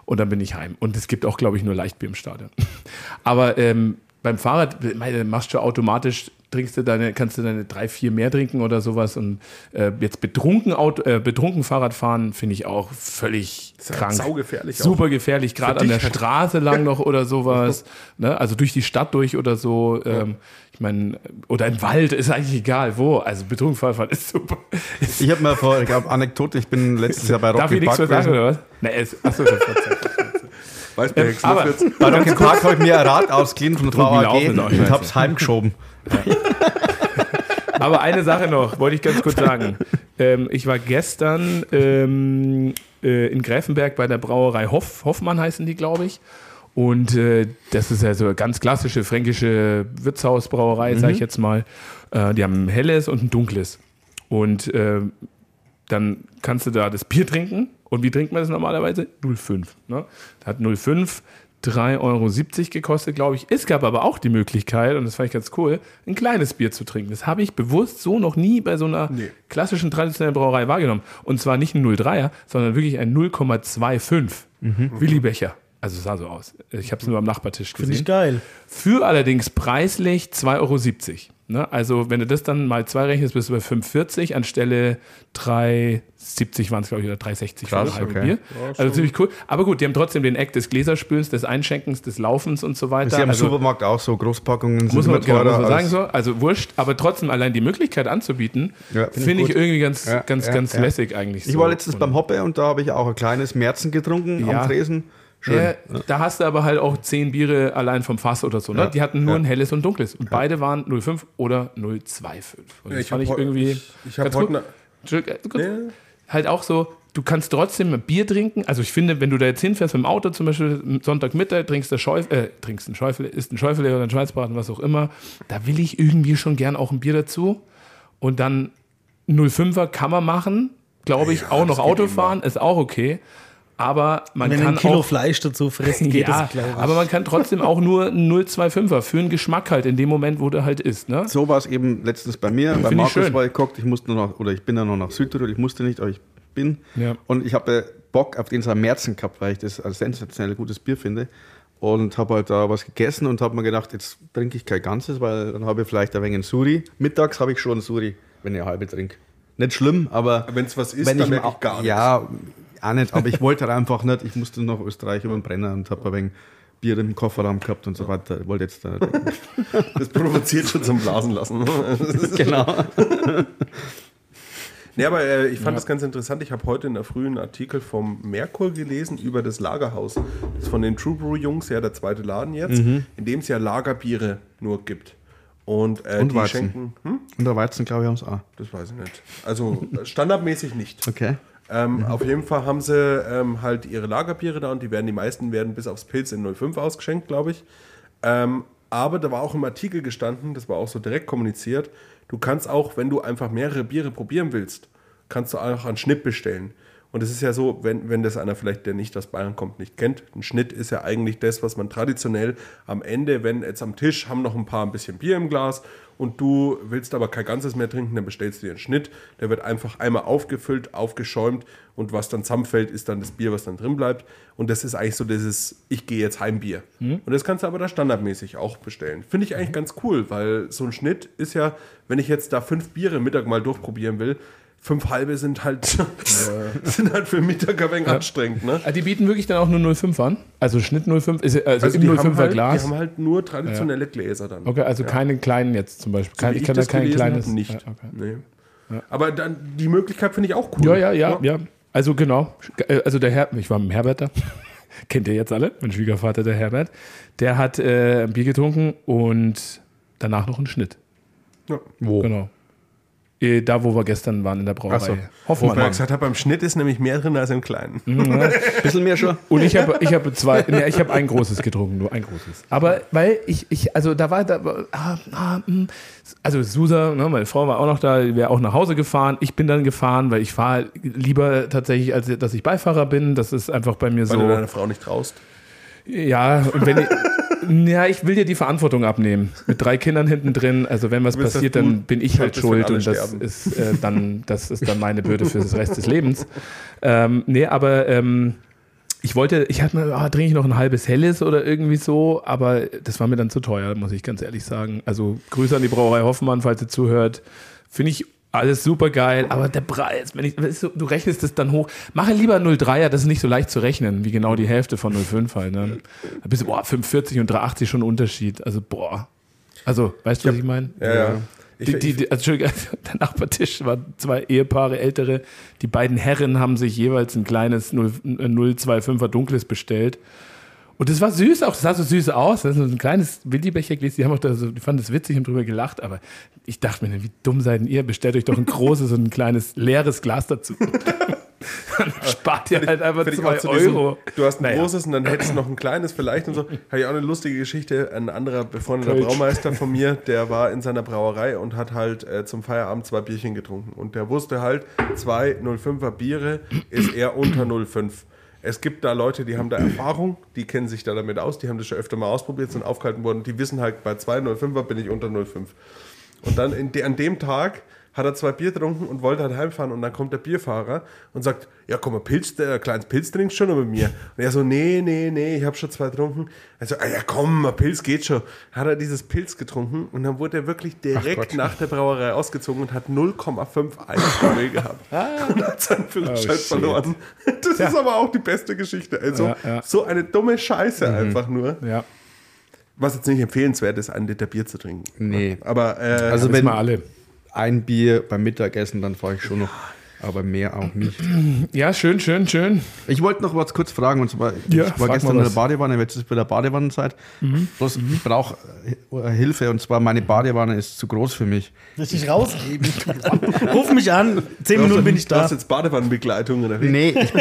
Speaker 1: und dann bin ich heim. Und es gibt auch, glaube ich, nur Leichtbier im Stadion. Aber ähm, beim Fahrrad meine, machst du automatisch, trinkst du deine, kannst du deine drei, vier mehr trinken oder sowas. Und äh, jetzt betrunken, Auto, äh, betrunken Fahrrad fahren finde ich auch völlig
Speaker 3: ja
Speaker 1: krank.
Speaker 3: saugefährlich auch.
Speaker 1: Super gefährlich, gerade an
Speaker 3: dich
Speaker 1: der
Speaker 3: halt.
Speaker 1: Straße lang noch oder sowas. ne? Also durch die Stadt durch oder so. Ähm, ich meine, oder im Wald, ist eigentlich egal wo. Also betrunken Fahrrad fahren ist super.
Speaker 5: Ich habe mal vor, ich habe Anekdote, ich bin letztes Jahr bei
Speaker 1: Darf
Speaker 5: Rocky
Speaker 1: ich nichts
Speaker 5: Park
Speaker 1: mehr sagen
Speaker 5: gewesen.
Speaker 1: oder was? Nee, es, achso, das war
Speaker 3: Weiß mir
Speaker 1: Ähm,
Speaker 3: nichts,
Speaker 1: aber-
Speaker 3: das wird's.
Speaker 5: Bei Rocky Park habe ich mir ein Rad ausgeliehen von der
Speaker 1: Drücken
Speaker 5: VAG
Speaker 1: laufen, doch, ich weiß
Speaker 5: und hab's heimgeschoben.
Speaker 1: Aber eine Sache noch, wollte ich ganz kurz sagen. Ähm, ich war gestern ähm, äh, in Gräfenberg bei der Brauerei Hoff, Hoffmann heißen die, glaube ich. Und äh, das ist ja so eine ganz klassische fränkische Wirtshausbrauerei, sage ich jetzt mal. Äh, die haben ein helles und ein dunkles. Und äh, dann kannst du da das Bier trinken. Und wie trinkt man das normalerweise? 0,5. Ne? Da hat 0,5 3,70 Euro gekostet, glaube ich. Es gab aber auch die Möglichkeit, und das fand ich ganz cool, ein kleines Bier zu trinken. Das habe ich bewusst so noch nie bei so einer klassischen traditionellen Brauerei wahrgenommen. Und zwar nicht ein 0,3er, sondern wirklich ein 0,25 Willi Becher. Also es sah so aus. Ich habe es nur am Nachbartisch gesehen.
Speaker 4: Mhm. Finde ich geil.
Speaker 1: Für allerdings preislich 2,70 Euro. Ne? Also, wenn du das dann mal zwei rechnest, bist du bei 5,40 anstelle 3,70 waren es, glaube ich, oder 3,60 für
Speaker 5: Krass,
Speaker 1: ein halbes
Speaker 5: okay.
Speaker 1: Bier. Also ziemlich cool. Aber gut, die haben trotzdem den Eck des Gläserspülens, des Einschenkens, des Laufens und so
Speaker 5: Ist
Speaker 1: weiter.
Speaker 5: ja im
Speaker 1: also,
Speaker 5: Supermarkt auch so, Großpackungen sind
Speaker 1: muss man,
Speaker 5: immer
Speaker 1: genau,
Speaker 5: teurer
Speaker 1: muss man sagen
Speaker 5: als-
Speaker 1: so. Also wurscht, aber trotzdem allein die Möglichkeit anzubieten,
Speaker 5: Ja, find ich
Speaker 1: finde ich,
Speaker 5: gut.
Speaker 1: irgendwie ganz,
Speaker 5: Ja,
Speaker 1: ganz,
Speaker 5: ja,
Speaker 1: ganz
Speaker 5: ja.
Speaker 1: lässig eigentlich.
Speaker 5: Ich
Speaker 1: so.
Speaker 5: war letztens
Speaker 1: Und-
Speaker 5: beim Hoppe und da habe ich auch ein kleines Märzen getrunken
Speaker 1: Ja.
Speaker 5: am Tresen. Schön.
Speaker 1: Ja, Da hast du aber halt auch zehn Biere allein vom Fass oder so. Ne?
Speaker 5: Ja.
Speaker 1: Die hatten nur
Speaker 5: Ja.
Speaker 1: ein helles und dunkles. Und beide waren 05 oder 025. Und das
Speaker 3: ich
Speaker 1: fand
Speaker 3: hab
Speaker 1: ich
Speaker 3: heu-
Speaker 1: irgendwie.
Speaker 3: ich- ich hab
Speaker 1: ganz
Speaker 3: heute
Speaker 1: gut.
Speaker 3: ne-
Speaker 1: Entschuldigung, äh, gut.
Speaker 3: Nee.
Speaker 1: Halt auch so, du kannst trotzdem ein Bier trinken. Also ich finde, wenn du da jetzt hinfährst mit dem Auto, zum Beispiel Sonntagmittag, trinkst, der Schäuf, äh, trinkst einen Schäufele, isst einen Schäufele oder einen Schweizbraten, was auch immer, da will ich irgendwie schon gern auch ein Bier dazu. Und dann 05er kann man machen, glaube ich, auch noch Auto fahren, ist auch okay. Aber man
Speaker 4: Wenn du
Speaker 1: kann
Speaker 4: ein Kilo
Speaker 1: auch
Speaker 4: Fleisch dazu fressen, geht
Speaker 1: ja,
Speaker 4: das, glaube ich.
Speaker 1: aber man kann trotzdem auch nur einen 025er für den Geschmack halt in dem Moment, wo der halt ist. Ne?
Speaker 5: So war es eben letztens bei mir. Bei
Speaker 1: ich
Speaker 5: Markus
Speaker 1: schön.
Speaker 5: war ich geguckt, ich musste noch, oder ich bin dann noch nach Südtirol, ich musste nicht, aber ich bin.
Speaker 1: Ja.
Speaker 5: Und ich habe Bock auf den Märzen gehabt, weil ich das als sensationell gutes Bier finde. Und habe halt da was gegessen und habe mir gedacht, jetzt trinke ich kein ganzes, weil dann habe ich vielleicht ein wenig einen Suri. Mittags habe ich schon einen Suri, wenn ich eine halbe trinke. Nicht schlimm, aber.
Speaker 3: Aber wenn's was ist,
Speaker 5: wenn
Speaker 3: dann
Speaker 5: mir
Speaker 3: merk ich
Speaker 5: au-
Speaker 3: gar
Speaker 5: Ja, auch nicht, aber ich wollte halt einfach nicht. Ich musste nach Österreich über den Brenner und habe ein wenig Bier im Kofferraum gehabt und so weiter. Ich wollte jetzt da.
Speaker 3: Das provoziert schon zum Blasen lassen.
Speaker 5: genau.
Speaker 3: Nee, aber äh, ich fand das ganz interessant. Ich habe heute in der frühen Artikel vom Merkur gelesen über das Lagerhaus. Das ist von den True Brew Jungs, ja der zweite Laden jetzt,
Speaker 5: Mhm.
Speaker 3: in dem es ja Lagerbiere nur gibt. Und, äh,
Speaker 5: Und
Speaker 3: die
Speaker 5: Weizen.
Speaker 3: schenken. Hm?
Speaker 5: Und der Weizen, glaube ich, haben es auch.
Speaker 3: Das weiß ich nicht. Also äh, standardmäßig nicht.
Speaker 5: Okay.
Speaker 3: Ähm, Auf jeden Fall haben sie ähm, halt ihre Lagerbiere da und die werden, die meisten werden bis aufs Pilz in 05 ausgeschenkt, glaube ich. Ähm, aber da war auch im Artikel gestanden, das war auch so direkt kommuniziert, du kannst auch, wenn du einfach mehrere Biere probieren willst, kannst du auch einen Schnitt bestellen. Und es ist ja so, wenn, wenn das einer vielleicht, der nicht aus Bayern kommt, nicht kennt, ein Schnitt ist ja eigentlich das, was man traditionell am Ende, wenn jetzt am Tisch haben noch ein paar ein bisschen Bier im Glas und du willst aber kein ganzes mehr trinken, dann bestellst du dir einen Schnitt. Der wird einfach einmal aufgefüllt, aufgeschäumt und was dann zusammenfällt, ist dann das Bier, was dann drin bleibt. Und das ist eigentlich so dieses, ich gehe jetzt Heimbier.
Speaker 1: Mhm.
Speaker 3: Und das kannst du aber da standardmäßig auch bestellen. Finde ich eigentlich ganz cool, weil so ein Schnitt ist ja, wenn ich jetzt da fünf Biere Mittag mal durchprobieren will, fünf halbe sind halt, sind halt für Mittag ein wenig anstrengend. Ne?
Speaker 1: Ah, Die bieten wirklich dann auch nur 05 an? Also Schnitt 05 ist äh, also,
Speaker 3: Also
Speaker 1: im
Speaker 3: die
Speaker 1: 05er
Speaker 3: haben, halt, die
Speaker 1: Glas.
Speaker 3: haben halt nur traditionelle Gläser dann.
Speaker 1: okay, also keine kleinen jetzt zum Beispiel. Kein,
Speaker 3: Wie
Speaker 1: ich kann da
Speaker 3: das
Speaker 1: kein
Speaker 3: gelesen hab,
Speaker 1: kleines.
Speaker 3: Nicht.
Speaker 1: Ah, okay.
Speaker 3: Nee. Aber dann, die Möglichkeit finde ich auch cool.
Speaker 1: Ja, ja, ja, ja. Also genau. Äh, Also der Herr, ich war mit dem Herbert da. Kennt ihr jetzt alle? Mein Schwiegervater, der Herbert. Der hat äh, ein Bier getrunken und danach noch einen Schnitt.
Speaker 3: Ja.
Speaker 5: Wo?
Speaker 1: Genau. Äh, Da, wo wir gestern waren in der Brauerei.
Speaker 5: Ach so.
Speaker 1: Hoffmann.
Speaker 3: Weil ich gesagt habe, beim Schnitt ist nämlich mehr drin als im Kleinen.
Speaker 1: Mhm.
Speaker 5: Bisschen mehr schon.
Speaker 1: Und ich habe ich habe zwei, nee, ich habe ein großes getrunken, nur ein großes. Aber weil ich, ich also da war, da, war- ah, ah, mm. also Susa, ne, meine Frau war auch noch da, die wäre auch nach Hause gefahren. Ich bin dann gefahren, weil ich fahre lieber tatsächlich, als dass ich Beifahrer bin. Das ist einfach bei mir
Speaker 3: Weil du
Speaker 1: so.
Speaker 3: deiner Frau nicht traust.
Speaker 1: Ja, und wenn ich, ja, ich will dir die Verantwortung abnehmen. Mit drei Kindern hinten drin. Also wenn was
Speaker 3: willst, dass
Speaker 1: passiert,
Speaker 3: du
Speaker 1: dann bin ich halt
Speaker 3: schuld bist, wenn
Speaker 1: schuld
Speaker 3: alle
Speaker 1: und das
Speaker 3: sterben.
Speaker 1: ist äh, dann, das ist dann meine Bürde für den Rest des Lebens. Ähm, nee, aber ähm, ich wollte, ich hatte mal, ah, trinke ich noch ein halbes Helles oder irgendwie so, aber das war mir dann zu teuer, muss ich ganz ehrlich sagen. Also Grüße an die Brauerei Hoffmann, falls ihr zuhört. Finde ich alles super geil, aber der Preis, wenn ich, weißt du, du rechnest es dann hoch. Mache lieber 0,3er, das ist nicht so leicht zu rechnen, wie genau die Hälfte von 0,5 halt. Ne? Da bist du, boah, 5,40 und 3,80 schon Unterschied. Also, boah. Also, weißt du, was ich meine?
Speaker 3: Ja, ja. Ich,
Speaker 1: Die, die,
Speaker 3: ich,
Speaker 1: die, also, Entschuldigung, der Nachbartisch waren zwei Ehepaare, ältere. Die beiden Herren haben sich jeweils ein kleines 0 äh, 025er dunkles bestellt. Und das war süß auch, das sah so süß aus. Das ist so ein kleines Willibecher-Gläschen. Die haben auch da so, die fanden das witzig und drüber gelacht, aber ich dachte mir, wie dumm seid denn ihr? Bestellt euch doch ein großes und ein kleines leeres Glas dazu. Dann spart ihr halt einfach
Speaker 3: find ich auch
Speaker 1: zwei
Speaker 3: zu diesem,
Speaker 1: Euro.
Speaker 3: du hast ein
Speaker 1: Naja.
Speaker 3: großes und dann hättest du noch ein kleines vielleicht und so. Habe ich auch eine lustige Geschichte. Ein anderer befreundeter
Speaker 1: Kölsch.
Speaker 3: Braumeister von mir, der war in seiner Brauerei und hat halt äh, zum Feierabend zwei Bierchen getrunken. Und der wusste halt, zwei 05er Biere ist eher unter 05. Es gibt da Leute, die haben da Erfahrung, die kennen sich da damit aus, die haben das schon öfter mal ausprobiert, sind aufgehalten worden. Die wissen halt, bei zwei 05er bin ich unter 05. Und dann in de, an dem Tag hat er zwei Bier getrunken und wollte halt heimfahren. Und dann kommt der Bierfahrer und sagt, ja komm mal, Pilz, äh, kleines Pilz trinkst schon noch mit mir. Und er so, nee, nee, nee, ich habe schon zwei getrunken. Also, ah, ja komm, ein Pilz geht schon. Hat er dieses Pilz getrunken und dann wurde er wirklich direkt nach der Brauerei ausgezogen und hat 0,51 Promille gehabt. Und hat seinen
Speaker 1: Ah.
Speaker 3: Führerschein
Speaker 1: Oh, shit.
Speaker 3: verloren. Das ist aber auch die beste Geschichte. Also,
Speaker 1: Ja, Mhm. ja.
Speaker 3: so eine dumme Scheiße einfach nur.
Speaker 1: Ja,
Speaker 3: Was jetzt nicht empfehlenswert ist, ein Liter Bier zu trinken.
Speaker 5: Nee.
Speaker 3: Aber, äh,
Speaker 5: Also,
Speaker 1: wissen
Speaker 5: wenn
Speaker 1: wir alle.
Speaker 5: ein Bier beim Mittagessen, dann fahre ich schon noch. Aber mehr auch nicht.
Speaker 1: Ja, schön, schön, schön.
Speaker 5: Ich wollte noch was kurz fragen. Und zwar,
Speaker 1: Ja,
Speaker 5: ich
Speaker 1: frag
Speaker 5: war
Speaker 1: mal
Speaker 5: gestern in der
Speaker 1: was. Mhm.
Speaker 5: Badewanne, jetzt ist bei der Badewannenzeit. Bloß, ich brauche äh, Hilfe. Und zwar, meine Badewanne ist zu groß für mich.
Speaker 4: Dass ich rausgeben Ruf mich an, zehn
Speaker 3: Du hast
Speaker 4: Minuten bin
Speaker 3: jetzt-
Speaker 4: ich
Speaker 3: Du
Speaker 4: da.
Speaker 3: hast Also jetzt Badewannenbegleitung oder wie?
Speaker 5: Nee, ich,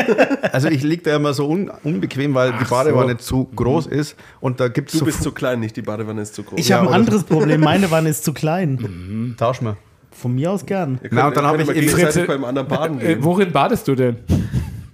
Speaker 5: also ich liege da immer so un, unbequem, weil die Badewanne zu groß ist. Und da gibt es
Speaker 3: Du
Speaker 5: so.
Speaker 3: bist zu klein, nicht die Badewanne ist zu groß.
Speaker 4: Ich
Speaker 5: Ja,
Speaker 4: habe ein
Speaker 5: oder-
Speaker 4: anderes Problem. Meine Wanne ist zu klein.
Speaker 5: Tausch mal.
Speaker 4: Von mir aus gern.
Speaker 3: Ihr
Speaker 5: Na, und dann
Speaker 3: ihr
Speaker 5: hab ich
Speaker 3: mal
Speaker 5: eben-
Speaker 3: gegenseitig
Speaker 1: Dritte-
Speaker 3: beim anderen baden
Speaker 1: Äh,
Speaker 3: gehen.
Speaker 1: worin badest du denn?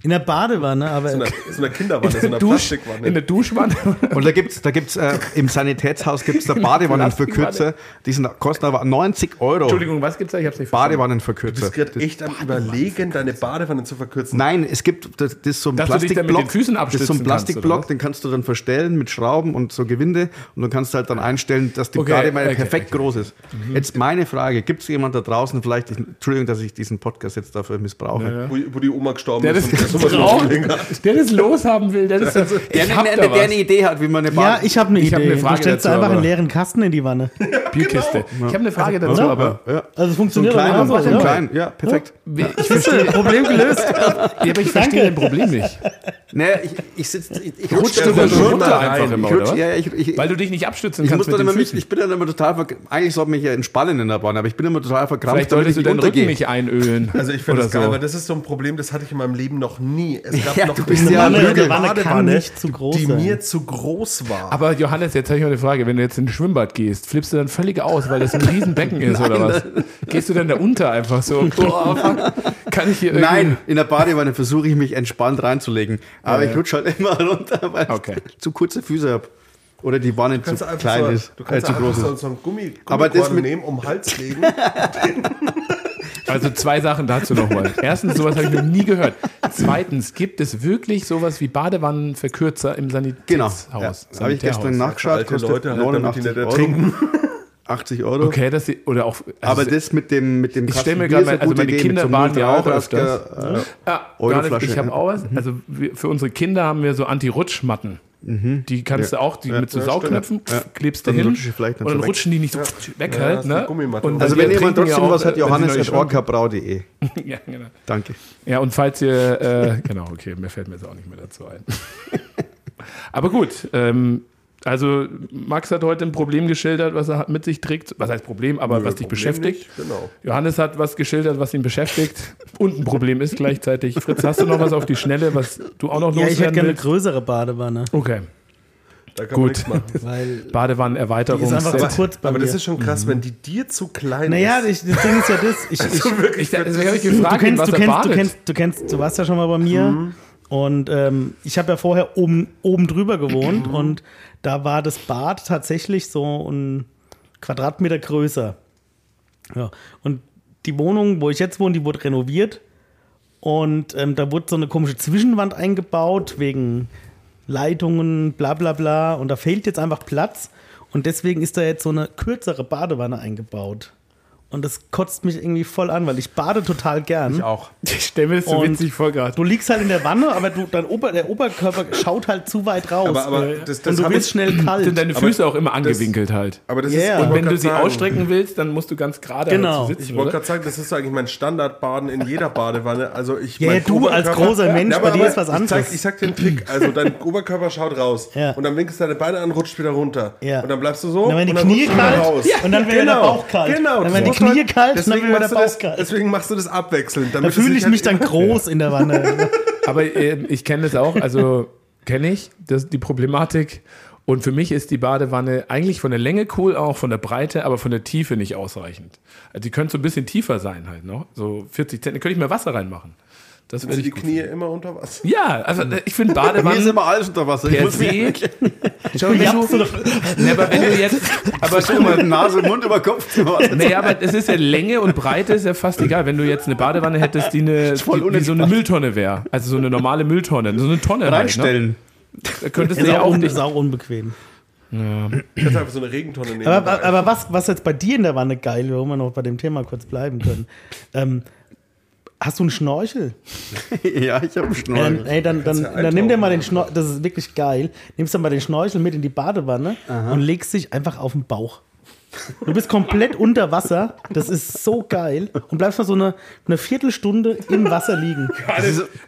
Speaker 4: In der Badewanne, aber
Speaker 3: so, einer, so einer Kinderwanne, so einer
Speaker 1: Dusch-
Speaker 3: Plastikwanne.
Speaker 1: in der Duschwanne?
Speaker 5: Und da gibt's, da gibt's äh, im Sanitätshaus gibt's da Badewannen für
Speaker 1: Plastikwanne.
Speaker 5: Kürze. Die sind, kosten aber 90 Euro.
Speaker 1: Entschuldigung, was gibt's da? Ich hab's nicht verstanden.
Speaker 5: Badewannen für
Speaker 3: du
Speaker 5: Kürze.
Speaker 3: bist gerade echt am Überlegen, deine Badewanne zu verkürzen.
Speaker 5: Nein, es gibt das, das ist so ein
Speaker 1: Dass du dich dann mit
Speaker 5: Plastikblock.
Speaker 1: den Füßen
Speaker 5: das ist so
Speaker 1: abstützen
Speaker 5: ein Plastikblock,
Speaker 1: kannst, oder was?
Speaker 5: den kannst du dann verstellen mit Schrauben und so Gewinde und du kannst halt dann einstellen, dass die
Speaker 1: Okay,
Speaker 5: Badewanne
Speaker 1: okay, Mhm.
Speaker 5: perfekt groß ist. Jetzt meine Frage: Gibt es jemand da draußen vielleicht? Ich, Entschuldigung, dass ich diesen Podcast jetzt dafür missbrauche.
Speaker 3: Wo, wo die Oma gestorben
Speaker 1: Der
Speaker 3: ist.
Speaker 1: das-
Speaker 3: sowas
Speaker 1: braucht,
Speaker 3: loslegen kann.
Speaker 1: der das loshaben will, der das so,
Speaker 5: Der,
Speaker 1: ich hab
Speaker 5: der,
Speaker 1: da
Speaker 5: der,
Speaker 1: was.
Speaker 5: eine Idee hat, wie man eine
Speaker 4: Ja,
Speaker 5: Bahn.
Speaker 4: ich habe eine
Speaker 1: Ich
Speaker 4: Idee.
Speaker 1: hab eine Frage
Speaker 4: du stellst
Speaker 1: dazu,
Speaker 4: einfach
Speaker 1: aber-
Speaker 4: einen leeren Kasten in die Wanne.
Speaker 1: Bierkiste. Genau. Ich habe eine Frage dazu,
Speaker 4: Oder?
Speaker 1: aber
Speaker 5: ja,
Speaker 4: Also es
Speaker 5: so ein
Speaker 4: funktioniert ne?
Speaker 5: kleiner, so
Speaker 4: genauso,
Speaker 5: ein
Speaker 4: ja.
Speaker 5: klein, ja, perfekt.
Speaker 1: ich verstehe Problem gelöst. Ja, aber ich verstehe dein Problem nicht.
Speaker 5: Naja, ich, ich sitze, ich, ich rutsche
Speaker 1: Rutschst du
Speaker 5: da
Speaker 1: dann
Speaker 5: so
Speaker 1: runter,
Speaker 5: runter.
Speaker 1: einfach immer,
Speaker 5: Ich
Speaker 1: oder
Speaker 5: rutsch,
Speaker 1: was?
Speaker 5: ja, ja, ich, ich,
Speaker 1: Weil du dich nicht abstützen
Speaker 5: ich, muss
Speaker 1: kannst
Speaker 5: dann
Speaker 1: mit
Speaker 5: immer
Speaker 1: den
Speaker 5: mit,
Speaker 1: Füßen.
Speaker 5: ich bin dann immer total ver Eigentlich sollte mich ja entspannen in der Bahn, aber ich bin immer total verkrampft,
Speaker 1: Vielleicht solltest du
Speaker 5: ich
Speaker 1: deinen Rücken
Speaker 5: untergehe.
Speaker 1: nicht einölen.
Speaker 3: Also ich finde
Speaker 1: Oder
Speaker 3: das geil,
Speaker 1: so.
Speaker 3: weil das ist so ein Problem, das hatte ich in meinem Leben noch nie. Es gab
Speaker 5: Ja,
Speaker 3: noch
Speaker 5: du bist
Speaker 3: eine
Speaker 5: ja ein
Speaker 3: Badewanne,
Speaker 5: Lügner.
Speaker 4: Badewanne kann
Speaker 3: Badewanne,
Speaker 4: nicht zu groß
Speaker 3: die
Speaker 4: sein.
Speaker 3: mir zu groß war.
Speaker 1: Aber Johannes, jetzt habe ich mal eine Frage. Wenn du jetzt ins Schwimmbad gehst, flippst du dann völlig aus, weil das ein Riesenbecken ist oder was? Gehst du dann da unter einfach so? Boah, fuck, kann ich hier irgendwie-
Speaker 5: Nein, in der Badewanne versuche ich mich entspannt reinzulegen. Aber ich rutsche halt immer runter, weil
Speaker 1: Okay.
Speaker 5: ich zu kurze Füße habe. Oder die Wanne zu
Speaker 3: kannst einfach
Speaker 5: klein
Speaker 3: so,
Speaker 5: ist,
Speaker 3: Du
Speaker 5: äh,
Speaker 3: kannst
Speaker 5: zu
Speaker 3: einfach
Speaker 5: groß
Speaker 3: so,
Speaker 5: ist.
Speaker 3: so einen Gummi,
Speaker 5: Aber das
Speaker 3: Gummikorn
Speaker 5: mit-
Speaker 3: nehmen, um den Hals legen.
Speaker 1: Also zwei Sachen dazu nochmal. Erstens, sowas habe ich noch nie gehört. Zweitens, gibt es wirklich sowas wie Badewannenverkürzer im
Speaker 5: Genau.
Speaker 1: Sanitätshaus?
Speaker 5: Ja. Habe ich gestern
Speaker 1: Sanitätshaus?
Speaker 5: nachgeschaut,
Speaker 3: Alte
Speaker 5: kostet
Speaker 3: Leute halt, damit die
Speaker 5: 89
Speaker 3: nicht
Speaker 5: Euro.
Speaker 3: ertrinken.
Speaker 5: 80 Euro.
Speaker 1: Okay, dass sie, oder auch. also
Speaker 5: Aber das mit dem mit dem
Speaker 1: Ich stell mir
Speaker 5: Kasten Bier
Speaker 1: grad mal-
Speaker 5: ist eine
Speaker 1: also
Speaker 5: gute
Speaker 1: meine
Speaker 5: Idee,
Speaker 1: Kinder
Speaker 5: mit so
Speaker 1: waren ja auch
Speaker 5: 0,33er, äh,
Speaker 1: Ja,
Speaker 5: Euro
Speaker 1: Johannes,
Speaker 5: Flasche,
Speaker 1: Ah, ich habe
Speaker 5: ja. Mhm.
Speaker 1: auch was. Also wir, für unsere Kinder haben wir so Anti-Rutschmatten. Die kannst
Speaker 5: Mhm. Ja.
Speaker 1: du auch die mit so
Speaker 5: Ja,
Speaker 1: Saugnäpfen pff, klebst du
Speaker 5: Dann
Speaker 1: hin
Speaker 5: rutschen sie vielleicht nicht
Speaker 1: und dann
Speaker 5: so weg.
Speaker 1: rutschen die nicht so weg
Speaker 3: Ja, das
Speaker 1: halt.
Speaker 3: ist eine
Speaker 1: Ne?
Speaker 3: Gummimatte.
Speaker 1: Und
Speaker 5: Also
Speaker 1: wir
Speaker 5: wenn jemand
Speaker 1: trinken ja
Speaker 5: trotzdem
Speaker 1: auch,
Speaker 5: was hat,
Speaker 1: wenn sie noch nicht
Speaker 5: johannes.orcabrau.de.
Speaker 1: schwimmen. ja, genau.
Speaker 5: eh. Danke.
Speaker 1: ja, und falls ihr, äh, genau, okay, mir fällt mir jetzt auch nicht mehr dazu ein. Aber gut, ähm, also Max hat heute ein Problem geschildert, was er mit sich trägt. Was heißt Problem, aber was dich
Speaker 3: Problem
Speaker 1: beschäftigt.
Speaker 3: nicht, Genau.
Speaker 1: Johannes hat was geschildert, was ihn beschäftigt und ein Problem ist gleichzeitig. Fritz, hast du noch was auf die Schnelle, was du auch noch
Speaker 4: Ja, ich hätte
Speaker 1: loswerden
Speaker 4: gerne eine
Speaker 1: willst?
Speaker 4: größere Badewanne,
Speaker 1: Okay,
Speaker 3: Da kann man
Speaker 1: gut.
Speaker 3: nichts machen.
Speaker 4: weil die ist einfach zu
Speaker 1: Badewannenerweiterungsset.
Speaker 4: kurz bei
Speaker 3: Aber
Speaker 4: mir.
Speaker 3: das ist schon krass, wenn die dir zu klein
Speaker 4: naja,
Speaker 3: ist.
Speaker 4: ich, das Ding ist ja das. Ich, ich,
Speaker 1: Ich, deswegen habe ich
Speaker 4: du,
Speaker 1: gefragt,
Speaker 4: kennst,
Speaker 1: was
Speaker 4: du,
Speaker 1: er
Speaker 4: kennst, du
Speaker 1: badet. Mhm.
Speaker 4: kennst, du kennst, du warst ja schon mal bei mir. Und ähm, ich habe ja vorher oben, oben drüber gewohnt
Speaker 1: Mhm.
Speaker 4: und da war das Bad tatsächlich so ein Quadratmeter größer. Ja. Und die Wohnung, wo ich jetzt wohne, die wurde renoviert. Und ähm, da wurde so eine komische Zwischenwand eingebaut wegen Leitungen, bla bla bla. Und da fehlt jetzt einfach Platz. Und deswegen ist da jetzt so eine kürzere Badewanne eingebaut. Und das kotzt mich irgendwie voll an, weil ich bade total gern.
Speaker 5: Auch.
Speaker 1: Ich stelle mir das so
Speaker 4: Und-
Speaker 1: witzig vor gerade.
Speaker 4: Du liegst halt in der Wanne, aber du, dein Ober, der Oberkörper schaut halt zu weit raus.
Speaker 3: Aber- aber das- das
Speaker 4: und du
Speaker 3: hab
Speaker 4: wirst
Speaker 3: ich-
Speaker 4: schnell
Speaker 1: Sind
Speaker 4: kalt.
Speaker 1: deine Füße auch immer angewinkelt halt.
Speaker 3: Aber das
Speaker 4: Yeah.
Speaker 3: ist, ich
Speaker 1: Und
Speaker 3: wollte
Speaker 1: wenn du
Speaker 3: grad
Speaker 1: sie
Speaker 3: sagen,
Speaker 1: ausstrecken willst, dann musst du ganz gerade
Speaker 4: Genau.
Speaker 1: halt so sitzen,
Speaker 3: Ich wollte
Speaker 1: oder?
Speaker 3: gerade sagen, das ist so eigentlich mein Standardbaden in jeder Badewanne. Also ich,
Speaker 4: Ja,
Speaker 3: mein
Speaker 4: ja, du als
Speaker 3: Oberkörper-
Speaker 4: großer Mensch, bei dir ist was
Speaker 3: Ich sag,
Speaker 4: anderes.
Speaker 3: ich sag dir einen Trick. Also dein Oberkörper schaut raus
Speaker 4: Ja.
Speaker 3: und dann winkst du deine Beine an, rutscht wieder runter.
Speaker 4: Ja.
Speaker 3: Und dann bleibst du so.
Speaker 4: Dann werden die
Speaker 3: und dann
Speaker 4: Knie
Speaker 3: rutscht du wieder
Speaker 4: kalt, ja, und dann wird ja der Bauch kalt.
Speaker 3: Genau.
Speaker 4: Dann
Speaker 3: das
Speaker 4: werden die
Speaker 3: muss man-
Speaker 4: Knie kalt, und dann
Speaker 3: deswegen
Speaker 4: wird der
Speaker 3: machst du
Speaker 4: Bauch
Speaker 3: das-
Speaker 4: kalt.
Speaker 3: Deswegen machst du das abwechselnd.
Speaker 4: Da
Speaker 3: damit es
Speaker 4: fühle
Speaker 3: nicht
Speaker 4: ich
Speaker 3: halt
Speaker 4: mich dann
Speaker 3: immer-
Speaker 4: groß in der Wanne.
Speaker 1: Aber ähm, ich kenne das auch, also kenne ich das, die Problematik. Und für mich ist die Badewanne eigentlich von der Länge cool, auch von der Breite, aber von der Tiefe nicht ausreichend. Also die könnte so ein bisschen tiefer sein halt noch, so 40 Zentimeter. Könnte ich mehr Wasser reinmachen. Das würde
Speaker 3: Sind
Speaker 1: ich
Speaker 3: die
Speaker 1: gut
Speaker 3: Knie immer unter Wasser?
Speaker 1: finden. Ja, also äh, ich finde
Speaker 5: Mir ist
Speaker 1: Badewanne
Speaker 5: immer alles unter Wasser. Ich
Speaker 1: per
Speaker 5: muss mir
Speaker 1: se. Schau, wenn du, ne, aber wenn du jetzt, aber guck mal,
Speaker 5: immer Nase, Mund über Kopf.
Speaker 1: Nee, aber es ist ja Länge und Breite ist ja fast egal. Wenn du jetzt eine Badewanne hättest, die, eine,
Speaker 5: voll
Speaker 1: die, die so eine Mülltonne wäre. Also so eine normale Mülltonne, so eine Tonne. Halt, ne?
Speaker 5: Reinstellen.
Speaker 1: Da könntest
Speaker 4: Ist,
Speaker 1: du ja
Speaker 4: auch
Speaker 1: auch
Speaker 4: un,
Speaker 1: nicht.
Speaker 4: ist auch unbequem.
Speaker 3: Ich hätte einfach so eine Regentonne nehmen.
Speaker 4: Aber, aber,
Speaker 3: können.
Speaker 4: aber was, was jetzt bei dir in der Wanne geil wäre, wo wir noch bei dem Thema kurz bleiben können. Ähm, hast du einen Schnorchel?
Speaker 1: ne?
Speaker 5: Ja, ich habe einen
Speaker 4: Ähm,
Speaker 5: Schnorchel.
Speaker 4: ey, dann, dann,
Speaker 3: ja
Speaker 4: dann nimm dir mal den
Speaker 3: eintauchen.
Speaker 4: Schnorchel, das ist wirklich geil. Nimmst dann mal den Schnorchel mit in die Badewanne und legst dich einfach auf den Bauch. Du bist komplett unter Wasser, das ist so geil. Und bleibst mal so eine, eine Viertelstunde im Wasser liegen.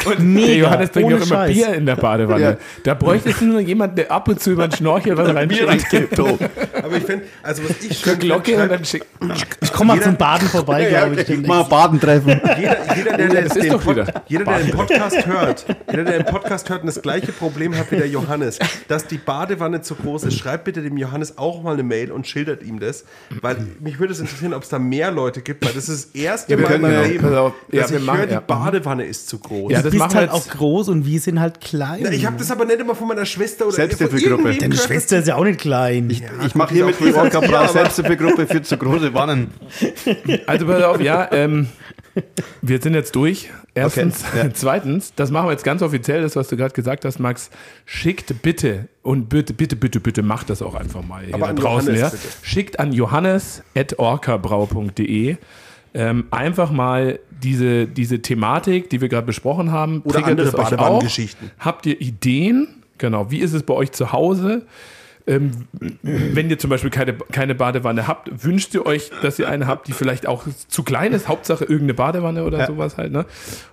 Speaker 1: Und
Speaker 4: Mega,
Speaker 1: der Johannes trinkt
Speaker 4: ohne
Speaker 1: auch immer
Speaker 4: Scheiß.
Speaker 1: Bier in der Badewanne.
Speaker 5: Ja.
Speaker 1: Da bräuchtest du nur jemand, der ab und zu über den Schnorchel was reinschickt.
Speaker 3: aber ich finde, also was ich
Speaker 1: Eine
Speaker 3: schön
Speaker 1: Glocke
Speaker 3: finde,
Speaker 1: und dann schickt.
Speaker 4: Ich komme mal zum Baden vorbei, glaube ich.
Speaker 5: Mal Baden treffen.
Speaker 3: Jeder, jeder, der, der,
Speaker 1: das ist
Speaker 3: den,
Speaker 1: doch
Speaker 3: Pod-
Speaker 1: wieder.
Speaker 3: jeder, der den Podcast hört, jeder, der den Podcast hört und das gleiche Problem hat wie der Johannes, dass die Badewanne zu groß ist, schreibt bitte dem Johannes auch mal eine Mail und schildert ihm das, weil mich würde es interessieren, ob es da mehr Leute gibt, weil das ist das erste
Speaker 1: Ja, wir
Speaker 3: Mal
Speaker 1: können
Speaker 3: in meinem
Speaker 1: ja-
Speaker 3: Leben,
Speaker 1: pass auf, ja,
Speaker 3: dass
Speaker 1: wir
Speaker 3: ich
Speaker 1: machen-
Speaker 3: höre, die
Speaker 1: ja. Mhm.
Speaker 3: Badewanne ist zu groß.
Speaker 1: Ja,
Speaker 4: Du
Speaker 1: das
Speaker 4: bist
Speaker 1: machen wir
Speaker 4: halt auch
Speaker 1: jetzt.
Speaker 4: groß und wir sind halt klein.
Speaker 3: Ich habe das aber nicht immer von meiner Schwester oder
Speaker 5: Selbsthilfegruppe.
Speaker 3: irgendwem
Speaker 4: Deine
Speaker 3: gehört.
Speaker 4: Schwester ist ja auch nicht klein.
Speaker 5: Ich mache hiermit die Orca-Brau Selbsthilfegruppe für zu große Wannen.
Speaker 1: Also pass auf, ja, ähm, wir sind jetzt durch. Erstens. Zweitens, das machen wir jetzt ganz offiziell, das, was du gerade gesagt hast, Max. Schickt bitte und bitte, bitte, bitte, bitte macht das auch einfach mal hier
Speaker 3: Aber
Speaker 1: da
Speaker 3: an
Speaker 1: draußen.
Speaker 3: Johannes,
Speaker 1: ja.
Speaker 3: bitte.
Speaker 1: Schickt an johannes.orcabrau.de ähm, einfach mal diese, diese Thematik, die wir gerade besprochen haben,
Speaker 3: Oder
Speaker 1: triggert
Speaker 3: andere
Speaker 1: es euch auch?
Speaker 3: Badewannengeschichten.
Speaker 1: Habt ihr Ideen? Genau, wie ist es bei euch zu Hause? Ähm, wenn ihr zum Beispiel keine, keine Badewanne habt, wünscht ihr euch, dass ihr eine habt, die vielleicht auch zu klein ist, Hauptsache irgendeine Badewanne oder sowas halt, ne?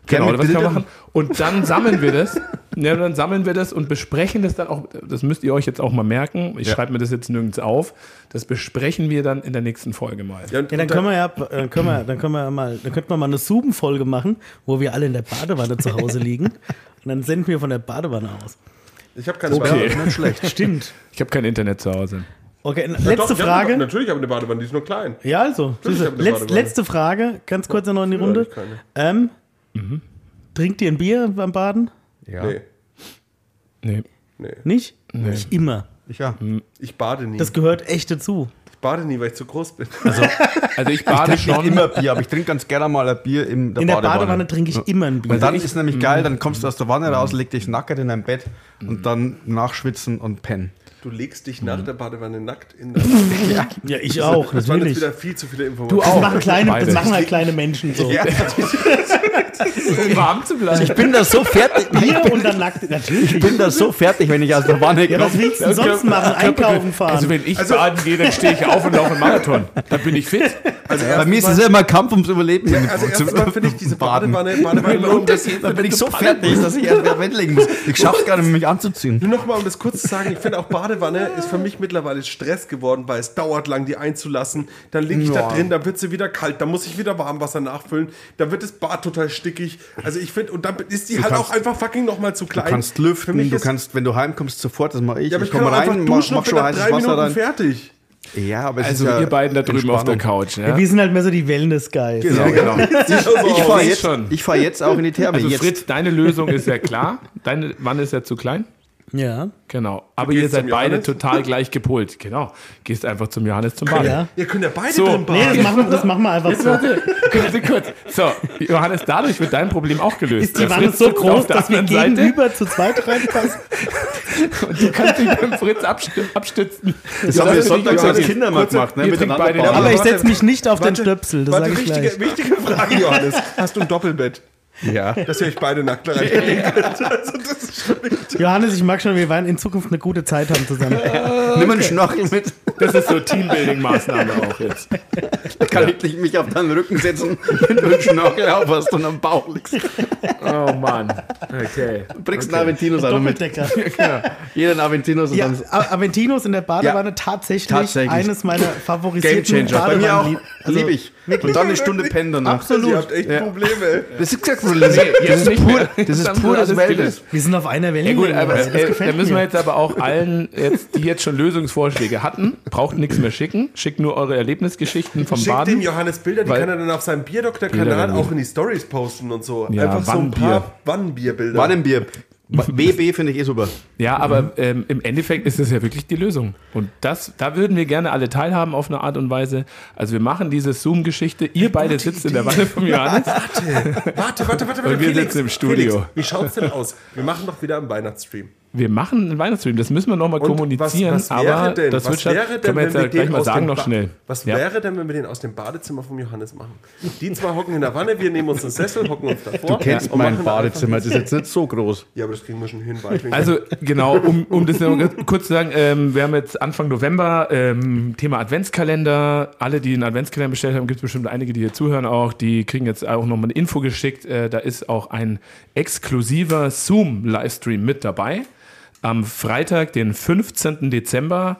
Speaker 3: Gerne
Speaker 1: Genau,
Speaker 3: mit
Speaker 1: was kann man
Speaker 3: Bildern.
Speaker 1: machen? Und dann sammeln wir das. Ja, dann sammeln wir das und besprechen das dann auch. Das müsst ihr euch jetzt auch mal merken. Ich schreibe mir das jetzt nirgends auf. Das besprechen wir dann in der nächsten Folge mal.
Speaker 3: Ja, und-
Speaker 4: Ja, dann
Speaker 3: und
Speaker 4: können wir ja, dann können wir, dann können wir ja mal, dann könnten wir mal eine Zoom-Folge machen, wo wir alle in der Badewanne zu Hause liegen. Und dann senden wir von der Badewanne aus.
Speaker 3: Ich habe keine
Speaker 1: Okay.
Speaker 3: Badewanne. Nicht schlecht.
Speaker 4: Stimmt.
Speaker 1: Ich habe kein Internet zu Hause.
Speaker 4: Okay, n-
Speaker 3: Doch,
Speaker 4: letzte
Speaker 3: ich hab eine-
Speaker 4: Frage.
Speaker 3: Natürlich habe ich eine Badewanne, die ist nur klein.
Speaker 4: Ja, also.
Speaker 3: Natürlich hab ich eine
Speaker 4: Letz,
Speaker 3: Badewanne.
Speaker 4: letzte Frage, ganz kurz noch in die Runde.
Speaker 3: hab ich keine.
Speaker 4: Ähm, Trinkt ihr ein Bier beim Baden?
Speaker 5: Ja.
Speaker 3: Nee,
Speaker 1: Nee.
Speaker 3: nee.
Speaker 4: Nicht? Nicht immer.
Speaker 5: Ich ja.
Speaker 3: Ich bade nie.
Speaker 4: Das gehört echt dazu.
Speaker 3: ich bade nie, weil ich zu groß bin.
Speaker 1: Also ich bade
Speaker 5: Ich trinke
Speaker 1: schon.
Speaker 5: immer Bier, aber ich trinke ganz gerne mal ein Bier in der,
Speaker 4: In der Badewanne trinke ich immer ein Bier.
Speaker 5: Und dann ist nämlich geil,
Speaker 1: Mhm.
Speaker 5: dann kommst du aus der Wanne raus, leg dich nackert in dein Bett und dann nachschwitzen und pennen.
Speaker 3: Du legst dich
Speaker 1: Mhm.
Speaker 3: nach der Badewanne nackt in der
Speaker 4: ja, ich auch,
Speaker 3: Das waren jetzt
Speaker 4: natürlich.
Speaker 3: wieder viel zu viele
Speaker 1: Du
Speaker 3: Informationen.
Speaker 4: Das
Speaker 1: auch.
Speaker 4: machen, kleine, das
Speaker 1: Beides.
Speaker 4: machen halt kleine Menschen so.
Speaker 1: um warm zu bleiben.
Speaker 5: Ich bin da so fertig.
Speaker 4: Bier und dann nackt. Natürlich.
Speaker 5: Ich bin da so fertig, wenn ich aus der Wanne
Speaker 4: Ja, was
Speaker 5: komme.
Speaker 4: willst du denn sonst machen? Einkaufen fahren.
Speaker 1: Also wenn ich baden gehe, dann stehe ich auf und laufe einen Marathon. Dann bin ich fit.
Speaker 3: Also
Speaker 5: Bei mir ist
Speaker 3: erstmal-
Speaker 5: es ja immer Kampf ums Überleben.
Speaker 3: Also erstmal finde ich diese
Speaker 5: Baden.
Speaker 3: Badewanne, Badewanne nur um das,
Speaker 5: Dann bin ich so fertig, dass ich erst wieder weglegen muss. Ich schaff's gar nicht, mehr, mich anzuziehen.
Speaker 3: Nochmal, um das kurz zu sagen, ich finde auch Badewanne ist für mich mittlerweile Stress geworden, weil es dauert lang, die einzulassen. Dann liege ich da
Speaker 5: Ja.
Speaker 3: drin, dann wird sie wieder kalt, dann muss ich wieder Warmwasser nachfüllen, dann wird das Bad total stickig. Also ich finde, und dann ist die halt
Speaker 5: kannst-
Speaker 3: auch einfach fucking nochmal zu klein.
Speaker 5: Du kannst
Speaker 3: Für
Speaker 5: lüften,
Speaker 3: mich
Speaker 5: du
Speaker 3: ist,
Speaker 5: kannst, wenn du heimkommst, sofort, das mache ich.
Speaker 3: Ja, aber
Speaker 5: ich
Speaker 3: ich kann
Speaker 5: komme
Speaker 3: auch einfach
Speaker 5: rein, mach,
Speaker 3: duschen
Speaker 5: mach
Speaker 3: und bin
Speaker 5: schon
Speaker 3: nach
Speaker 5: heißes
Speaker 3: drei
Speaker 5: Wasser
Speaker 3: Minuten
Speaker 5: rein.
Speaker 3: fertig.
Speaker 5: Ja, aber es
Speaker 1: Also
Speaker 5: ist ja
Speaker 1: ihr beiden da drüben auf der
Speaker 5: Entspannung.
Speaker 1: Couch. Ja?
Speaker 4: Wir sind halt mehr so die Wellness-Guys.
Speaker 5: Genau, genau.
Speaker 3: Also,
Speaker 5: Ich fahre
Speaker 1: Jetzt
Speaker 5: jetzt,
Speaker 1: schon.
Speaker 5: ich fahr jetzt auch in die Therme.
Speaker 1: Also
Speaker 5: jetzt.
Speaker 1: Fritz, deine Lösung ist ja klar. Deine Wanne ist ja zu klein.
Speaker 4: Ja.
Speaker 1: Genau. Aber
Speaker 3: gehst
Speaker 1: ihr seid
Speaker 3: zum
Speaker 1: beide
Speaker 3: Johannes?
Speaker 1: total gleich gepolt. Genau. Gehst einfach zum Johannes zum Baden.
Speaker 4: ja.
Speaker 3: Ihr könnt ja beide
Speaker 1: So.
Speaker 3: drin
Speaker 4: Nee,
Speaker 3: baden.
Speaker 4: das machen, wir- das machen wir einfach so.
Speaker 1: Warte, kurz, kurz. So, Johannes, dadurch wird dein Problem auch gelöst.
Speaker 4: Ist die
Speaker 1: Der
Speaker 4: Wanne
Speaker 1: Fritz
Speaker 4: so
Speaker 1: sitzt auf
Speaker 4: groß,
Speaker 1: der
Speaker 4: dass wir
Speaker 1: anderen Seite
Speaker 4: gegenüber zu zweit reinpassen?
Speaker 1: und du kannst dich mit dem Fritz absti- abstützen.
Speaker 5: Das haben wir sonntags als
Speaker 1: Johannes.
Speaker 5: Kinder mal gemacht, ne?
Speaker 1: ihr trinkt
Speaker 5: Miteinander
Speaker 1: beide-
Speaker 5: baden.
Speaker 4: Aber ich
Speaker 3: warte,
Speaker 4: setze mich nicht auf den
Speaker 3: warte,
Speaker 4: Stöpsel, das
Speaker 3: warte,
Speaker 4: sage ich
Speaker 3: wichtige,
Speaker 4: gleich.
Speaker 3: wichtige Frage, Johannes. Hast du ein Doppelbett?
Speaker 5: Ja.
Speaker 3: Dass ihr euch beide nackt da reinlegen könnt. Also das ist schon wichtig.
Speaker 4: Johannes, ich mag schon, wir werden in Zukunft eine gute Zeit haben zusammen.
Speaker 5: Nimm einen Schnorchel mit.
Speaker 1: Das ist so Teambuilding-Maßnahme auch jetzt.
Speaker 5: Da kann ich mich auf deinen Rücken setzen, wenn du einen Schnorchel aufhast und am Bauch liegst.
Speaker 1: Oh Mann. Okay.
Speaker 5: Bringst einen Aventinus auch noch mit.
Speaker 4: Doppeldecker.
Speaker 5: Jeder einen Aventinus und
Speaker 4: Ja,
Speaker 5: dann
Speaker 4: A- Aventinos in der Badewanne tatsächlich,
Speaker 5: Tatsächlich.
Speaker 4: eines meiner
Speaker 5: Game
Speaker 4: favorisierten
Speaker 5: Changer. Bei mir auch.
Speaker 4: Badewannenlieb- Also,
Speaker 5: Lieb ich. Und dann eine Stunde pennen danach.
Speaker 3: Ihr
Speaker 4: Absolut.
Speaker 3: habt echt
Speaker 5: Ja.
Speaker 3: Probleme.
Speaker 5: Das ist gesagt, das
Speaker 1: jetzt
Speaker 5: ist
Speaker 1: nicht
Speaker 5: pur,
Speaker 1: mehr.
Speaker 5: das
Speaker 1: Jetzt
Speaker 5: ist
Speaker 1: haben
Speaker 5: pur
Speaker 1: wir
Speaker 5: das
Speaker 1: alles
Speaker 5: Wellness.
Speaker 4: Wir sind auf einer
Speaker 1: Ja gut,
Speaker 4: Wellenlänge.
Speaker 1: aber
Speaker 4: also, das
Speaker 1: äh,
Speaker 4: gefällt
Speaker 1: da müssen wir
Speaker 4: mir.
Speaker 1: jetzt aber auch allen, jetzt, die jetzt schon Lösungsvorschläge hatten, braucht nichts mehr schicken. Schickt nur eure Erlebnisgeschichten vom
Speaker 3: Schickt
Speaker 1: Baden.
Speaker 3: dem Johannes Bilder, die
Speaker 1: Weil-
Speaker 3: kann er dann auf seinem
Speaker 1: Bilder
Speaker 3: Bierdoktor-Kanal
Speaker 1: werden-
Speaker 3: auch in die Stories posten und so.
Speaker 1: Ja,
Speaker 3: Einfach so ein
Speaker 1: Wannbier.
Speaker 3: paar Wannbierbilder.
Speaker 5: Wannenbier. WB finde ich eh super.
Speaker 1: Ja, aber ähm, im Endeffekt ist es ja wirklich die Lösung. Und das, da würden wir gerne alle teilhaben auf eine Art und Weise. Also wir machen diese Zoom-Geschichte. Ihr beide sitzt in der Wanne von Johannes.
Speaker 3: Warte, warte, warte, warte.
Speaker 1: Und wir sitzen im Studio.
Speaker 3: Felix, wie schaut's denn aus? Wir machen doch wieder einen Weihnachtsstream.
Speaker 1: Wir machen einen Weihnachtsfilm. Das müssen wir nochmal
Speaker 3: Und
Speaker 1: kommunizieren. aber das wird
Speaker 3: was
Speaker 1: schon,
Speaker 3: wäre denn,
Speaker 1: können wir
Speaker 3: wenn
Speaker 1: jetzt ja
Speaker 3: wir
Speaker 1: gleich
Speaker 3: den
Speaker 1: mal
Speaker 3: aus
Speaker 1: sagen
Speaker 3: dem
Speaker 1: noch
Speaker 3: Ba-
Speaker 1: schnell.
Speaker 3: Was
Speaker 1: Ja.
Speaker 3: wäre denn, wenn wir den aus dem Badezimmer vom Johannes machen? Die zwei hocken in der Wanne, wir nehmen uns einen Sessel, hocken uns davor. Du
Speaker 5: Kennst mein Badezimmer, das ist jetzt nicht so groß.
Speaker 3: Ja, aber das kriegen wir schon hin. Weitwinkel.
Speaker 1: Also genau, um, um das noch kurz zu sagen, ähm, wir haben jetzt Anfang November ähm, Thema Adventskalender. Alle, die einen Adventskalender bestellt haben, gibt es bestimmt einige, die hier zuhören auch. Die kriegen jetzt auch nochmal eine Info geschickt. Äh, da ist auch ein exklusiver Zoom-Livestream mit dabei. Am Freitag, den 15. Dezember.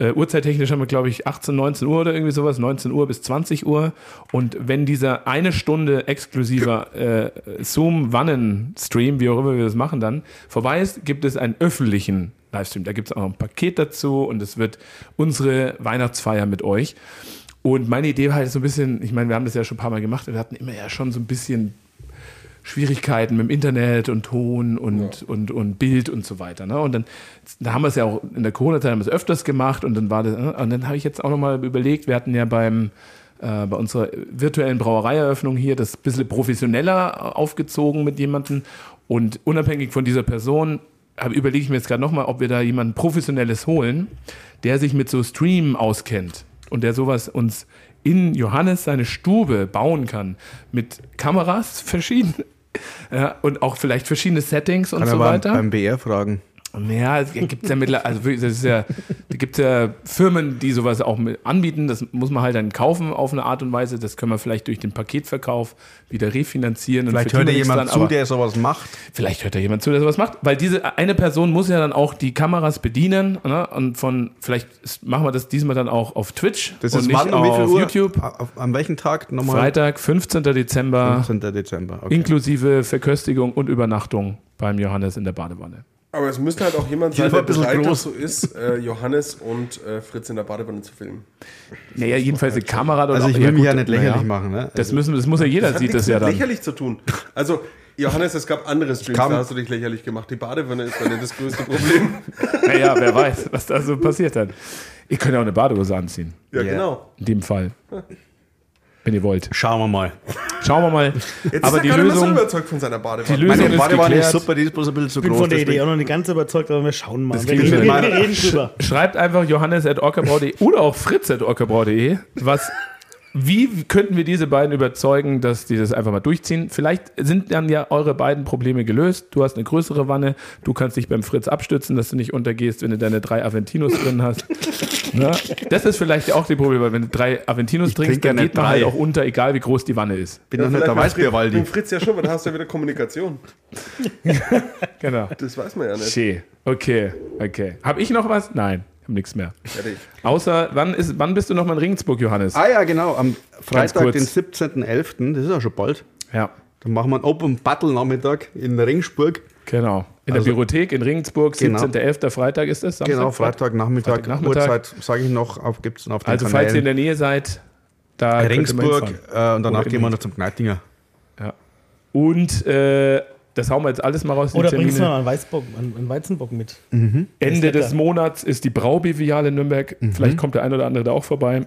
Speaker 1: Äh, Uhrzeittechnisch haben wir, glaube ich, 18, 19 Uhr oder irgendwie sowas, 19 Uhr bis 20 Uhr. Und wenn dieser eine Stunde exklusiver äh, Zoom-Wannen-Stream, wie auch immer wir das machen dann, vorbei ist, gibt es einen öffentlichen Livestream. Da gibt es auch ein Paket dazu und es wird unsere Weihnachtsfeier mit euch. Und meine Idee war halt so ein bisschen, ich meine, wir haben das ja schon ein paar Mal gemacht und wir hatten immer ja schon so ein bisschen Schwierigkeiten mit dem Internet und Ton und, und, und Bild und so weiter. Ne? Und dann da haben wir es ja auch in der Corona-Zeit haben wir es öfters gemacht und dann war das, ne? und dann habe ich jetzt auch nochmal überlegt, wir hatten ja beim äh, bei unserer virtuellen Brauereieröffnung hier das ein bisschen professioneller äh, aufgezogen mit jemandem und unabhängig von dieser Person habe- überlege ich mir jetzt gerade nochmal, ob wir da jemanden professionelles holen, der sich mit so Streamen auskennt und der sowas uns in Johannes seine Stube bauen kann mit Kameras verschieden ja, und auch vielleicht verschiedene Settings und
Speaker 5: Kann
Speaker 1: so
Speaker 5: er beim-
Speaker 1: weiter.
Speaker 5: beim BR fragen.
Speaker 1: Ja, es gibt ja mittlerweile, also wirklich, das ist ja, da gibt ja Firmen, die sowas auch mit anbieten. Das muss man halt dann kaufen auf eine Art und Weise. Das können wir vielleicht durch den Paketverkauf wieder refinanzieren. und
Speaker 5: Vielleicht
Speaker 1: verdienen
Speaker 5: hört ja
Speaker 1: wir nichts
Speaker 5: jemand
Speaker 1: dran,
Speaker 5: zu,
Speaker 1: aber
Speaker 5: der sowas macht.
Speaker 1: vielleicht hört ja jemand zu, der sowas macht. Weil diese eine Person muss ja dann auch die Kameras bedienen. Ne? Und von, vielleicht ist- machen wir das diesmal dann auch auf Twitch
Speaker 5: Das
Speaker 1: und
Speaker 5: ist
Speaker 1: nicht
Speaker 5: wann um
Speaker 1: auf
Speaker 5: wie viel Uhr?
Speaker 1: YouTube.
Speaker 5: A- Auf, an welchem Tag nochmal?
Speaker 1: Freitag, 15. Dezember,
Speaker 5: 15. Dezember. Okay.
Speaker 1: inklusive Verköstigung und Übernachtung beim Johannes in der Badewanne.
Speaker 3: Aber es müsste halt auch jemand sein,
Speaker 5: war
Speaker 3: der
Speaker 5: ein bisschen
Speaker 3: bereit
Speaker 5: groß.
Speaker 3: dazu ist, äh, Johannes und äh, Fritz in der Badewanne zu filmen.
Speaker 1: Naja, jedenfalls eine Kamera. dort
Speaker 5: Also
Speaker 1: auch-
Speaker 5: ich will mich
Speaker 1: gut,
Speaker 5: ja nicht
Speaker 1: naja.
Speaker 5: lächerlich machen. Ne?
Speaker 1: Das, müssen, das muss Also, ja jeder
Speaker 3: hat
Speaker 1: sieht
Speaker 3: nichts
Speaker 1: das ja
Speaker 3: mit
Speaker 1: dann.
Speaker 3: lächerlich zu tun. Also, Johannes, es gab andere Streams,
Speaker 5: kam-
Speaker 3: da hast du dich lächerlich gemacht. Die Badewanne ist dann das größte Problem.
Speaker 1: Naja, wer weiß, was da so passiert hat. Ihr könnt ja auch eine Badehose anziehen,
Speaker 3: Ja,
Speaker 5: Ja.
Speaker 3: genau.
Speaker 1: in dem Fall. Wenn ihr wollt.
Speaker 5: Schauen wir mal.
Speaker 1: Schauen wir mal.
Speaker 3: Jetzt
Speaker 1: Aber
Speaker 3: ist er
Speaker 1: die
Speaker 3: gerade mal so
Speaker 1: Lösung,
Speaker 3: überzeugt von seiner Badewanne.
Speaker 1: die Lösung
Speaker 5: Meine
Speaker 1: ist
Speaker 5: Badewanne
Speaker 1: geklärt.
Speaker 5: ist super, die ist bloß ein bisschen zu
Speaker 4: Ich bin
Speaker 5: groß.
Speaker 4: von der Idee
Speaker 5: deswegen-
Speaker 4: auch noch nicht ganz überzeugt, aber wir schauen mal. Wir,
Speaker 1: klingt
Speaker 4: wir,
Speaker 1: schon
Speaker 4: wir
Speaker 1: mal-
Speaker 4: reden drüber.
Speaker 1: Schreibt einfach johannes.orkerbau.de oder auch fritz.orkerbau.de, was. Wie könnten wir diese beiden überzeugen, dass die das einfach mal durchziehen? Vielleicht sind dann ja eure beiden Probleme gelöst. Du hast eine größere Wanne, du kannst dich beim Fritz abstützen, dass du nicht untergehst, wenn du deine drei Aventinos drin hast. Ne? Das ist vielleicht auch die Probleme, weil wenn du drei Aventinos
Speaker 5: trinke
Speaker 1: trinkst, dann
Speaker 5: gerne
Speaker 1: geht man
Speaker 5: drei.
Speaker 1: halt auch unter, egal wie groß die Wanne ist.
Speaker 5: bin noch nicht der Weißbierwaldi.
Speaker 3: Mit Fritz ja schon, weil da hast du ja wieder Kommunikation.
Speaker 1: Genau.
Speaker 3: Das weiß man ja nicht.
Speaker 1: Okay, okay. okay. Habe ich noch was? Nein, ich habe nichts mehr.
Speaker 3: Fertig.
Speaker 1: Außer, wann, ist, wann bist du nochmal in Regensburg, Johannes?
Speaker 5: Ah ja, genau. Am Freitag,
Speaker 1: kurz.
Speaker 5: den 17.11., das ist ja schon bald.
Speaker 1: Ja.
Speaker 5: Dann machen wir einen Open Battle Nachmittag in Ringsburg.
Speaker 1: Genau. In
Speaker 5: Also-
Speaker 1: der Bibliothek in Regensburg,
Speaker 5: Genau.
Speaker 1: 17.11. Freitag ist das. Samstag?
Speaker 5: Genau, Freitagnachmittag.
Speaker 1: Freitagnachmittag.
Speaker 5: Uhrzeit, sage ich noch, gibt es auf den
Speaker 1: Also,
Speaker 5: Kanälen.
Speaker 1: falls ihr in der Nähe seid, da könnte man
Speaker 5: Ringsburg
Speaker 1: hinfahren.
Speaker 5: äh, und danach
Speaker 1: Oder
Speaker 5: gehen wir noch zum Kneitinger.
Speaker 1: Und äh, das hauen wir jetzt alles mal raus. die
Speaker 4: Oder
Speaker 1: Termine.
Speaker 4: bringst du mal einen, Weißbock, einen, einen Weizenbock mit?
Speaker 1: Ende
Speaker 4: Ist lecker.
Speaker 1: des Monats ist die Braubeviale in Nürnberg. Vielleicht kommt der ein oder andere da auch vorbei.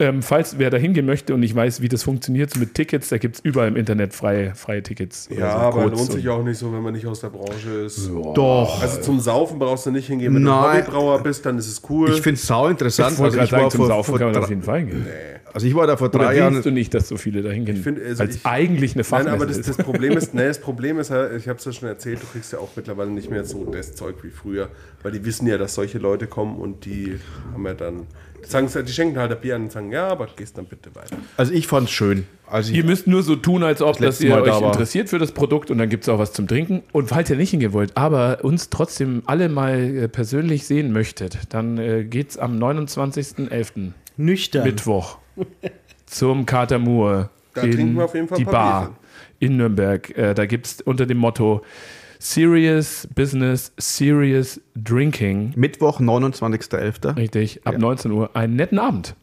Speaker 1: Ähm, falls wer da hingehen möchte und ich weiß, wie das funktioniert so mit Tickets, da gibt es überall im Internet freie, freie Tickets. oder
Speaker 3: Ja,
Speaker 1: so
Speaker 3: aber
Speaker 1: Codes
Speaker 3: lohnt
Speaker 1: und-
Speaker 3: sich auch nicht so, wenn man nicht aus der Branche ist.
Speaker 5: Doch.
Speaker 3: Also zum Saufen brauchst du nicht hingehen. Wenn du
Speaker 5: Nein.
Speaker 3: Hobbybrauer bist, dann ist es cool.
Speaker 5: Ich finde es sau
Speaker 1: Ich
Speaker 5: interessant. Also
Speaker 1: wollte gerade
Speaker 5: ich,
Speaker 1: sagen,
Speaker 5: war
Speaker 1: zum
Speaker 5: vor,
Speaker 1: Saufen
Speaker 5: vor
Speaker 1: kann man auf
Speaker 5: drei,
Speaker 1: jeden Fall hingehen.
Speaker 5: also ich war da vor
Speaker 1: Oder
Speaker 5: drei
Speaker 1: willst du
Speaker 5: Jahren.
Speaker 1: nicht, dass so viele da hingehen?
Speaker 3: find, also
Speaker 1: als
Speaker 3: ich-
Speaker 1: eigentlich eine
Speaker 3: Nein,
Speaker 1: Fachmesse
Speaker 3: aber das,
Speaker 1: ist.
Speaker 3: das Problem ist, nee, das Problem ist, halt, ich habe es ja schon erzählt, du kriegst ja auch mittlerweile nicht mehr so das Zeug wie früher, weil die wissen ja, dass solche Leute kommen und die haben ja dann, die, sagen, die schenken halt ein Bier an und sagen, ja, aber gehst dann bitte weiter.
Speaker 5: Also ich fand es schön. Also
Speaker 1: Ihr
Speaker 5: ich,
Speaker 1: müsst nur so tun, als ob dass
Speaker 5: letzte
Speaker 1: ihr
Speaker 5: Mal da
Speaker 1: euch
Speaker 5: war.
Speaker 1: interessiert für das Produkt und dann gibt es auch was zum Trinken. Und falls ihr nicht hingehen wollt, aber uns trotzdem alle mal äh, persönlich sehen möchtet, dann äh, geht's am 29.11.
Speaker 4: Nüchtern.
Speaker 1: Mittwoch zum Katamur.
Speaker 3: Da trinken wir auf jeden Fall
Speaker 1: die
Speaker 3: ein paar
Speaker 1: Bar in Nürnberg. Äh, da gibt es unter dem Motto Serious Business, Serious Drinking,
Speaker 5: Mittwoch, 29.11.
Speaker 1: richtig, ab
Speaker 5: Ja.
Speaker 1: 19 Uhr einen netten Abend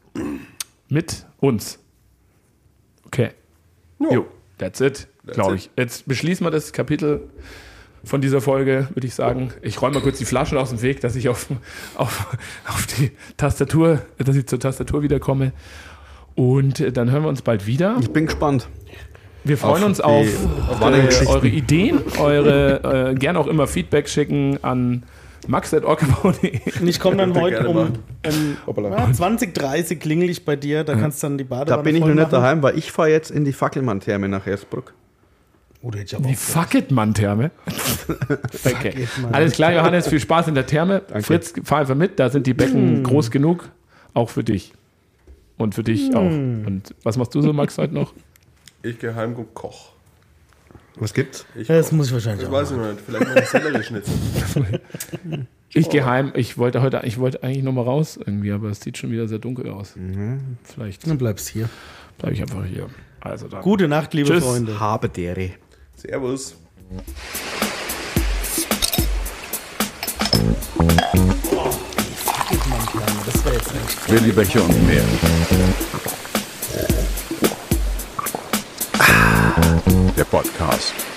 Speaker 1: mit uns. Okay.
Speaker 3: Jo.
Speaker 1: Jo, that's it, glaube ich. Jetzt beschließen wir das Kapitel von dieser Folge, würde ich sagen. Ich räume mal kurz die Flaschen aus dem Weg, dass ich auf, auf, auf die Tastatur, dass ich zur Tastatur wiederkomme. Und äh, dann hören wir uns bald wieder.
Speaker 5: Ich bin gespannt.
Speaker 1: Wir freuen
Speaker 5: auf
Speaker 1: uns
Speaker 5: die-
Speaker 1: auf,
Speaker 5: auf alle
Speaker 1: äh,
Speaker 5: Geschichten.
Speaker 1: eure Ideen, eure äh, gerne auch immer Feedback schicken an max.orkebau.de.
Speaker 4: Und ich komme dann
Speaker 3: Könnt ihr
Speaker 4: heute
Speaker 3: gerne
Speaker 4: um,
Speaker 3: machen.
Speaker 4: um
Speaker 5: Hoppala.
Speaker 4: ja, 20, 30 klingel ich bei dir, da kannst du dann die
Speaker 5: Da
Speaker 4: Badewanne
Speaker 5: bin ich noch
Speaker 4: voll
Speaker 5: nicht
Speaker 4: machen.
Speaker 5: daheim, weil ich fahre jetzt in die Fackelmann-Therme nach Ersbruck.
Speaker 4: Oder Oh, hätte ich aber
Speaker 1: Die Fuck it, Mann, Therme. Okay.
Speaker 4: it, Mann.
Speaker 1: Alles klar, Johannes, viel Spaß in der Therme. Fritz, fahr einfach mit, da sind die Becken
Speaker 4: Mm.
Speaker 1: groß genug, auch für dich. Und für
Speaker 4: Mm.
Speaker 1: dich auch. Und was machst du so, Max, heute noch?
Speaker 3: Ich gehe heim und koch.
Speaker 5: Was gibt's?
Speaker 3: Ich
Speaker 4: Ja, das
Speaker 3: koch.
Speaker 4: muss ich wahrscheinlich
Speaker 3: das
Speaker 4: auch
Speaker 3: weiß ich noch nicht. Vielleicht noch ein Sellerie schnitzen.
Speaker 1: Ich gehe heim. Ich wollte heute, ich wollte eigentlich nochmal raus irgendwie, aber es sieht schon wieder sehr dunkel aus.
Speaker 4: Mhm.
Speaker 1: Vielleicht
Speaker 4: Dann bleibst hier.
Speaker 1: bleibe ich einfach hier. Also dann.
Speaker 4: Gute Nacht, liebe
Speaker 1: Tschüss.
Speaker 4: Freunde.
Speaker 5: Habe dere.
Speaker 3: Servus.
Speaker 2: Willi Becher und mehr. Der Podcast.